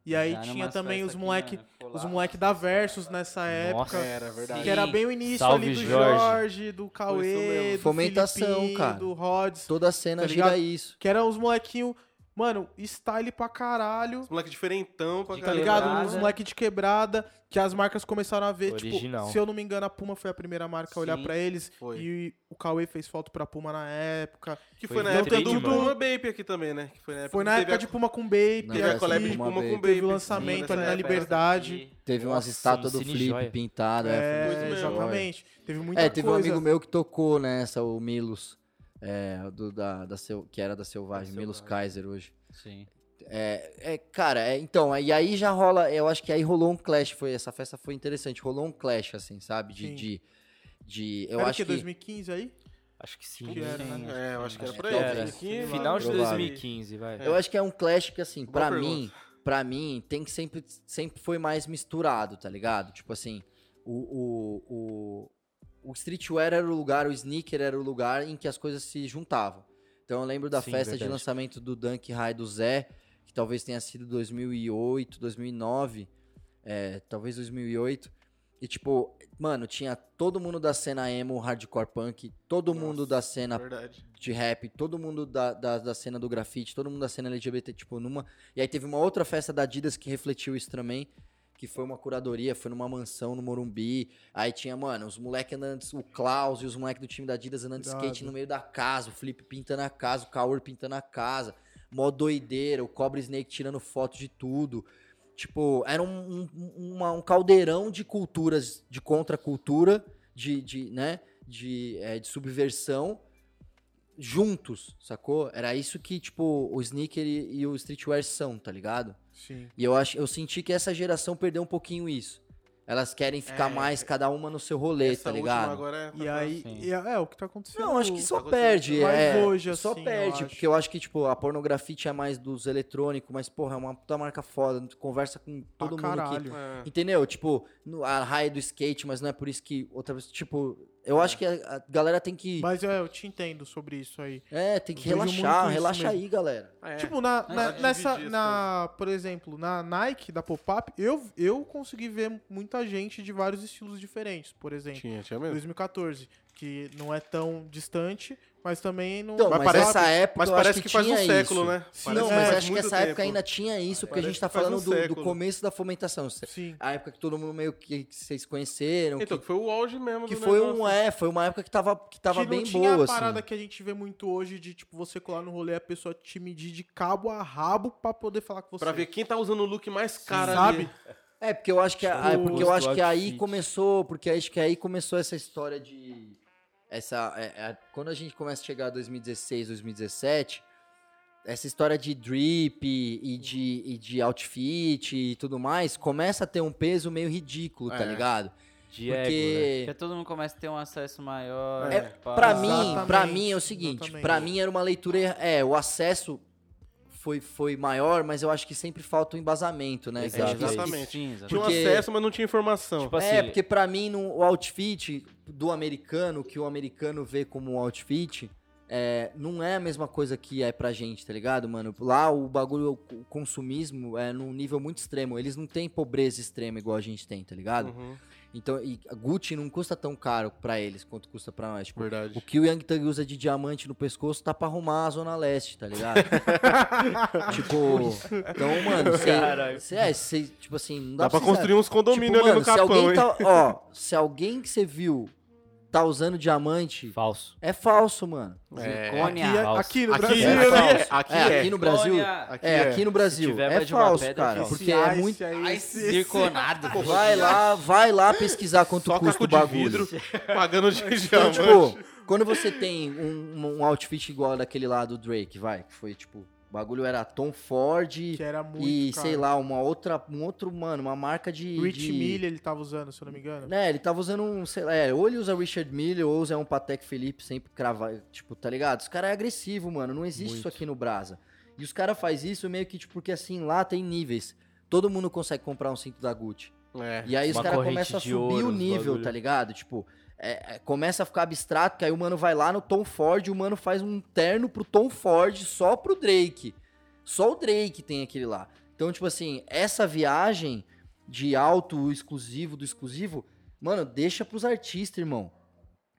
S1: E aí
S5: Já
S1: tinha
S5: numas
S1: também os
S5: festas né? que,
S1: moleque,
S5: mano, eu
S1: os
S5: colava.
S1: moleque da Versus nessa
S4: Nossa.
S1: época.
S3: Era verdade.
S1: Que era bem o início
S4: Salve,
S1: ali do
S4: Jorge.
S1: Jorge, do Cauê,
S3: mesmo.
S1: do
S2: Fomentação,
S1: Filipinho,
S2: cara.
S1: do Rods.
S2: Toda a cena
S1: Tá
S2: gira
S1: ligado?
S2: isso.
S1: Que eram os molequinhos, mano, style pra caralho.
S3: Os moleque diferentão pra
S5: Tá
S1: Tá
S3: caralho.
S1: ligado?
S5: Quebrada.
S1: Uns moleque de quebrada, que as marcas começaram a ver,
S4: Original.
S1: tipo, se eu não me engano, a Puma foi a primeira marca a olhar
S5: Sim.
S1: pra eles.
S3: Foi.
S1: E o Cauê fez foto pra Puma na época.
S3: Que
S4: Foi
S3: foi na
S4: bem
S3: época
S4: triste,
S3: do
S4: mano.
S3: Puma Bape aqui também, né? Que foi na época,
S1: Foi na
S3: que
S1: época
S3: teve
S1: de Puma com Baby.
S2: Não,
S3: a,
S2: é
S3: teve a
S2: assim,
S3: collab de
S2: Puma
S3: Puma com
S2: Bape.
S3: Bape. né,
S1: Teve o lançamento
S3: nessa
S1: ali na
S3: época. né?
S1: Liberdade.
S2: Teve umas
S4: Nossa, um
S2: estátuas do
S4: Cine
S2: Flip
S4: Joia.
S2: pintado.
S1: É,
S2: foi muito
S3: mesmo.
S1: exatamente. Teve muita
S2: É, teve um
S1: coisa.
S2: amigo meu que tocou nessa, o Milos, é, do, da, da Sel- que era da Selvagem,
S4: Da
S2: Milos
S4: Selvagem.
S2: Kaiser hoje.
S5: Sim.
S2: É, é, cara, é, então, e aí já rola, eu acho que aí rolou um clash, foi, essa festa foi interessante, rolou um clash, assim, sabe, de,
S1: Sim.
S2: de, de- eu
S1: Era o
S2: acho
S1: quê,
S2: que,
S1: 2015 aí?
S4: Acho que sim.
S1: Que era, né?
S3: É, eu acho que era
S2: Acho
S3: por
S2: que
S3: aí.
S2: era.
S3: acho que lá,
S4: Final de
S2: Provável.
S4: 2015, vai.
S2: eu acho que é um clash que, assim,
S3: Boa
S2: pra
S3: pergunta.
S2: mim, pra mim, tem que sempre, sempre foi mais misturado, tá ligado? Tipo assim, o, o, o, o streetwear era o lugar, o sneaker era o lugar em que as coisas se juntavam. Então eu lembro da
S4: Sim,
S2: festa de
S4: verdade.
S2: lançamento do Dunk High do Zé, que talvez tenha sido 2008, 2009, é, talvez 2008. E tipo, mano, tinha todo mundo da cena emo, hardcore punk, todo
S3: Nossa,
S2: mundo da cena
S3: Verdade.
S2: de rap, todo mundo da, da, da cena do grafite, todo mundo da cena LGBT, tipo, numa. E aí teve uma outra festa da Adidas que refletiu isso também, que foi uma curadoria, foi numa mansão no Morumbi. Aí tinha, mano, os moleques andando, de- o Klaus e os moleques do time da Adidas andando de skate
S1: Irado.
S2: no meio da casa, o Felipe pintando a casa, o Kaur pintando a casa, mó doideira, o Cobra Snake tirando foto de tudo. Tipo, era um, um, uma- um caldeirão de culturas, de contracultura, de, de, né, de, eh, de subversão, juntos, sacou? Era isso que, tipo, o sneaker e, e o streetwear são, tá ligado?
S1: Sim.
S2: E eu, acho, eu senti que essa geração perdeu um pouquinho isso. Elas querem ficar
S3: É,
S2: mais, cada uma no seu rolê,
S3: Essa
S2: tá
S3: última
S2: ligado?
S3: agora é-
S1: E aí,
S5: Sim.
S1: e é, é o que tá acontecendo.
S2: Não, acho que só
S3: Tá
S2: perde.
S1: acontecendo.
S2: é,
S1: Mas hoje,
S2: só
S1: assim, eu
S2: perde,
S1: acho.
S2: porque eu acho que, tipo, a pornografia é mais dos eletrônicos, mas, porra, é uma puta marca foda. Tu conversa com
S1: pra
S2: todo mundo que
S1: caralho.
S3: É.
S2: Entendeu? Tipo, no- a raia do skate, mas não é por isso que outra vez. Tipo, Eu acho que a, a galera tem que.
S1: Mas é, eu te entendo sobre isso aí.
S2: É, tem que
S1: Vejo muito
S2: relaxar,
S1: isso
S2: relaxa
S1: mesmo.
S2: aí, galera.
S1: Tipo, na,
S5: É,
S1: na-
S3: dividir
S1: nessa.
S3: as
S1: Na, por exemplo, na Nike, da pop-up, eu, eu consegui ver muita gente de vários estilos diferentes, por exemplo.
S3: Tinha, tinha mesmo.
S1: 2014, que não é tão distante, mas também não.
S2: Então,
S3: Mas
S2: mas,
S3: parece-
S2: essa época.
S3: Mas
S2: eu
S3: parece
S2: acho
S3: que, faz um
S2: tinha
S3: século,
S2: isso.
S3: né?
S1: Sim,
S3: Parece
S2: não,
S3: que
S1: é,
S2: mas
S3: faz
S2: acho que
S3: muito
S2: essa época
S3: tempo.
S2: ainda tinha isso, porque a
S3: Parece
S2: gente tá
S3: que faz
S2: falando
S3: um
S2: do- do,
S3: século.
S2: começo da fomentação.
S1: Sim.
S2: A época que todo mundo meio que vocês conheceram.
S3: Então, né, que foi o auge mesmo
S2: que que
S3: do
S2: foi
S3: negócio.
S2: um. É, foi uma época que tava, que tava
S1: Que não
S2: bem
S1: tinha
S2: boa,
S1: a parada
S2: assim.
S1: que a gente vê muito hoje de, tipo, você colar no rolê, a pessoa te medir de cabo a rabo pra poder falar com você.
S3: Pra ver quem tá usando o look mais caro
S1: Sabe?
S3: ali.
S2: É, porque eu acho que, a- é,
S4: Tipo,
S2: porque eu acho que aí
S4: outfit.
S2: começou. Porque acho que aí começou essa história de. Essa, é- é- quando a gente começa a chegar a 2016, 2017, essa história de drip e de, e de outfit e tudo mais começa a ter um peso meio ridículo, tá
S3: É.
S2: ligado?
S4: Diego, né?
S2: porque.
S5: Porque todo mundo começa a ter um acesso maior.
S3: É,
S2: Pra mim,
S1: Exatamente,
S2: pra mim é o seguinte,
S1: exatamente.
S2: pra mim era uma leitura, er- é, o acesso foi, foi maior, mas eu acho que sempre falta o embasamento, né?
S3: Exato.
S2: cara?
S3: Exatamente. Tinha um
S2: Porque-
S3: acesso, mas não tinha informação.
S4: Tipo assim,
S2: É, porque pra mim no, o outfit do americano, que o americano vê como um outfit, é, não é a mesma coisa que é pra gente, tá ligado, mano? Lá o bagulho, o consumismo é num nível muito extremo, eles não têm pobreza extrema igual a gente tem, tá ligado?
S3: Uhum,
S2: Então, e a Gucci não custa tão caro pra eles quanto custa pra nós, tipo, O
S3: verdade.
S2: que o Young Thug usa de diamante no pescoço tá pra arrumar a Zona Leste, tá ligado? tipo, então, mano,
S4: Caralho.
S2: você. É, cê, tipo assim, não dá,
S3: Dá pra
S2: cê-
S3: construir uns
S2: tipo,
S3: condomínios ali
S2: mano,
S3: no
S2: se alguém
S3: Capão, hein?
S2: tá, Ó, se alguém que você viu tá usando diamante,
S4: falso.
S2: é falso, mano.
S1: Aqui,
S5: Zircônia.
S1: é-
S4: Falso.
S1: aqui no
S3: Aqui
S1: Brasil,
S2: é
S1: né?
S2: falso.
S3: aqui
S2: é,
S3: é.
S2: aqui no Brasil.
S3: Aqui
S2: É, aqui no Brasil.
S4: tiver
S2: é
S4: mais de uma
S2: falso,
S4: pedra, é
S2: cara.
S4: falso.
S2: Porque
S1: Esse
S2: é
S1: ice
S2: muito.
S1: aí, esse-
S5: Circonado.
S2: Vai lá, vai lá pesquisar quanto
S3: Só
S2: custa
S3: caco
S2: o
S3: de
S2: bagulho.
S3: vidro, pagando de
S2: Então,
S3: diamante.
S2: tipo, quando você tem um, um outfit igual daquele lá do Drake, vai, que foi tipo, o bagulho era Tom Ford
S1: Que
S3: é
S1: era muito.
S2: e
S1: cara.
S2: sei lá, uma outra, um outro, mano, uma marca de.
S1: Rich
S2: de...
S1: Miller ele tava usando, se eu não me engano.
S2: Né, ele tava usando um, sei lá, é, ou ele usa Richard Miller, ou usa um Patek Felipe sempre crava, tipo, tá ligado? Os caras é agressivo, mano, não existe isso aqui no Brasa. E os caras faz isso meio que, tipo, porque assim, lá tem níveis. Todo mundo consegue comprar um cinto da Gucci.
S3: É.
S2: E aí os
S4: né? Uma
S2: caras
S4: corrente
S2: começam a
S4: de
S2: subir
S4: ouro,
S2: o
S4: os
S2: nível,
S4: bagulho.
S2: tá ligado? Tipo, é, é, começa a ficar abstrato, que aí o mano vai lá no Tom Ford e o mano faz um terno pro Tom Ford só pro Drake. Só o Drake tem aquele lá. Então, tipo assim, essa viagem de alto exclusivo do exclusivo, mano, deixa pros artistas, irmão.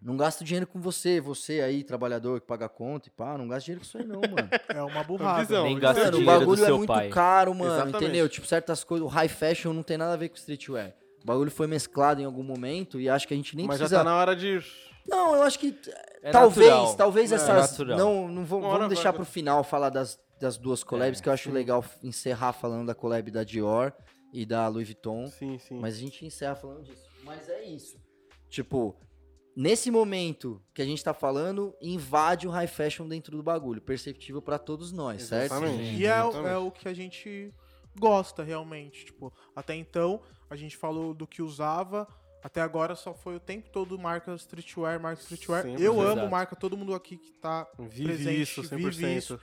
S2: Não gasta dinheiro com você, você aí, trabalhador que paga conta e pá, não gasta dinheiro com isso aí não, mano.
S1: É uma burrada.
S3: Visão.
S4: Nem
S3: isso
S4: gasta
S3: é
S2: Mano, o
S4: dinheiro do
S2: bagulho é
S4: seu
S2: muito
S4: pai.
S2: caro, mano,
S3: Exatamente.
S2: entendeu? Tipo, certas coisas, o high fashion não tem nada a ver com streetwear. O bagulho foi mesclado em algum momento e acho que a gente nem
S3: Mas já
S2: precisa...
S3: tá na hora de.
S2: Não, eu acho que
S4: É
S2: talvez,
S4: natural.
S2: talvez
S4: É
S2: essas...
S4: natural.
S2: não, não vou,
S3: Uma hora
S2: vamos deixar
S3: vai-
S2: pro final falar das, das duas collabs,
S4: É,
S2: que eu acho
S3: sim.
S2: legal encerrar falando da collab da Dior e da Louis Vuitton.
S3: Sim, sim.
S2: Mas a gente encerra falando disso. Mas é isso. Tipo, nesse momento que a gente tá falando, invade o high fashion dentro do bagulho. Perceptível pra todos nós, certo?
S3: Exatamente.
S1: E é, o-
S3: Exatamente.
S1: é o que a gente gosta realmente. Tipo, até então a gente falou do que usava. Até agora só foi o tempo todo marca streetwear, marca streetwear.
S3: Sempre,
S1: eu amo
S4: exato.
S1: marca, todo mundo aqui que tá.
S3: Vive
S1: presente,
S3: isso, 100%.
S1: vive isso.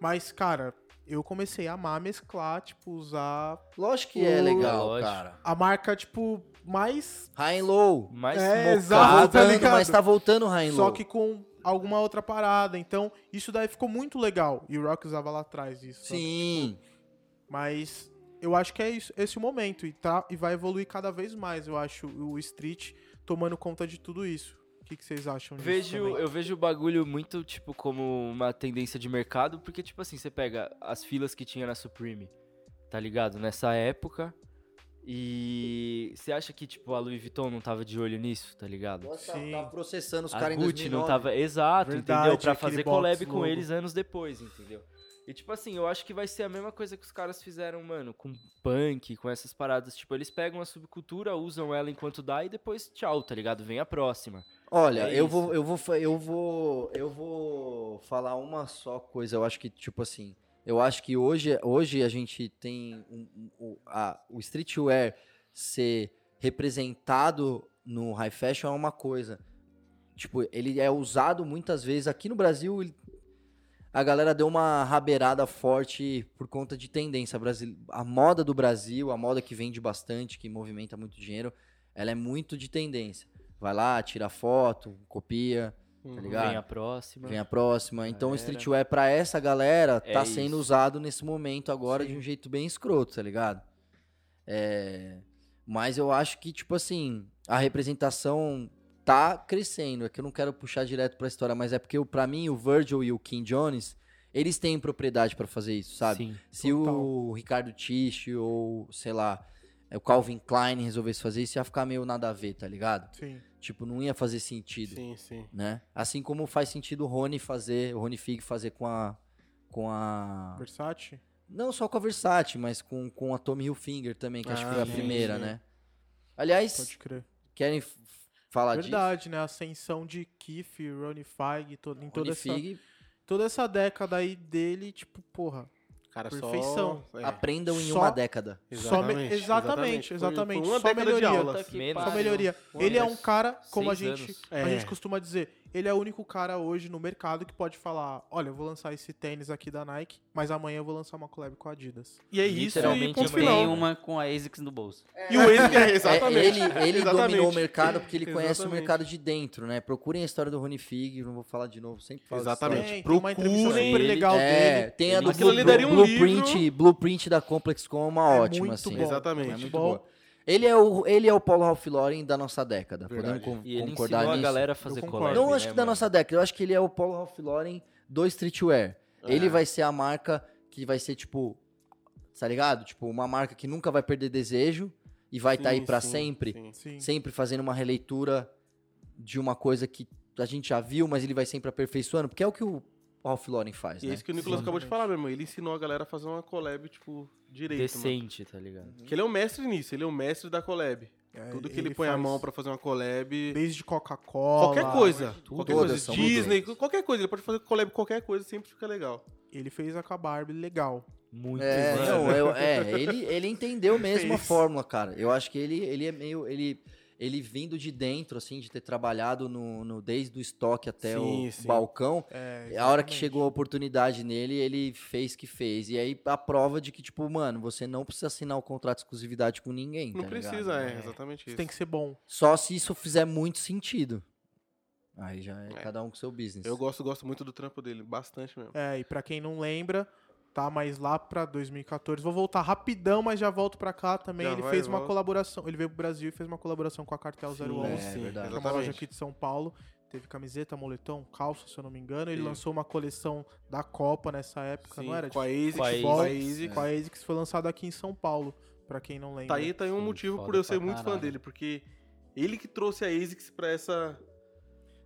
S1: Mas, cara, eu comecei a amar mesclar, tipo, usar
S2: Lógico que é
S1: Uh,
S2: legal,
S4: lógico.
S2: cara.
S1: a marca, tipo, mais.
S2: High and low.
S4: Mas
S1: É,
S4: mocado,
S1: exato.
S2: tá
S1: Tá
S2: voltando,
S1: ligado?
S2: mas tá voltando o high and
S1: Só
S2: low.
S1: que com alguma outra parada. Então, isso daí ficou muito legal. E o Rock usava lá atrás isso. sabe?
S2: Sim.
S1: Mas eu acho que é isso, esse o momento. E, tá, e vai evoluir cada vez mais, eu acho, o Street tomando conta de tudo isso. O que, que vocês acham
S4: Eu
S1: disso?
S4: Vejo,
S1: também?
S4: eu vejo o bagulho muito, tipo, como uma tendência de mercado, porque, tipo assim, você pega as filas que tinha na Supreme, tá ligado? Nessa época. E você acha que, tipo, a Louis Vuitton não tava de olho nisso, tá ligado?
S2: Nossa,
S1: Sim.
S2: Tá processando os
S4: a
S2: caras em
S4: Ah, Gucci não tá
S2: 2009.
S4: tava. Exato,
S1: Verdade,
S4: entendeu? Pra
S1: aquele
S4: fazer
S1: box
S4: collab com
S1: logo.
S4: eles anos depois, entendeu? E tipo assim, eu acho que vai ser a mesma coisa que os caras fizeram, mano, com punk, com essas paradas. Tipo, eles pegam a subcultura, usam ela enquanto dá e depois tchau, tá ligado? Vem a próxima.
S2: Olha,
S4: É
S2: eu
S4: isso.
S2: vou, eu vou, fa- eu vou, eu vou falar uma só coisa. Eu acho que tipo assim, eu acho que hoje, hoje a gente tem um- um- o- a- o streetwear ser representado no high fashion é uma coisa. Tipo, ele é usado muitas vezes aqui no Brasil. ele- a galera deu uma rabeirada forte por conta de tendência. A, Brasil, a moda do Brasil, a moda que vende bastante, que movimenta muito dinheiro, ela é muito de tendência. Vai lá, tira foto, copia, tá ligado?
S4: Vem a próxima.
S2: Vem a próxima. Então, o
S4: Galera.
S2: streetwear pra essa galera
S4: É
S2: tá
S4: isso.
S2: sendo usado nesse momento agora
S1: Sim.
S2: de um jeito bem escroto, tá ligado? É, Mas eu acho que, tipo assim, a representação tá crescendo. É que eu não quero puxar direto pra história, mas é porque, o- pra mim, o Virgil e o Kim Jones, eles têm propriedade pra fazer isso, sabe?
S4: Sim.
S2: Se o Ricardo Tisch ou, sei lá, é, o Calvin Klein resolvesse fazer isso, ia ficar meio nada a ver, tá ligado?
S1: Sim.
S2: Tipo, não ia fazer sentido
S3: Sim, sim.
S2: né? Assim como faz sentido o Rony fazer, o Rony Fig fazer com a com a
S1: Versace?
S2: não só com a Versace, mas com, com a Tommy Hilfiger também, que acho que
S3: Ah,
S2: foi a
S3: sim,
S2: primeira,
S3: sim.
S2: né? Aliás,
S1: Pode crer.
S2: querem f- falar
S1: Verdade, né? A ascensão de Keith, Ronnie Feig, todo, em
S2: disso?
S1: toda
S2: Rony
S1: essa,
S2: Fig,
S1: toda essa década aí dele, tipo, porra.
S3: Cara,
S1: Perfeição.
S3: só... É,
S2: aprendam em
S1: Só-
S2: uma década.
S1: só me-
S3: exatamente,
S1: exatamente,
S3: Foi-
S1: exatamente.
S3: foi uma
S1: Só
S3: década de
S1: melhoria.
S3: aulas.
S4: Puta que Menos.
S1: Só
S4: Pariu.
S1: melhoria.
S4: Pô,
S1: Ele é
S4: mas
S1: um cara, como a
S4: seis
S1: gente,
S4: anos.
S1: a
S3: É.
S1: gente costuma dizer, ele é o único cara hoje no mercado que pode falar, olha, eu vou lançar esse tênis aqui da Nike, mas amanhã eu vou lançar uma collab com a Adidas.
S3: E é isso e
S4: Literalmente
S3: ponto
S4: amanhã.
S5: Tipo, Tem
S3: final.
S5: uma com a ASICS no bolso.
S3: E o Enzo é,
S2: É,
S3: exatamente.
S2: ele ele
S3: Exatamente.
S2: dominou o mercado porque ele conhece o
S3: Exatamente.
S2: mercado de dentro, né? Procurem a história do Rony Fig, não vou falar de novo, sempre falo essa história.
S1: Tem,
S3: Exatamente.
S1: tem uma entrevista
S3: Procurem
S1: super
S4: ele.
S1: legal
S2: É,
S1: dele.
S2: tem a do
S3: Aquilo
S2: Blue-
S3: ali daria um
S2: Blueprint,
S3: livro.
S2: Blueprint da Complex com uma
S1: É
S2: ótima,
S1: muito
S2: assim.
S1: bom.
S3: Exatamente.
S2: É muito
S1: Bom.
S2: boa. Ele é o, ele é o Paulo Ralph Lauren da nossa década.
S3: É Verdade.
S2: Podemos con-
S4: E ele
S2: concordar
S4: ensinou
S2: nisso.
S4: a galera a fazer
S1: concordo.
S4: collab,
S2: Não
S4: né,
S2: acho que da
S4: mano?
S2: nossa década. Eu acho que ele é o Paulo Ralph Lauren do streetwear. Ele vai ser a marca que vai ser, tipo... Tá ligado? Tipo, uma marca que nunca vai perder desejo e vai
S1: tá
S2: estar aí pra sempre.
S1: Sim.
S2: Sempre fazendo uma releitura de uma coisa que a gente já viu, mas ele vai sempre aperfeiçoando. Porque é o que o Ralph Lauren faz,
S3: E é
S2: né?
S3: isso que o Nicolas
S1: Sim.
S3: acabou de falar, meu irmão. Ele ensinou a galera a fazer uma collab, tipo, direito. mano.
S4: Decente, tá ligado?
S3: Que ele é o mestre nisso, ele é o mestre da collab.
S1: É,
S3: Tudo que
S1: ele
S3: ele, põe a
S1: faz
S3: mão pra fazer uma collab.
S1: Desde Coca-Cola.
S3: Qualquer coisa.
S2: tudo.
S3: Qualquer
S2: Todas
S3: coisa.
S2: são
S3: Disney,
S2: muito
S3: qualquer coisa. Ele pode fazer collab com qualquer coisa, sempre fica legal.
S1: Ele fez a com a Barbie legal.
S4: Muito
S2: É,
S4: mano.
S2: não, eu- é, ele, ele entendeu mesmo a
S1: Fez.
S2: fórmula, cara. Eu acho que ele, ele é meio. Ele, ele vindo de dentro, assim, de ter trabalhado no, no- desde o estoque até
S3: Sim,
S2: o
S3: sim.
S2: balcão.
S1: É,
S2: A hora que
S1: exatamente.
S2: chegou a oportunidade nele, ele fez que fez. E aí a prova de que, tipo, mano, você não precisa assinar o contrato de exclusividade com ninguém.
S3: Não
S2: tá ligado?
S3: precisa, é,
S1: É.
S3: exatamente
S1: Isso
S3: isso.
S1: tem que ser bom.
S2: Só se isso fizer muito sentido. Aí já é, cada um com seu business.
S3: Eu gosto, gosto muito do trampo dele, bastante mesmo.
S1: É, e pra quem não lembra, tá mais lá pra 2014. Vou voltar rapidão, mas já volto pra cá também.
S3: Já
S1: ele
S3: vai
S1: fez
S3: e
S1: uma
S3: volta.
S1: colaboração. Ele veio pro Brasil e fez uma colaboração com a Cartel 011.
S2: é verdade.
S1: que é uma loja aqui de São Paulo. Teve camiseta, moletom, calça, se eu não me engano. Ele
S3: Isso.
S1: lançou uma coleção da Copa nessa época,
S3: Sim,
S1: não era?
S3: Com a ASICS,
S4: com
S2: é.
S4: a
S3: com a
S1: ASICS.
S3: ASICS.
S1: Com é a ASICS foi lançada aqui em São Paulo, pra quem não lembra.
S3: Tá aí, tá aí um
S5: Sim,
S3: motivo por
S5: foda
S3: eu ser
S5: pra
S3: muito fã
S5: caralho.
S3: dele, porque ele que trouxe a ASICS pra essa,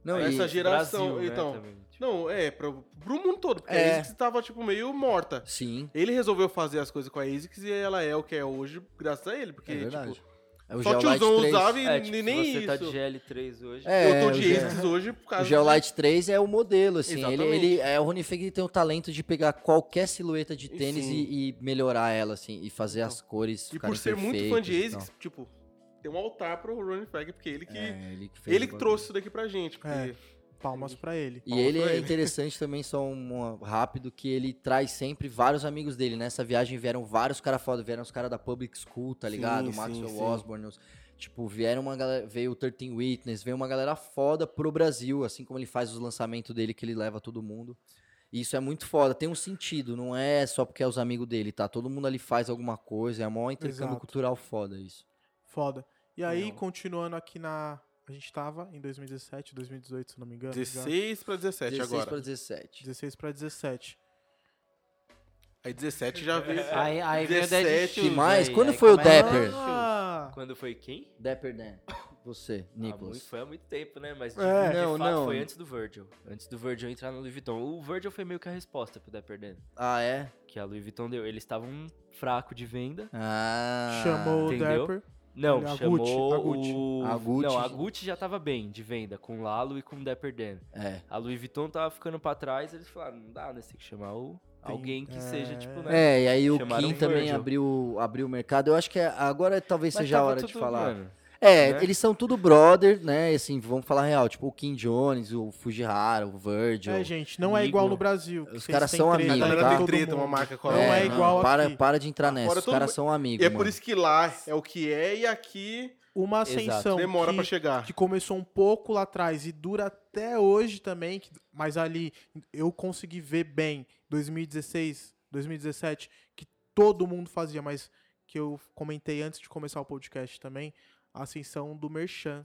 S2: Não,
S3: pra essa
S2: e,
S3: geração.
S4: Brasil, né,
S3: então,
S4: também, tipo.
S3: não, é, pro, pro mundo todo, porque
S2: É.
S3: a ASICS tava, tipo, meio morta.
S2: sim,
S3: Ele resolveu fazer as coisas com a ASICS e ela é o que é hoje, graças a ele, porque,
S2: é verdade.
S3: tipo,
S2: É o
S3: só
S2: Geolite
S3: tiozão
S2: 3.
S3: usava e
S4: É, tipo,
S3: nem
S4: se você
S3: isso.
S4: tá de GL3 hoje,
S2: É,
S3: eu tô
S2: o
S3: de
S2: Ge-
S3: ASICS hoje por
S2: O
S3: causa...
S2: Geolite 3 é o modelo, assim. Ele,
S3: tá Exatamente.
S2: ele, é, o Rony Fig ele tem o talento de pegar qualquer silhueta de
S3: E
S2: tênis
S3: sim. Então,
S2: e, e melhorar ela, assim, e fazer as cores.
S3: E
S2: ficarem
S3: por ser muito fã de
S2: perfeitas e
S3: ASICS, tipo, tem um altar pro Ronnie Fag, porque ele que...
S2: tal. então. É, ele que, fez
S3: Ele
S2: o
S3: que
S2: bagulho.
S3: trouxe isso daqui pra gente, porque
S1: É. Palmas pra ele.
S2: E
S3: Palmas
S2: ele
S3: pra
S2: é
S3: ele.
S2: interessante também, só um um rápido, que ele traz sempre vários amigos dele. Nessa viagem vieram vários caras foda, vieram os caras da Public School, tá
S3: Sim,
S2: ligado? O
S3: sim,
S2: Maxwell
S3: sim.
S2: Osborne. os- Tipo, vieram uma galera. Veio o 13 Witness, veio uma galera foda pro Brasil, assim como ele faz os lançamentos dele que ele leva todo mundo. E isso é muito foda, tem um sentido, não é só porque é os amigos dele, tá? Todo mundo ali faz alguma coisa, é mó intercâmbio
S1: Exato.
S2: cultural foda isso.
S1: Foda. E aí,
S3: Legal.
S1: continuando aqui na. A gente tava em 2017, 2018, se não me engano. já.
S3: 16 pra 17
S2: 16
S3: agora.
S2: pra 17.
S1: 16 pra 17.
S3: Aí 17 já veio.
S5: É, Aí,
S3: é
S5: aí veio o Dead
S3: 17
S5: Shoes,
S2: Que mais?
S4: é,
S5: aí,
S2: Quando
S5: aí
S2: foi o
S5: começa-
S2: Dapper?
S1: Ah,
S4: quando foi quem?
S2: Dapper Dan. Você,
S4: Ah,
S2: Nicolas.
S4: muito- foi há muito tempo, né? Mas de,
S1: É.
S4: de
S2: Não,
S4: fato
S2: não.
S4: foi antes do Virgil. Antes do Virgil entrar no Louis Vuitton. O Virgil foi meio que a resposta pro Dapper Dan,
S2: Ah, é?
S4: que a Louis Vuitton deu. Eles estavam um fraco de venda.
S2: Ah.
S1: chamou o
S4: entendeu?
S1: Dapper.
S4: Não,
S1: Olha, a
S4: chamou
S1: Gucci, a Gucci.
S4: o...
S2: A Gucci.
S4: Não, a Gucci já tava bem de venda, com o Lalo e com o Dapper Dan.
S2: É.
S4: A Louis Vuitton tava ficando pra trás, eles falaram, não dá, né? Você tem que chamar o...
S1: Tem-
S4: alguém que
S1: é.
S4: seja, tipo, né?
S2: É, e aí o
S4: Chamaram
S2: Kim
S4: o
S2: também
S4: Virgil.
S2: abriu, abriu o mercado. Eu acho que é- agora talvez
S4: Mas
S2: seja a
S4: tava
S2: é hora de
S4: tudo,
S2: falar.
S4: mano,
S2: É,
S4: né?
S2: eles são tudo brother, né? Assim, vamos falar real. Tipo, o Kim Jones, o Fujihara, o Virgil.
S1: É, gente, não é igual
S4: Nico.
S1: no Brasil. que
S2: Os
S1: vocês
S2: caras
S1: têm
S2: são
S1: treta,
S2: amigos, tá?
S3: A
S1: né?
S3: galera tem
S1: Todo
S3: treta,
S1: mundo.
S3: uma marca com a
S1: Não
S3: outra.
S1: é igual
S2: para,
S1: aqui.
S2: para de entrar nessa.
S3: Fora
S2: Os
S1: é
S3: todo
S2: caras são
S3: E
S2: amigos,
S3: é por
S2: mano.
S3: isso que lá é o que é e aqui
S1: uma
S4: Exato.
S1: ascensão
S3: Demora pra
S1: que,
S3: chegar.
S1: que começou um pouco lá atrás e dura até hoje também, que- mas ali eu consegui ver bem 2016, 2017, que todo mundo fazia, mas que eu comentei antes de começar o podcast também, a ascensão do Merchan.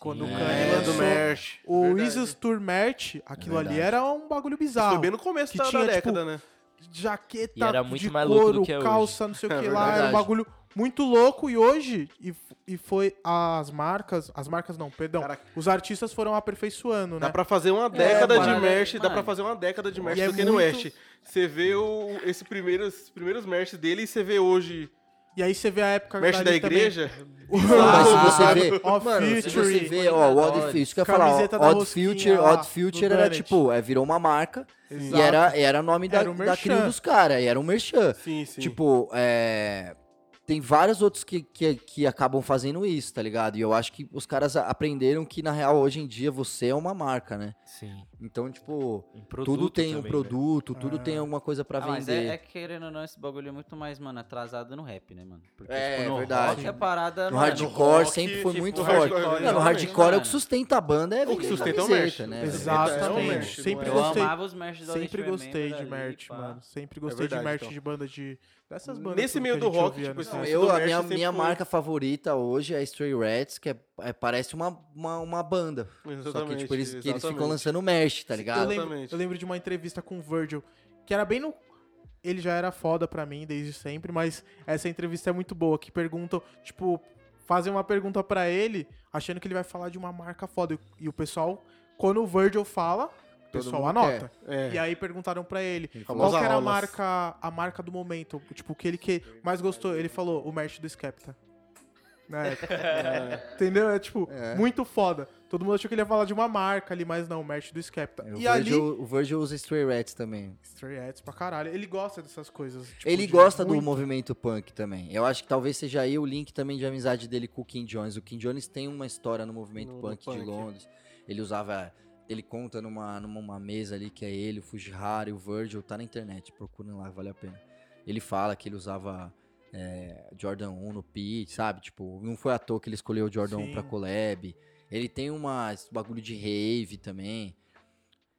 S1: Quando
S2: É,
S1: o Kanye
S2: do
S1: lançou
S3: Merch.
S1: o
S3: Verdade.
S1: Isis Tour Merch, aquilo ali
S2: verdade.
S1: era um bagulho
S3: Foi
S1: bizarro.
S3: bem no começo
S1: que
S3: da, da
S1: tinha, tipo,
S3: década, né?
S1: jaqueta
S4: E era muito
S1: de
S4: mais louco
S1: couro,
S4: do que é hoje.
S1: calça, não sei o
S3: É
S1: que lá, era um
S2: verdade.
S1: bagulho muito louco e hoje e, f- e foi as marcas, as marcas não, perdão,
S3: Caraca.
S1: os artistas foram aperfeiçoando,
S3: Dá
S1: né?
S3: pra fazer uma década de
S5: parada-
S3: merch, dá
S5: mano.
S3: pra fazer uma década de merch
S1: E é
S3: do Kanye
S1: muito-
S3: West. Você vê o, esse primeiro, esses primeiros merch dele e você vê hoje
S1: E aí você vê a época
S3: merch da
S1: ali também,
S3: igreja.
S1: o-
S2: Mas se você
S1: sabe?
S2: vê,
S1: Ó,
S2: mano, se você
S1: Future.
S2: vê, ó, o Odd Future, isso que eu ia falar,
S1: Camiseta
S2: ó,
S1: da
S2: Odd
S1: rosquinha
S2: Future,
S1: lá,
S2: Odd Future
S1: do
S2: era
S1: Planet.
S2: tipo, é, virou uma marca
S1: Exato.
S2: e era era o nome da,
S1: Era um
S2: da
S1: merchan.
S2: crew dos caras, e era um merchan.
S3: Sim, sim.
S2: Tipo, é, tem vários outros que, que, que acabam fazendo isso, tá ligado? E eu acho que os caras a- aprenderam que, na real, hoje em dia você é uma marca, né?
S4: Sim.
S2: Então, tipo,
S4: Um produto
S2: tudo tem um
S4: também, né?
S2: produto, tudo
S1: Ah.
S2: tem alguma coisa pra
S5: Ah, mas
S2: vender.
S5: é, é querendo ou não, esse bagulho é muito mais, mano, atrasado no rap, né, mano? Porque,
S2: É,
S5: tipo, no
S2: verdade.
S5: rock a parada,
S2: No
S5: mano,
S2: hardcore
S5: rock,
S2: sempre foi
S5: tipo,
S2: muito
S5: no
S3: forte.
S5: hardcore,
S2: Não, no
S5: exatamente,
S2: hardcore é o que
S5: mano.
S2: sustenta a banda, é
S3: O que
S2: vender
S3: sustenta é o
S2: camiseta,
S3: merch.
S2: né? velho?
S3: É o
S1: Exatamente.
S3: merch,
S1: sempre
S3: não é?
S5: Eu
S1: gostei,
S5: amava os merch do
S1: sempre
S5: Audition
S4: é
S1: gostei de
S5: Remember ali,
S1: merch,
S5: pá.
S1: mano. Sempre gostei
S3: verdade,
S1: de merch
S3: então.
S1: de banda de dessas bandas
S3: Nesse
S1: tudo
S3: meio
S1: que a
S3: do
S1: gente
S3: rock,
S1: ouvia,
S3: tipo,
S1: né?
S3: esse-
S2: Não,
S3: Esse
S2: eu,
S3: do
S2: a
S3: merch
S2: minha,
S3: sempre
S2: minha
S3: foi-
S2: marca favorita hoje é Stray Rats, que é, é- parece uma, uma, uma banda. Só que, tipo, eles, que eles ficam
S3: exatamente.
S2: lançando merch, tá
S1: Eu
S2: ligado?
S1: lembro,
S3: Exatamente.
S1: eu lembro de uma entrevista com o Virgil, que era bem no. Ele já era foda pra mim desde sempre, mas essa entrevista é muito boa, que perguntam, tipo, fazem uma pergunta pra ele, achando que ele vai falar de uma marca foda. E o pessoal, quando o Virgil fala, o
S2: Todo
S1: pessoal
S2: mundo
S1: anota.
S3: É.
S1: E aí perguntaram pra ele,
S3: falou,
S1: qual que era a
S3: "Aulas".
S1: marca, a marca do momento, tipo, o que ele que mais gostou. Ele falou, o merch do Skepta. Na época. Entendeu? É tipo,
S2: É.
S1: muito foda. Todo mundo achou que ele ia falar de uma marca ali, mas não, o merch do Skepta.
S2: É, O,
S1: e ali,
S2: Virgil, o Virgil usa Stray Rats também.
S1: Stray Hats pra caralho. Ele gosta dessas coisas. tipo,
S2: Ele
S1: de
S2: gosta do
S1: muito-
S2: movimento punk também. Eu acho que talvez seja aí o link também de amizade dele com o Kim Jones. O Kim Jones tem uma história no movimento
S3: No- no
S2: punk, de
S3: punk.
S2: Londres. Ele usava. Ele conta numa, numa mesa ali que é ele, o Fujihara e o Virgil. Tá na internet, procurem lá, vale a pena. Ele fala que ele usava é, Jordan 1 no pit, sabe? Tipo, não foi à toa que ele escolheu o Jordan 1 pra
S1: Sim.
S2: collab. Ele tem uma, esse bagulho de rave também.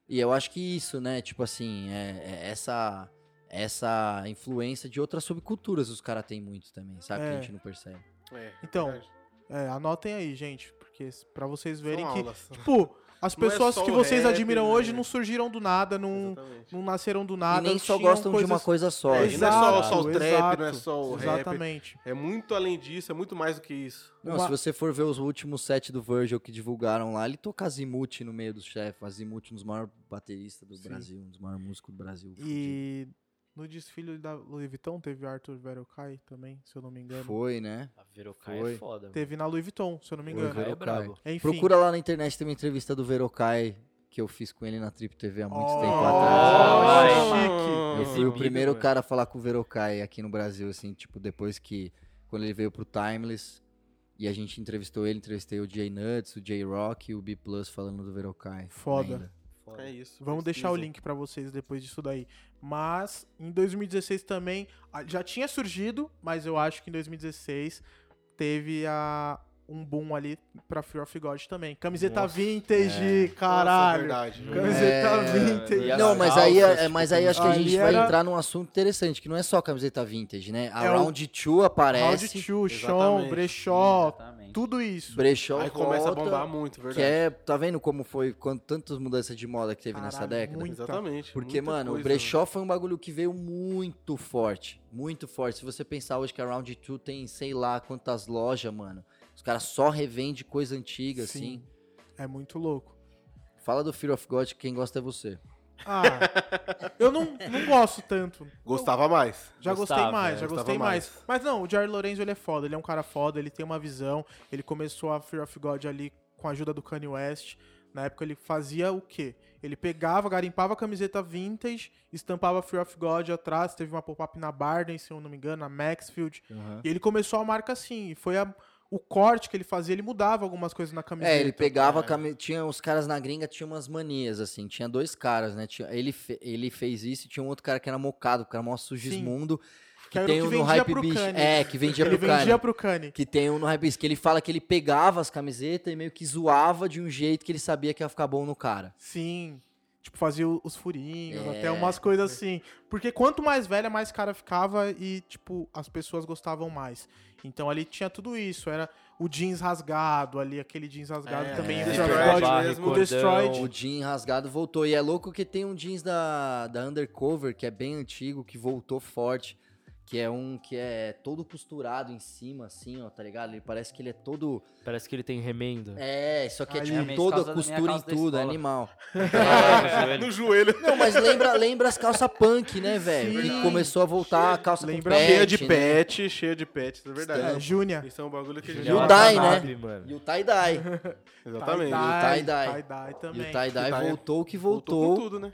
S2: E eu acho que isso, né? Tipo assim, é- é essa essa influência de outras subculturas os caras têm muito também, sabe? Que
S1: É.
S2: a gente não percebe.
S3: É,
S1: Então,
S3: verdade.
S1: É, anotem aí, gente. Porque s- pra vocês verem
S3: São
S1: que,
S3: aulas.
S1: tipo, as
S3: Não é
S1: pessoas
S3: só
S1: que
S3: o
S1: vocês
S3: rap,
S1: admiram
S3: né?
S1: hoje não surgiram do nada, não,
S3: Exatamente.
S1: Ah, não nasceram do
S2: E
S1: nada.
S2: nem só
S1: tinham
S2: gostam de uma
S1: coisas-
S2: coisa só.
S3: É,
S2: né?
S3: e não é só,
S1: Exato,
S3: só o trap, não é
S1: exato,
S3: só o rap.
S1: Exatamente.
S3: É muito além disso, é muito mais do que isso.
S2: Não,
S1: Uma-
S2: se você for ver os últimos sets do Virgil que divulgaram lá, ele toca Azimuth no meio do chefe. Azimuth, um dos maiores bateristas do
S1: Sim.
S2: Brasil, um dos maiores músicos do Brasil.
S1: E no desfile da Louis Vuitton teve Arthur Verocai também, se eu não me engano.
S2: Foi, né?
S4: A Verocai
S2: Foi.
S4: é foda. mano.
S1: Teve na Louis Vuitton, se eu não me
S2: Foi,
S1: engano.
S4: Verocai é
S2: Verocai.
S4: brabo.
S1: Enfim.
S2: Procura lá na internet tem uma entrevista do Verocai que eu fiz com ele na Trip TV há muito
S1: Oh,
S2: tempo
S1: oh,
S2: atrás.
S1: chique.
S2: Eu fui o
S3: é
S4: Exibido,
S2: primeiro
S4: velho.
S2: cara a falar com o Verocai aqui no Brasil, assim, tipo, depois que. Quando ele veio pro Timeless. E a gente entrevistou ele, entrevistei o Jay Nuts, o Jay Rock e o B Plus falando do Verocai.
S1: Foda.
S2: ainda.
S3: É isso.
S1: Vamos deixar o
S3: pesquisem.
S1: link pra vocês depois disso daí. Mas em 2016 também a- já tinha surgido, mas eu acho que em 2016 teve a um boom ali pra Fear of God também. Camiseta
S4: Nossa,
S1: vintage,
S3: Nossa, é
S1: caralho.
S3: verdade.
S1: Camiseta vintage.
S4: E as
S2: Não, mas aí,
S4: calças,
S2: é, mas
S3: tipo,
S2: aí acho que a
S1: ali
S2: gente
S1: era-
S2: vai entrar num assunto interessante, que não é só camiseta vintage, né? A
S1: É o-
S2: Round 2 aparece,
S1: Round 2, Chon,
S3: Exatamente.
S1: Brechó,
S5: Exatamente.
S1: tudo isso.
S2: Brechó
S3: É. Aí começa a
S2: volta,
S3: bombar muito,
S2: Que
S3: verdade.
S2: é, tá vendo como foi, quant- tantas mudanças de moda que teve nessa
S1: Caralho,
S2: década?
S1: muito.
S3: Exatamente.
S2: Porque,
S3: muita
S2: mano, o
S3: coisa,
S2: brechó
S1: né?
S2: foi um bagulho que veio muito forte. Muito forte. Se você pensar hoje que a Round 2 tem sei lá quantas lojas, mano. Os caras só revende coisa antiga,
S1: Sim.
S2: assim.
S1: É muito louco.
S2: Fala do Fear of God, que quem gosta é você.
S1: Ah, eu não, não gosto tanto.
S3: Gostava mais.
S1: Já
S4: Gostava,
S1: gostei mais,
S4: é,
S1: já
S3: gostava
S1: gostei mais.
S3: mais.
S1: Mas não, o Jair Lorenzo ele é foda, ele é um cara foda, ele tem uma visão. Ele começou a Fear of God ali com a ajuda do Kanye West. Na época ele fazia o quê? Ele pegava, garimpava a camiseta vintage, estampava Fear of God atrás, teve uma pop-up na Barden, se eu não me engano, na Maxfield. E ele começou a marca assim, e foi a- o corte que ele fazia, ele mudava algumas coisas na camiseta.
S2: É, ele pegava. a
S3: é.
S2: cami- Tinha os caras na gringa, tinha umas manias, assim. Tinha dois caras, né? Tinha- ele, fe- ele fez isso e tinha um outro cara que era mocado, o cara mó sujismundo.
S1: Que era o
S2: tem
S1: que
S2: um no
S1: vendia
S2: Hype
S1: pro
S2: Beast.
S1: Kanye.
S2: É, que vendia
S1: Ele
S2: pro Kanye.
S1: vendia pro Kanye.
S2: Que tem um no Hype Beast, que ele fala que ele pegava as camisetas e meio que zoava de um jeito que ele sabia que ia ficar bom no cara.
S1: Sim. Tipo, fazia o- os furinhos,
S2: É.
S1: até umas coisas assim. Porque quanto mais velha, mais cara ficava e, tipo, as pessoas gostavam mais. Então ali tinha tudo isso. Era o jeans rasgado ali, aquele jeans rasgado também.
S3: é,
S1: o
S3: é,
S1: Destroyed.
S3: é,
S1: o Destroyed.
S2: O jean rasgado voltou. E é louco que tem um jeans da, da Undercover, que é bem antigo, que voltou forte. Que é um que é todo costurado em cima, assim, ó, tá ligado? Ele parece que ele é todo.
S4: Parece que ele tem remendo.
S2: É, só que é
S1: Aí-
S2: tipo
S1: É a
S5: Ah, minha
S2: toda
S5: calça da minha
S2: costura em
S5: calça da
S2: tudo, é
S5: escola.
S2: animal.
S4: Tá
S3: No joelho.
S2: Não, mas lembra, lembra as calças punk, né,
S1: Sim.
S2: velho? Que começou a voltar a calça
S1: Lembra-
S2: com patch,
S3: Cheia de
S2: né?
S3: pet, cheia de pet, isso é
S1: É,
S3: verdade.
S1: Júnia.
S3: Isso é um bagulho que a gente...
S2: E o Dai, né?
S4: tá Mano.
S2: E o tie-dye.
S3: Exatamente.
S2: tie-dye.
S1: tie-dye
S2: E o
S1: também.
S2: tie-dye
S3: O tie-
S2: voltou que
S3: com
S2: voltou.
S3: tudo, né?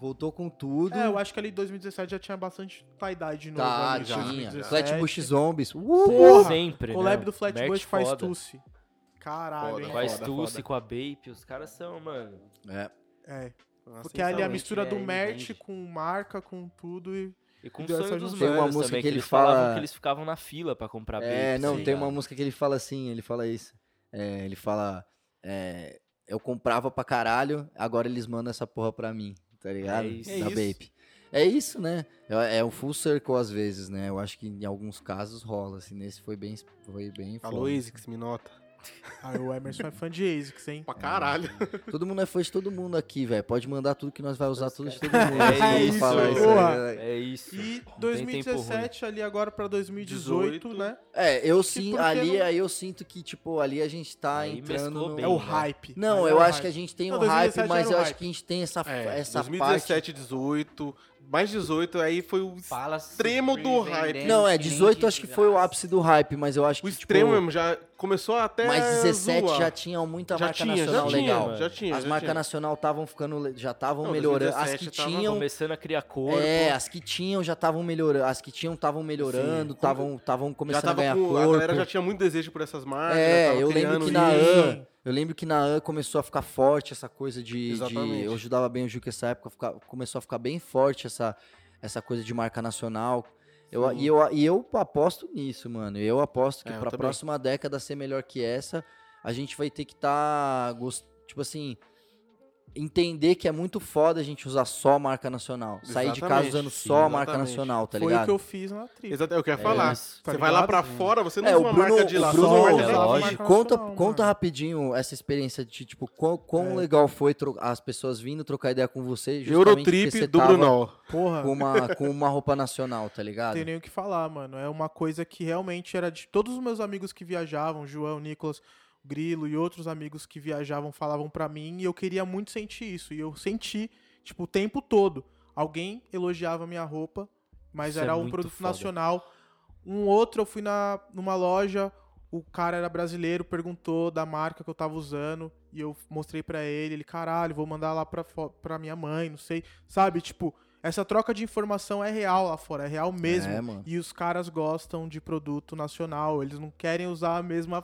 S2: Voltou com tudo.
S1: É, eu acho que ali em 2017 já tinha bastante tie-dye de novo.
S2: tá,
S1: ali, já,
S2: tinha.
S1: 2017.
S2: Flatbush Zombies.
S1: Pô,
S2: Uh!
S1: Porra!
S4: Sempre.
S1: Collab
S4: né?
S1: do
S4: Merch
S1: Flatbush faz
S4: foda.
S1: Tucci. Caralho,
S3: Foda,
S1: hein?
S4: Faz
S3: Foda,
S4: Tucci
S3: foda.
S4: com a Bape. Os caras são, mano.
S2: É.
S1: É.
S3: Nossa,
S1: Porque ali a
S3: sensacional.
S1: mistura do
S5: é,
S1: merch
S5: entende.
S1: com marca, com tudo e.
S4: E com o
S1: Deu essa
S4: sonho dos
S1: junção.
S2: Tem uma
S4: manos
S2: música
S4: também,
S2: que
S4: que
S2: ele
S4: eles falavam
S2: fala-
S4: que eles ficavam na fila pra comprar Bape.
S2: É, não,
S4: tá
S2: tem uma
S4: ligado?
S2: música que ele fala assim, ele fala isso. É, ele fala. é, eu comprava pra caralho, agora eles mandam essa porra pra mim, tá ligado?
S4: É isso.
S2: Da
S3: É isso.
S2: Bape. É isso, né? É, é um full circle às vezes, né? Eu acho que em alguns casos rola, assim. Nesse foi bem. Foi bem foda.
S3: Alô, Isix, me nota.
S2: Hum,
S1: Aí o Emerson é fã de ASICS, hein?
S3: Pra caralho.
S2: Todo mundo é fã de todo mundo aqui, velho. Pode mandar tudo que nós vai usar tudo de todo mundo.
S4: É
S2: Se ele
S4: isso,
S2: falar aí,
S1: porra.
S2: né?
S4: É isso.
S1: E
S4: tem tempo
S1: 2017 ali agora pra 2018,
S3: 18,
S1: né?
S2: É, eu
S1: Se
S2: sim,
S1: porque
S2: ali
S1: não-
S2: aí eu sinto que tipo ali a gente tá
S4: Aí
S2: entrando
S4: mesclou
S2: no...
S4: bem,
S1: É o
S4: né?
S1: hype.
S2: Não,
S1: Aí é o
S2: eu acho
S1: hype.
S2: que a gente tem
S1: Não,
S2: um hype,
S1: 2017
S2: mas
S1: era
S2: eu
S1: o
S2: acho
S1: hype.
S2: que a gente tem essa
S3: É,
S2: essa
S3: 2017, 18, mais 18, aí foi o,
S5: Fala
S3: Extremo do
S5: surpreendente
S3: hype.
S2: parte. Não, é
S5: que nem
S2: 18 acho que
S5: diz,
S2: foi o
S5: ah,
S2: ápice do hype, mas eu acho
S3: né? o
S2: que
S3: extremo
S2: tipo,
S3: mesmo, já começou até
S2: mas 17
S3: zoar.
S2: já tinha muita
S3: já
S2: marca
S3: tinha, já
S2: nacional
S3: tinha,
S2: legal.
S4: mano.
S3: já tinha,
S2: As
S3: já
S2: marcas
S3: tinha.
S2: nacional estavam ficando le- já estavam
S3: Não,
S2: melhorando, as
S3: 2017
S2: que
S3: tava
S2: tinham
S4: Começando a criar cor.
S2: então- é, as que tinham já estavam melhorando, as que tinham estavam melhorando,
S3: como-
S2: estavam estavam
S3: Já
S2: começando a
S3: tava
S2: ganhar
S3: com, a
S2: corpo.
S3: galera já tinha muito desejo por essas marcas. já
S2: É,
S3: né? tava
S2: eu lembro
S3: criando um
S2: que na
S3: isso.
S2: AN, eu lembro que na AN começou a ficar forte essa coisa de, de-
S3: Exatamente.
S2: eu ajudava bem o Juca essa época, fica- começou a ficar bem forte essa essa coisa de marca nacional. Eu,
S3: Sim.
S2: e, eu, e eu aposto nisso, mano. Eu aposto que
S3: É, eu
S2: pra
S3: também.
S2: próxima década ser melhor que essa, a gente vai ter que estar tipo assim, entender que é muito foda a gente usar só marca nacional, sair de casa
S3: Exatamente,
S2: usando
S3: sim,
S2: só marca
S3: exatamente.
S2: nacional, tá
S1: Foi o
S2: ligado?
S1: que eu fiz na tribo.
S3: Exato, é o que eu ia
S2: É
S3: falar.
S4: isso.
S3: Você vai lá pra fora, você não
S2: É,
S3: usa
S2: o
S3: uma
S2: Bruno,
S3: marca de
S2: o
S3: lá,
S2: Bruno-
S3: só uma marca
S4: é
S3: daqui.
S4: lógico.
S2: Conta,
S1: nacional,
S2: conta
S1: mano.
S2: rapidinho essa experiência de, tipo, quão, quão
S1: É.
S2: legal foi tro- as pessoas vindo trocar ideia com você justamente porque
S3: Eurotrip
S2: você
S3: do
S2: tava
S3: Brunol.
S1: Porra,
S2: Com uma, com uma roupa nacional, tá
S1: não
S2: ligado?
S1: tem nem o que falar, mano. É uma coisa que realmente era de todos os meus amigos que viajavam, João, Nicolas, Grilo e outros amigos que viajavam falavam pra mim e eu queria muito sentir isso. E eu senti, tipo, o tempo todo. Alguém elogiava minha roupa, mas
S4: Isso é
S1: era um
S4: muito
S1: produto
S4: foda.
S1: nacional. Um outro, eu fui na, numa loja, o cara era brasileiro, perguntou da marca que eu tava usando e eu mostrei pra ele. Ele, caralho, vou mandar lá pra, fo- pra minha mãe, não sei. Sabe, tipo, essa troca de informação é real lá fora, é real mesmo.
S2: É, mano.
S1: E os caras gostam de produto nacional, eles não querem usar a mesma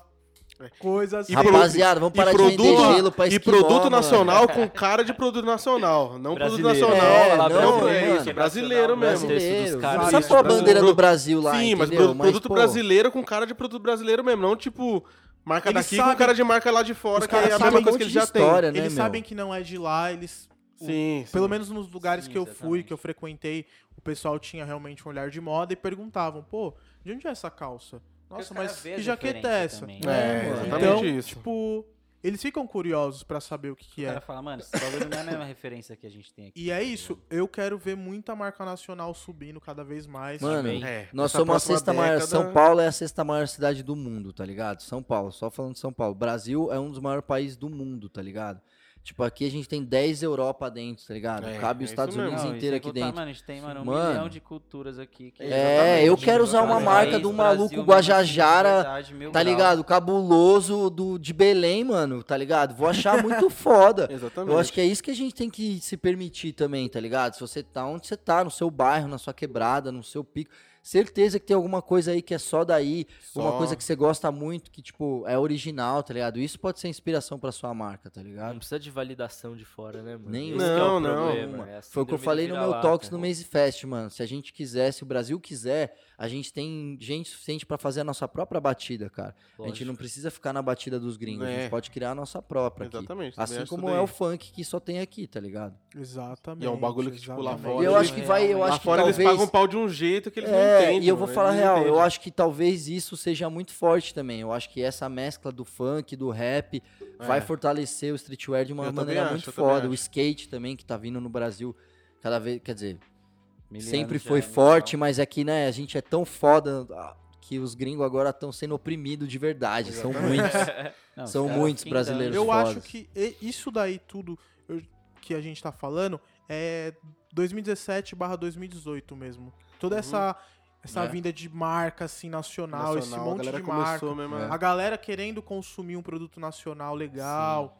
S5: É.
S1: coisa assim.
S3: E
S2: Rapaziada, vamos
S3: e
S2: parar de
S3: produto-
S2: vender gelo pra
S3: E
S2: esquimó,
S3: produto
S2: mano.
S3: nacional com cara de produto nacional. Não
S4: Brasileiro.
S3: produto
S2: É,
S3: nacional.
S2: lá
S3: não,
S2: brasileiro,
S3: é
S2: mano.
S3: isso, brasileiro mesmo.
S4: Brasileiro.
S2: Brasileiro.
S4: texto dos caras.
S2: Sabe
S3: Isso,
S2: qual a
S3: Brasil.
S2: bandeiro do Brasil lá,
S3: Sim, mas
S2: entendeu?
S3: pro- produto
S2: pô,
S3: brasileiro com cara de produto brasileiro mesmo, não tipo marca
S1: Eles
S3: daqui
S1: sabem-
S3: com cara de marca lá de fora,
S1: Os
S3: que é
S1: caras
S3: a
S1: sabem
S3: mesma
S1: um
S3: coisa
S2: monte
S3: que eles
S2: de
S3: já têm.
S2: história, né,
S1: Eles
S2: meu?
S1: sabem que não é de lá, eles. o-
S3: Sim, sim.
S1: Pelo menos nos lugares
S5: Sim,
S1: que eu fui,
S5: exatamente.
S1: que eu frequentei, o pessoal tinha realmente um olhar de moda e perguntavam, pô, de onde é essa calça?
S5: Porque os
S1: Nossa,
S5: caras
S1: mas
S5: veem
S1: que
S5: a
S1: jaqueta é
S5: diferença
S1: essa?
S5: também.
S3: É,
S2: mano.
S3: exatamente
S1: Então,
S3: isso.
S1: tipo, eles ficam curiosos pra saber o que, que
S5: O cara
S1: é.
S5: fala, mano, esse bagulho não é a mesma referência que a gente tem aqui.
S1: E é isso, eu quero ver muita marca nacional subindo cada vez mais.
S2: Mano,
S4: Amém.
S3: É,
S2: nós
S3: essa
S2: somos a
S3: próxima
S2: sexta maior.
S3: década-
S2: São Paulo é a sexta maior cidade do mundo, tá ligado? São Paulo, só falando de São Paulo. Brasil é um dos maiores países do mundo, tá ligado? Tipo, aqui a gente tem 10 Europa dentro, tá ligado?
S3: É,
S2: Cabe
S3: é
S2: os
S3: isso
S2: Estados
S3: mesmo.
S2: Unidos
S5: Não, e
S2: inteiro
S5: sem
S2: aqui
S5: contar,
S2: dentro.
S5: Mano, a gente tem, mano, um
S2: Mano.
S5: milhão de culturas aqui. que-
S2: É, eu quero usar uma
S5: Cada
S2: marca
S5: país,
S2: de um
S5: Brasil,
S2: maluco
S5: mil
S2: Guajajara,
S5: diversidade, mil
S2: Tá
S5: grau.
S2: ligado? Cabuloso do, de Belém, mano, tá ligado? Vou achar muito foda.
S3: Exatamente.
S2: Eu acho que é isso que a gente tem que se permitir também, tá ligado? Se você tá onde você tá, no seu bairro, na sua quebrada, no seu pico. certeza que tem alguma coisa aí que é só daí,
S3: Só-
S2: alguma coisa que você gosta muito, que, tipo, é original, tá ligado? Isso pode ser inspiração pra sua marca, tá
S4: Não
S2: ligado?
S4: precisa de validação de fora, né, mano?
S2: Nem-
S4: Esse que é
S3: Não,
S4: o
S3: não.
S4: problema, é a
S2: Foi o que eu
S4: síndrome do
S2: falei no meu
S4: vira-lata. né?
S2: Talks no Maze Fest, mano. Se a gente quiser, se o Brasil quiser, a gente tem gente suficiente pra fazer a nossa própria batida, cara. A gente
S4: Lógico.
S2: não precisa ficar na batida dos gringos, a
S3: É.
S2: gente pode criar a nossa própria aqui.
S3: Exatamente. também
S2: Assim
S3: acho
S2: como
S3: isso
S2: é o
S3: daí.
S2: funk que só tem aqui, tá ligado?
S1: Exatamente.
S3: E é um bagulho que, tipo, lá
S1: exatamente.
S3: fora
S2: E eu acho que
S3: eles-
S2: vai, eu
S3: Lá
S2: acho que
S3: fora eles
S2: talvez...
S3: pagam pau de um jeito que eles não
S2: É,
S3: entendem.
S2: e eu vou
S3: mano,
S2: falar a
S3: eles não
S2: real, eu
S3: entendem.
S2: acho que talvez isso seja muito forte também. Eu acho que essa mescla do funk, do rap, vai
S3: É.
S2: fortalecer o streetwear de uma
S3: Eu também
S2: maneira
S3: acho,
S2: muito
S3: eu também
S2: foda.
S3: acho.
S2: O skate também, que tá vindo no Brasil cada vez, quer dizer,
S5: Miliano
S2: sempre
S5: já
S2: foi
S5: é
S2: forte,
S5: mundial.
S2: mas é que, né, a gente é tão foda ah, que os gringos agora estão sendo oprimidos de verdade. São
S3: Exatamente.
S2: muitos.
S1: É,
S5: então. Não, os
S2: são
S5: caras
S2: muitos
S5: findando.
S2: brasileiros.
S1: Eu
S2: fodas.
S1: acho que e- isso daí tudo eu- que a gente tá falando é 2017 barra 2018 mesmo. Toda
S3: Uhum.
S1: essa, essa
S2: É.
S1: vinda de marca, assim, nacional, esse
S3: Nacional, a
S1: monte
S3: galera
S1: de marca.
S3: começou mesmo. a-
S1: A galera querendo consumir um produto nacional legal.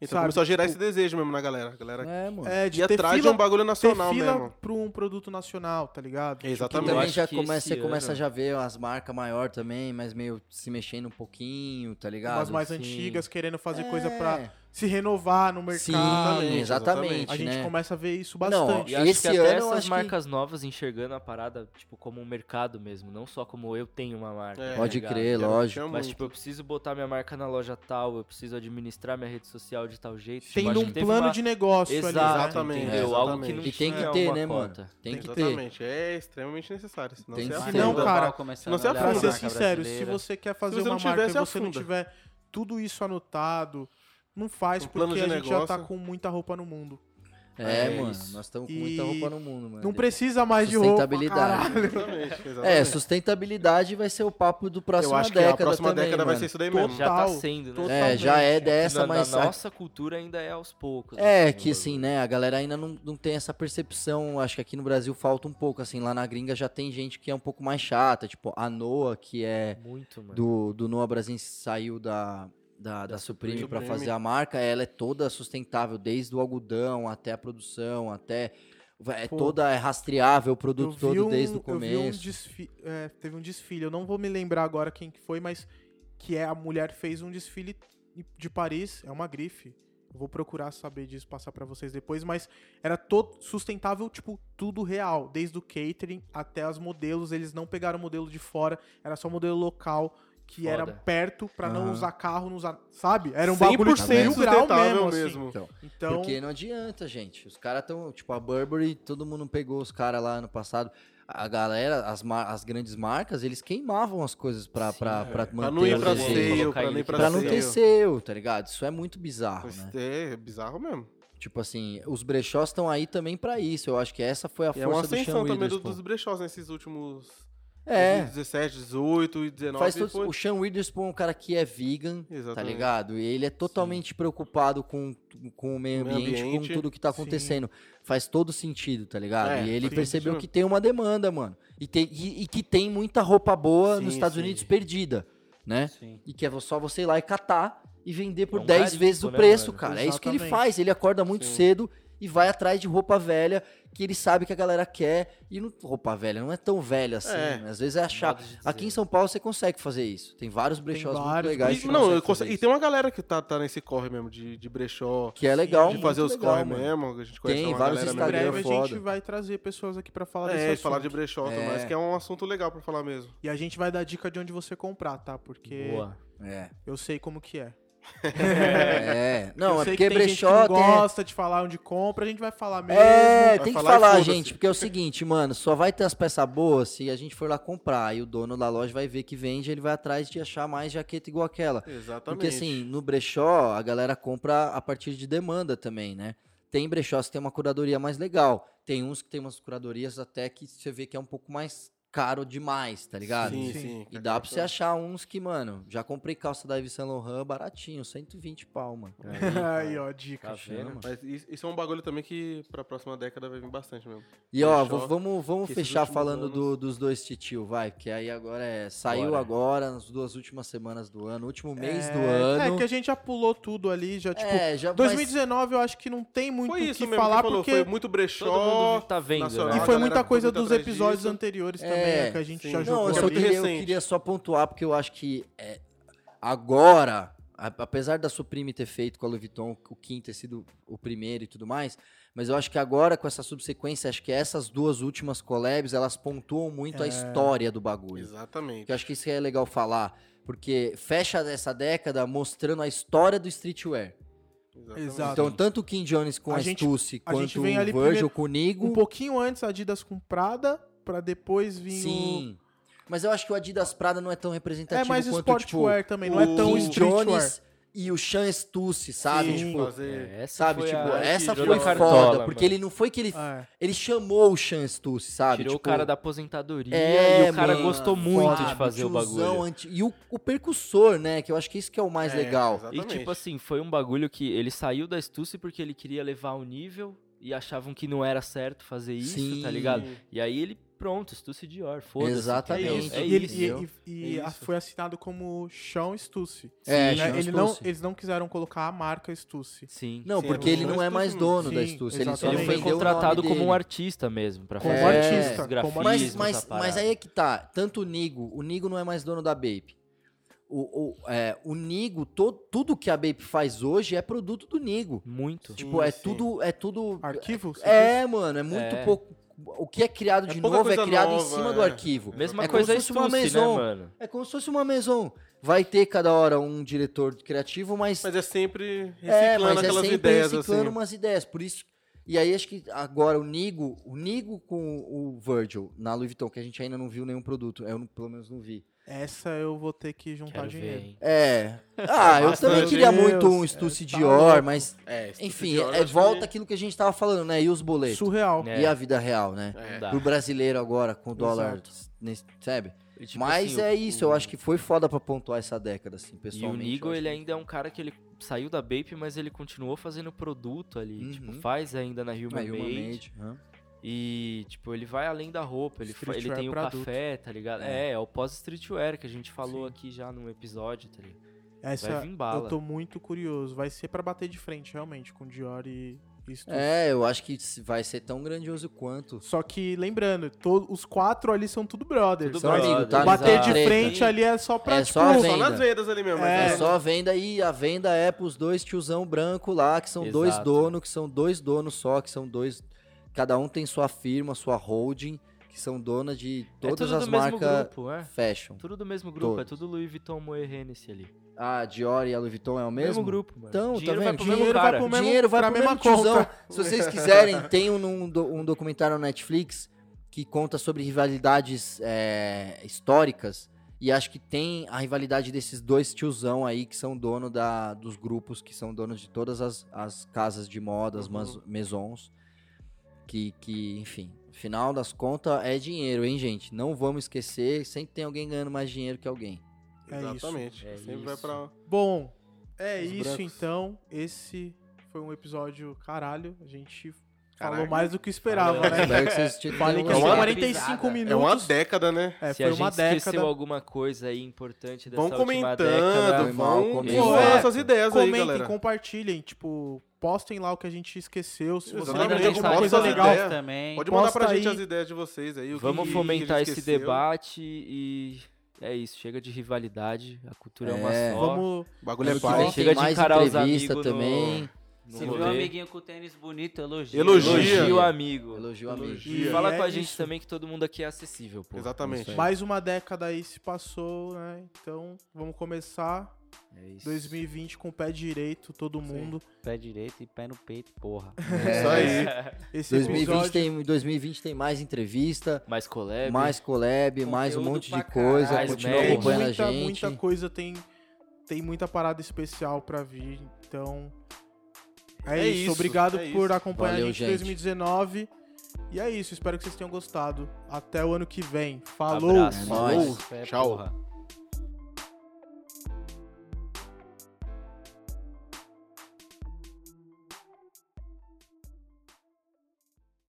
S3: Então
S1: sabe,
S3: começou a gerar
S1: tipo-
S3: esse desejo mesmo na galera. A galera
S2: É, mano.
S1: É, de
S3: ia
S1: ter
S3: atrás
S1: fila,
S3: de um bagulho
S1: ter
S3: nacional
S1: fila
S3: mesmo.
S1: pra um produto nacional, tá ligado?
S2: Que
S3: Exatamente.
S4: Eu
S2: também
S4: acho
S2: já
S4: que
S2: começa,
S4: esse
S2: você começa
S4: ano-
S2: a já ver as marcas maior também, mas meio se mexendo um pouquinho, tá ligado?
S1: Umas mais
S2: Sim.
S1: antigas, querendo fazer
S2: É.
S1: coisa pra se renovar no mercado.
S2: Sim,
S3: Exatamente,
S2: exatamente.
S3: exatamente.
S1: A gente
S2: né?
S1: começa a ver isso
S2: Não,
S1: bastante.
S4: E acho
S2: Esse
S4: que até
S2: ano eu acho
S4: essas
S2: que-
S4: marcas novas enxergando a parada, tipo, como um mercado mesmo, não só como eu tenho uma marca.
S3: É.
S4: tá
S2: Pode
S4: ligado?
S2: crer,
S3: Quero-
S2: lógico.
S3: quero
S4: Mas,
S3: muito.
S4: tipo, eu preciso botar minha marca na loja tal, eu preciso administrar minha rede social de tal jeito. tipo,
S1: Tendo
S4: acho
S1: um
S4: que teve
S1: plano
S4: uma-
S1: de negócio
S4: Exato,
S1: ali. né?
S3: Exatamente,
S4: entendeu? Algo que não
S3: exatamente.
S2: E tem que
S4: tinha
S2: ter,
S4: uma
S2: né, mano?
S4: cota.
S2: Tem que ter.
S3: Exatamente. É extremamente necessário. Senão
S2: Tem
S3: você
S2: que
S5: Mas
S2: ser.
S3: afunda.
S1: Não,
S5: é global
S1: cara,
S5: começando
S3: não se
S5: a olhar
S1: Pra
S3: afunda.
S5: marca
S1: ser
S3: Marca
S1: sincero, se
S5: brasileira.
S1: você quer fazer
S3: você não
S1: uma marca e
S3: tiver, você
S1: você não
S3: afunda.
S1: tiver tudo isso anotado, não faz,
S3: Um plano
S1: porque a
S3: de
S1: gente já tá
S3: negócio.
S1: com muita roupa no mundo.
S2: É,
S3: É
S2: mano,
S3: isso.
S2: nós estamos com
S1: E
S2: muita roupa no mundo, mano.
S1: Não precisa mais de roupa,
S2: Sustentabilidade.
S1: caralho.
S3: Exatamente,
S2: É,
S3: exatamente.
S2: sustentabilidade vai ser o papo do próximo
S3: Então, Eu acho que
S2: década
S3: a próxima
S2: também,
S3: década vai
S2: mano.
S3: ser isso daí
S1: Total.
S3: mesmo.
S4: Já tá sendo, né?
S1: totalmente.
S2: É, já é
S4: na,
S2: dessa, mas
S4: na
S2: a-
S4: nossa cultura ainda é aos poucos.
S2: É,
S4: assim,
S2: que
S4: o
S2: assim,
S4: bagulho.
S2: né, a galera ainda não, não tem essa percepção, acho que aqui no Brasil falta um pouco, assim, lá na gringa já tem gente que é um pouco mais chata, tipo, a Noah, que é
S4: Muito, mano.
S2: do, do Noah Brasil saiu da, da, da, Supreme
S3: Supreme.
S2: para fazer a marca, ela é toda sustentável, desde o algodão até a produção, até. É
S1: Pô,
S2: toda é rastreável o
S1: Eu
S2: produto
S1: vi
S2: todo
S1: um-
S2: desde o
S1: eu vi um
S2: começo.
S1: desfi- é, teve um desfile, eu não vou me lembrar agora quem que foi, mas que é a mulher fez um desfile de Paris, é uma grife. Eu vou procurar saber disso, passar pra vocês depois, mas era todo sustentável, tipo, tudo real, desde o catering até as modelos, eles não pegaram modelo de fora, era só modelo local que era
S4: Foda.
S1: perto pra não
S2: Aham.
S1: usar carro, não usar, sabe? Era um bagulho de
S3: 100%
S1: mil grau
S3: sustentável
S1: mesmo, assim.
S3: mesmo.
S1: Então,
S2: Porque não adianta, gente. Os caras estão. Tipo, a Burberry, todo mundo pegou os caras lá ano passado. A galera, as, mar- as grandes marcas, eles queimavam as coisas pra, pra, pra
S3: Pra
S2: manter
S3: não ir
S2: o
S3: pra
S2: desejo.
S3: seio,
S4: Colocar
S3: pra não
S4: ele
S3: ir pra
S2: né? Pra não ter
S3: seio.
S2: seu, tá ligado? Isso é muito bizarro, né?
S3: É, é bizarro mesmo.
S2: Tipo assim, os brechós estão aí também pra isso. Eu acho que essa foi a
S3: E é uma
S2: força do Sean
S3: ascensão também do-
S2: Witherspoon.
S3: dos brechós nesses últimos
S2: É,
S3: 17, 18 e 19.
S2: faz
S3: e
S2: todos-
S3: foi-
S2: o Sean Witherspoon é um cara que é vegan, tá
S3: Exatamente.
S2: ligado? E ele é totalmente preocupado com, com o meio
S3: Meio
S2: ambiente,
S3: ambiente,
S2: com tudo que tá
S1: sim.
S2: acontecendo. Faz todo sentido, tá ligado?
S3: É,
S2: e ele
S3: sim,
S2: percebeu
S3: sim.
S2: que tem uma demanda, mano. E, tem, e, e que tem muita roupa boa
S3: Sim,
S2: nos Estados
S3: sim.
S2: Unidos perdida, né?
S5: Sim.
S2: E que é só você ir lá e catar e vender por
S4: É um
S2: 10
S4: garimpo,
S2: vezes o
S4: né,
S2: preço,
S4: mano?
S2: cara. É isso que ele
S1: Exatamente.
S2: faz. Ele acorda muito
S3: Sim.
S2: cedo e vai atrás de roupa velha que ele sabe que a galera quer. E não- roupa velha não é tão velha assim.
S3: É.
S2: né? Às vezes é achar.
S4: Modo de dizer.
S2: Aqui em São Paulo você consegue fazer isso. Tem vários brechós muito
S1: vários,
S2: legais.
S3: E-
S2: que
S3: não,
S2: conseguem
S3: eu conse-
S2: fazer
S3: e
S2: isso.
S3: tem uma galera que tá, tá nesse corre mesmo de, de brechó,
S2: Que é legal.
S3: de fazer
S2: muito
S3: os
S2: legal,
S3: corre
S2: mano.
S3: mesmo. A gente conhece
S2: Tem
S3: uma
S2: vários
S3: galera
S1: em
S2: Instagram
S1: breve a
S2: é
S1: gente
S2: foda.
S1: vai trazer pessoas aqui pra falar
S3: É,
S1: desse
S3: falar
S1: assunto.
S3: de brechó,
S2: É.
S3: tudo mais, que é um assunto legal pra falar mesmo.
S1: E a gente vai dar dica de onde você comprar, tá? Porque
S4: Boa.
S2: É.
S1: eu sei como que é.
S2: É. Não,
S1: eu
S2: é
S1: sei
S2: porque
S1: que tem
S2: brechó
S1: gente que não
S2: tem.
S1: gosta de falar onde compra, a gente vai falar mesmo.
S2: É,
S3: vai
S2: tem que
S3: falar e
S2: falar,
S3: foda-se.
S2: gente, porque é o seguinte, mano, só vai ter as peças boas se a gente for lá comprar. E o dono da loja vai ver que vende, ele vai atrás de achar mais jaqueta igual aquela.
S3: Exatamente.
S2: Porque assim, no brechó, a galera compra a partir de demanda também, né? Tem brechós que tem uma curadoria mais legal. Tem uns que tem umas curadorias até que você vê que é um pouco mais caro demais, tá ligado?
S3: Sim,
S1: Sim.
S3: sim.
S2: E dá pra você achar uns que, mano, já comprei calça da Yves Saint Laurent baratinho, 120 pau, mano.
S1: Aí, ó, dica.
S4: É, Tá vendo?
S2: Chama.
S3: Mas isso isso é um bagulho também que pra próxima década vai vir bastante mesmo.
S2: E ó,
S3: Fechou.
S2: vou- vamos, vamos
S3: Que esses
S2: fechar
S3: últimos
S2: falando
S3: anos-
S2: do- dos dois titio, vai, porque aí agora é. Saiu
S4: Bora.
S2: agora, nas duas últimas semanas do ano, último mês
S1: é,
S2: do ano.
S1: É, que a gente já pulou tudo ali, já, tipo...
S2: É, já mas-
S1: 2019 eu acho que não tem muito o
S3: foi
S1: que
S3: isso mesmo
S1: falar,
S3: que falou,
S1: porque...
S3: foi muito brechó.
S4: tá vendo,
S3: nacional,
S4: né?
S1: E
S3: a
S1: foi
S3: galera
S1: muita
S3: ficou
S1: coisa
S3: muito
S1: dos
S3: atrás
S1: episódios
S3: disso.
S1: anteriores
S2: É,
S1: também, resenha
S2: É,
S1: que a gente
S3: sim.
S1: já
S3: Não,
S1: jogou
S2: Não, eu
S3: é
S1: ali.
S2: só
S3: muito
S2: queria, eu
S3: recente.
S2: queria só pontuar, porque eu acho que é, agora, a- apesar da Supreme ter feito com a Louis Vuitton, o Kim ter sido o primeiro e tudo mais, mas eu acho que agora, com essa subsequência, acho que essas duas últimas collabs, elas pontuam muito
S3: É.
S2: a história do bagulho.
S3: Exatamente.
S2: Que eu acho que isso é legal falar, porque fecha essa década mostrando a história do streetwear.
S3: Exatamente.
S1: Exato.
S2: Então, tanto o Kim Jones com
S1: A
S2: a,
S1: gente-
S2: Stussy,
S1: a gente
S2: quanto o
S1: vem ali
S2: Virgil
S1: primeiro-
S2: com o Nigo...
S1: Um pouquinho antes a Adidas com Prada, pra depois vir o...
S2: Sim. Mas eu acho que o Adidas Prada não é tão
S1: É
S2: representativo
S1: mais
S2: quanto, tipo,
S1: sportwear também, não é
S3: o
S1: tão
S2: Kim
S1: streetwear.
S2: Jones e o Sean Stussy, sabe?
S1: Sim.
S2: Tipo,
S3: fazer...
S4: É, essa
S2: sabe,
S4: foi
S2: tipo,
S4: a-
S2: essa
S4: tirou
S2: foi
S4: da
S2: foda,
S4: cartola,
S2: porque
S4: mano.
S2: ele não foi que ele...
S1: É.
S2: Ele chamou o Sean Stussy, sabe?
S4: Tirou
S2: Tipo,
S4: o cara da aposentadoria
S2: É,
S4: e o cara
S2: mano,
S4: gostou muito
S2: foda,
S4: de fazer o
S2: tiozão,
S4: bagulho.
S2: anti- E o, o percussor, né? Que eu acho que isso que é o mais
S3: É,
S2: legal.
S4: E
S3: Exatamente.
S4: tipo assim, foi um bagulho que ele saiu da Stussy porque ele queria levar o nível e achavam que não era certo fazer isso, tá
S2: Sim.
S4: ligado? E aí ele, pronto, Stussy Dior, foda-se.
S2: Exatamente.
S4: entendeu?
S3: isso,
S4: É
S1: e ele,
S4: isso.
S1: e-
S2: entendeu?
S1: e- e
S3: É
S1: a-
S3: isso.
S1: foi assinado como Sean Stussy.
S2: É,
S1: Né?
S2: Sean
S1: Ele não-
S2: Stussy.
S1: eles não quiseram colocar a marca Stussy.
S4: Sim.
S2: Não,
S3: Sim,
S2: porque
S3: é,
S2: ele
S3: o
S2: não
S3: Sean
S2: é mais
S3: Stussy
S2: dono
S1: não-
S2: da
S1: Sim,
S2: Stussy. Ele, só
S1: exatamente.
S4: Ele foi
S2: vendeu o nome
S4: contratado como
S2: dele. É.
S4: um artista mesmo, pra
S1: Como
S4: fazer
S1: artista,
S4: os
S1: como
S4: grafismos,
S2: Mas, mas,
S4: essa parada.
S2: mas aí é que tá. Tanto o Nigo, o Nigo não é mais dono da Bape. O, o, é, o Nigo, to- tudo que a Bape faz hoje é produto do Nigo.
S4: Muito.
S3: Sim,
S2: tipo, é
S3: sim.
S2: tudo. É tudo.
S1: Arquivos?
S2: É, mano, é muito
S4: É.
S2: pouco. O que é criado
S3: É
S2: de
S3: pouca
S2: novo é
S3: coisa
S2: criado
S3: nova,
S2: em cima do
S3: é.
S2: arquivo.
S4: Mesma
S2: é como se
S4: coisa a
S2: fosse uma
S4: Stussy, né,
S2: maison.
S4: mano?
S2: É como se fosse uma maison. Vai ter cada hora um diretor criativo, mas.
S3: Mas é sempre reciclando
S2: é, mas é
S3: aquelas
S2: sempre
S3: ideias,
S2: reciclando
S3: assim.
S2: umas ideias. Por isso. E aí acho que agora o Nigo, o Nigo com o Virgil na Louis Vuitton, que a gente ainda não viu nenhum produto. Eu não- pelo menos não vi.
S1: Essa eu vou ter que juntar
S4: Quero ver,
S1: dinheiro.
S4: hein?
S2: É. Ah, eu também
S3: Bastante.
S2: queria
S1: Meu
S2: muito um
S1: Deus,
S2: Stussy
S1: tá
S2: Dior,
S1: louco.
S2: mas.
S3: É, se tu
S2: Enfim,
S3: pedir
S2: é,
S3: hora, acho que-
S2: volta aquilo que a gente tava falando, né? E os boletos.
S1: Surreal.
S4: Né?
S2: E a vida real, né?
S4: Não
S3: É.
S4: dá.
S2: Do brasileiro agora, com o dólar,
S1: Exato.
S2: nesse- sabe?
S4: E, tipo
S2: Mas
S4: assim,
S2: é
S4: o-
S2: isso, eu acho que foi foda pra pontuar essa década, assim,
S4: E o
S2: pessoalmente. eu
S4: Nigo,
S2: acho
S4: ele
S2: que-
S4: ainda é um cara que ele saiu da Bape, mas ele continuou fazendo produto ali.
S2: Uhum.
S4: Tipo, faz ainda na Human,
S2: Ah, e o
S4: Made.
S2: Made, hã?
S4: E, tipo, ele vai além da roupa. Ele, fa- ele
S1: Streetwear
S4: tem o
S1: pra
S4: café, tá ligado? É, é o pós-streetwear que a gente falou
S1: Sim.
S4: aqui já num episódio, tá ligado?
S1: Essa
S4: vir bala. É
S1: eu tô muito curioso. Vai ser pra bater de frente, realmente, com Dior e e Stussy.
S2: É, eu acho que se- vai ser tão grandioso quanto.
S1: Só que, lembrando, to- os quatro ali são tudo brothers.
S4: Tudo
S2: São
S1: Mas
S4: brother,
S2: amigos, tá?
S1: Bater de
S2: Exato.
S1: frente ali é só pra,
S2: É
S1: tipo,
S2: só a
S3: Só
S2: venda.
S3: nas vendas ali mesmo.
S1: É.
S2: É,
S3: mas
S2: só a venda e a venda é pros dois tiozão branco lá, que são dois
S4: Exato.
S2: donos, que são dois donos só, que são dois. Cada um tem sua firma, sua holding, que são donas de
S4: É
S2: todas
S4: tudo
S2: as
S4: do mesmo
S2: marcas
S4: grupo, é.
S2: fashion.
S4: Tudo do mesmo grupo, é
S2: Todos.
S4: tudo Louis Vuitton, Moe Hennessy ali.
S2: Ah, Dior e a Louis Vuitton é o mesmo?
S4: Mesmo grupo, mano.
S2: Então, tá
S4: Dinheiro vai
S2: vendo?
S4: pro
S1: Dinheiro
S4: mesmo
S1: vai
S4: cara.
S1: pro mesmo-
S2: Dinheiro vai
S1: pra
S2: pro
S1: mesma
S2: mesmo tiozão.
S1: conta.
S2: Se vocês quiserem, tem um, um do- um documentário na Netflix que conta sobre rivalidades é, históricas. E acho que tem a rivalidade desses dois tiozão aí que são dono da, dos grupos, que são donos de todas as, as casas de moda, as mas- maisons. Que, que, enfim, final das contas é dinheiro, hein, gente? Não vamos esquecer, sempre tem alguém ganhando mais dinheiro que alguém.
S1: É isso.
S3: Exatamente.
S4: É
S3: Sempre vai
S4: isso.
S3: pra...
S1: Bom, é
S3: Os
S1: isso
S3: brancos.
S1: então. Esse foi um episódio caralho. A gente falou
S3: Caraca.
S1: mais do que esperava,
S4: Valeu.
S1: né?
S2: Espero que vocês tenham
S1: Falei que
S2: uma-
S1: são
S3: uma
S1: 45
S5: brisada.
S1: minutos.
S3: É uma década, né?
S1: É,
S4: É Se
S1: foi
S4: a gente
S1: uma
S4: esqueceu
S1: década.
S4: alguma coisa aí importante dessa
S3: Vão
S4: última
S3: comentando,
S4: década...
S2: Foi mal,
S3: vão
S2: comentem.
S3: divulgando
S1: É,
S3: essas ideias aí,
S1: Comentem,
S3: galera.
S1: compartilhem, tipo, postem lá o que a gente esqueceu. Se você
S3: Exatamente,
S1: lembra de alguma
S3: posta
S1: coisa
S3: as
S1: legal,
S3: ideias.
S5: também.
S3: Pode mandar
S1: Posta
S3: pra gente
S1: aí.
S3: as ideias de vocês aí. o que
S4: Vamos
S3: que
S4: fomentar
S3: a gente
S4: esse
S3: esqueceu.
S4: debate e... É isso, chega de rivalidade, a cultura é, uma
S2: É.
S4: só.
S1: vamos.
S3: O bagulho é
S2: Ano que vem
S3: pau.
S4: Chega
S2: tem
S4: de
S2: mais
S4: encarar os
S2: entrevista
S4: amigos
S2: também.
S4: no
S5: Se viu um
S4: rolê.
S5: amiguinho com tênis bonito, elogia.
S3: Elogia.
S4: Elogio o amigo.
S2: Elogio o amigo.
S4: E
S3: E
S4: fala
S1: é
S4: com a gente
S1: isso.
S4: também que todo mundo aqui é acessível, pô.
S3: Exatamente.
S1: Mais uma década aí se passou, né? Então, vamos começar
S4: É isso.
S1: 2020 com o pé direito, todo mundo.
S5: Pé direito e pé no peito, porra.
S2: É,
S3: Isso
S4: É.
S3: aí.
S1: Esse
S2: 2020
S1: episódio
S2: tem, 2020 tem mais entrevista,
S4: Mais collab.
S2: mais collab, mais um
S5: Conteúdo
S2: monte de
S5: pra
S2: coisa.
S4: caralho,
S2: Continua
S4: merda.
S1: tem
S2: acompanhando a
S1: muita,
S2: gente.
S1: muita coisa, tem, tem muita parada especial pra vir. Então, é,
S3: É
S1: isso.
S3: isso,
S1: Obrigado
S3: é
S1: por
S3: isso.
S1: acompanhar
S2: Valeu,
S1: a gente em
S2: gente.
S1: 2019. E é isso, espero que vocês tenham gostado. Até o ano que vem. Falou!
S4: Abraço.
S2: É nóis.
S5: Pé,
S3: Tchau.
S5: porra.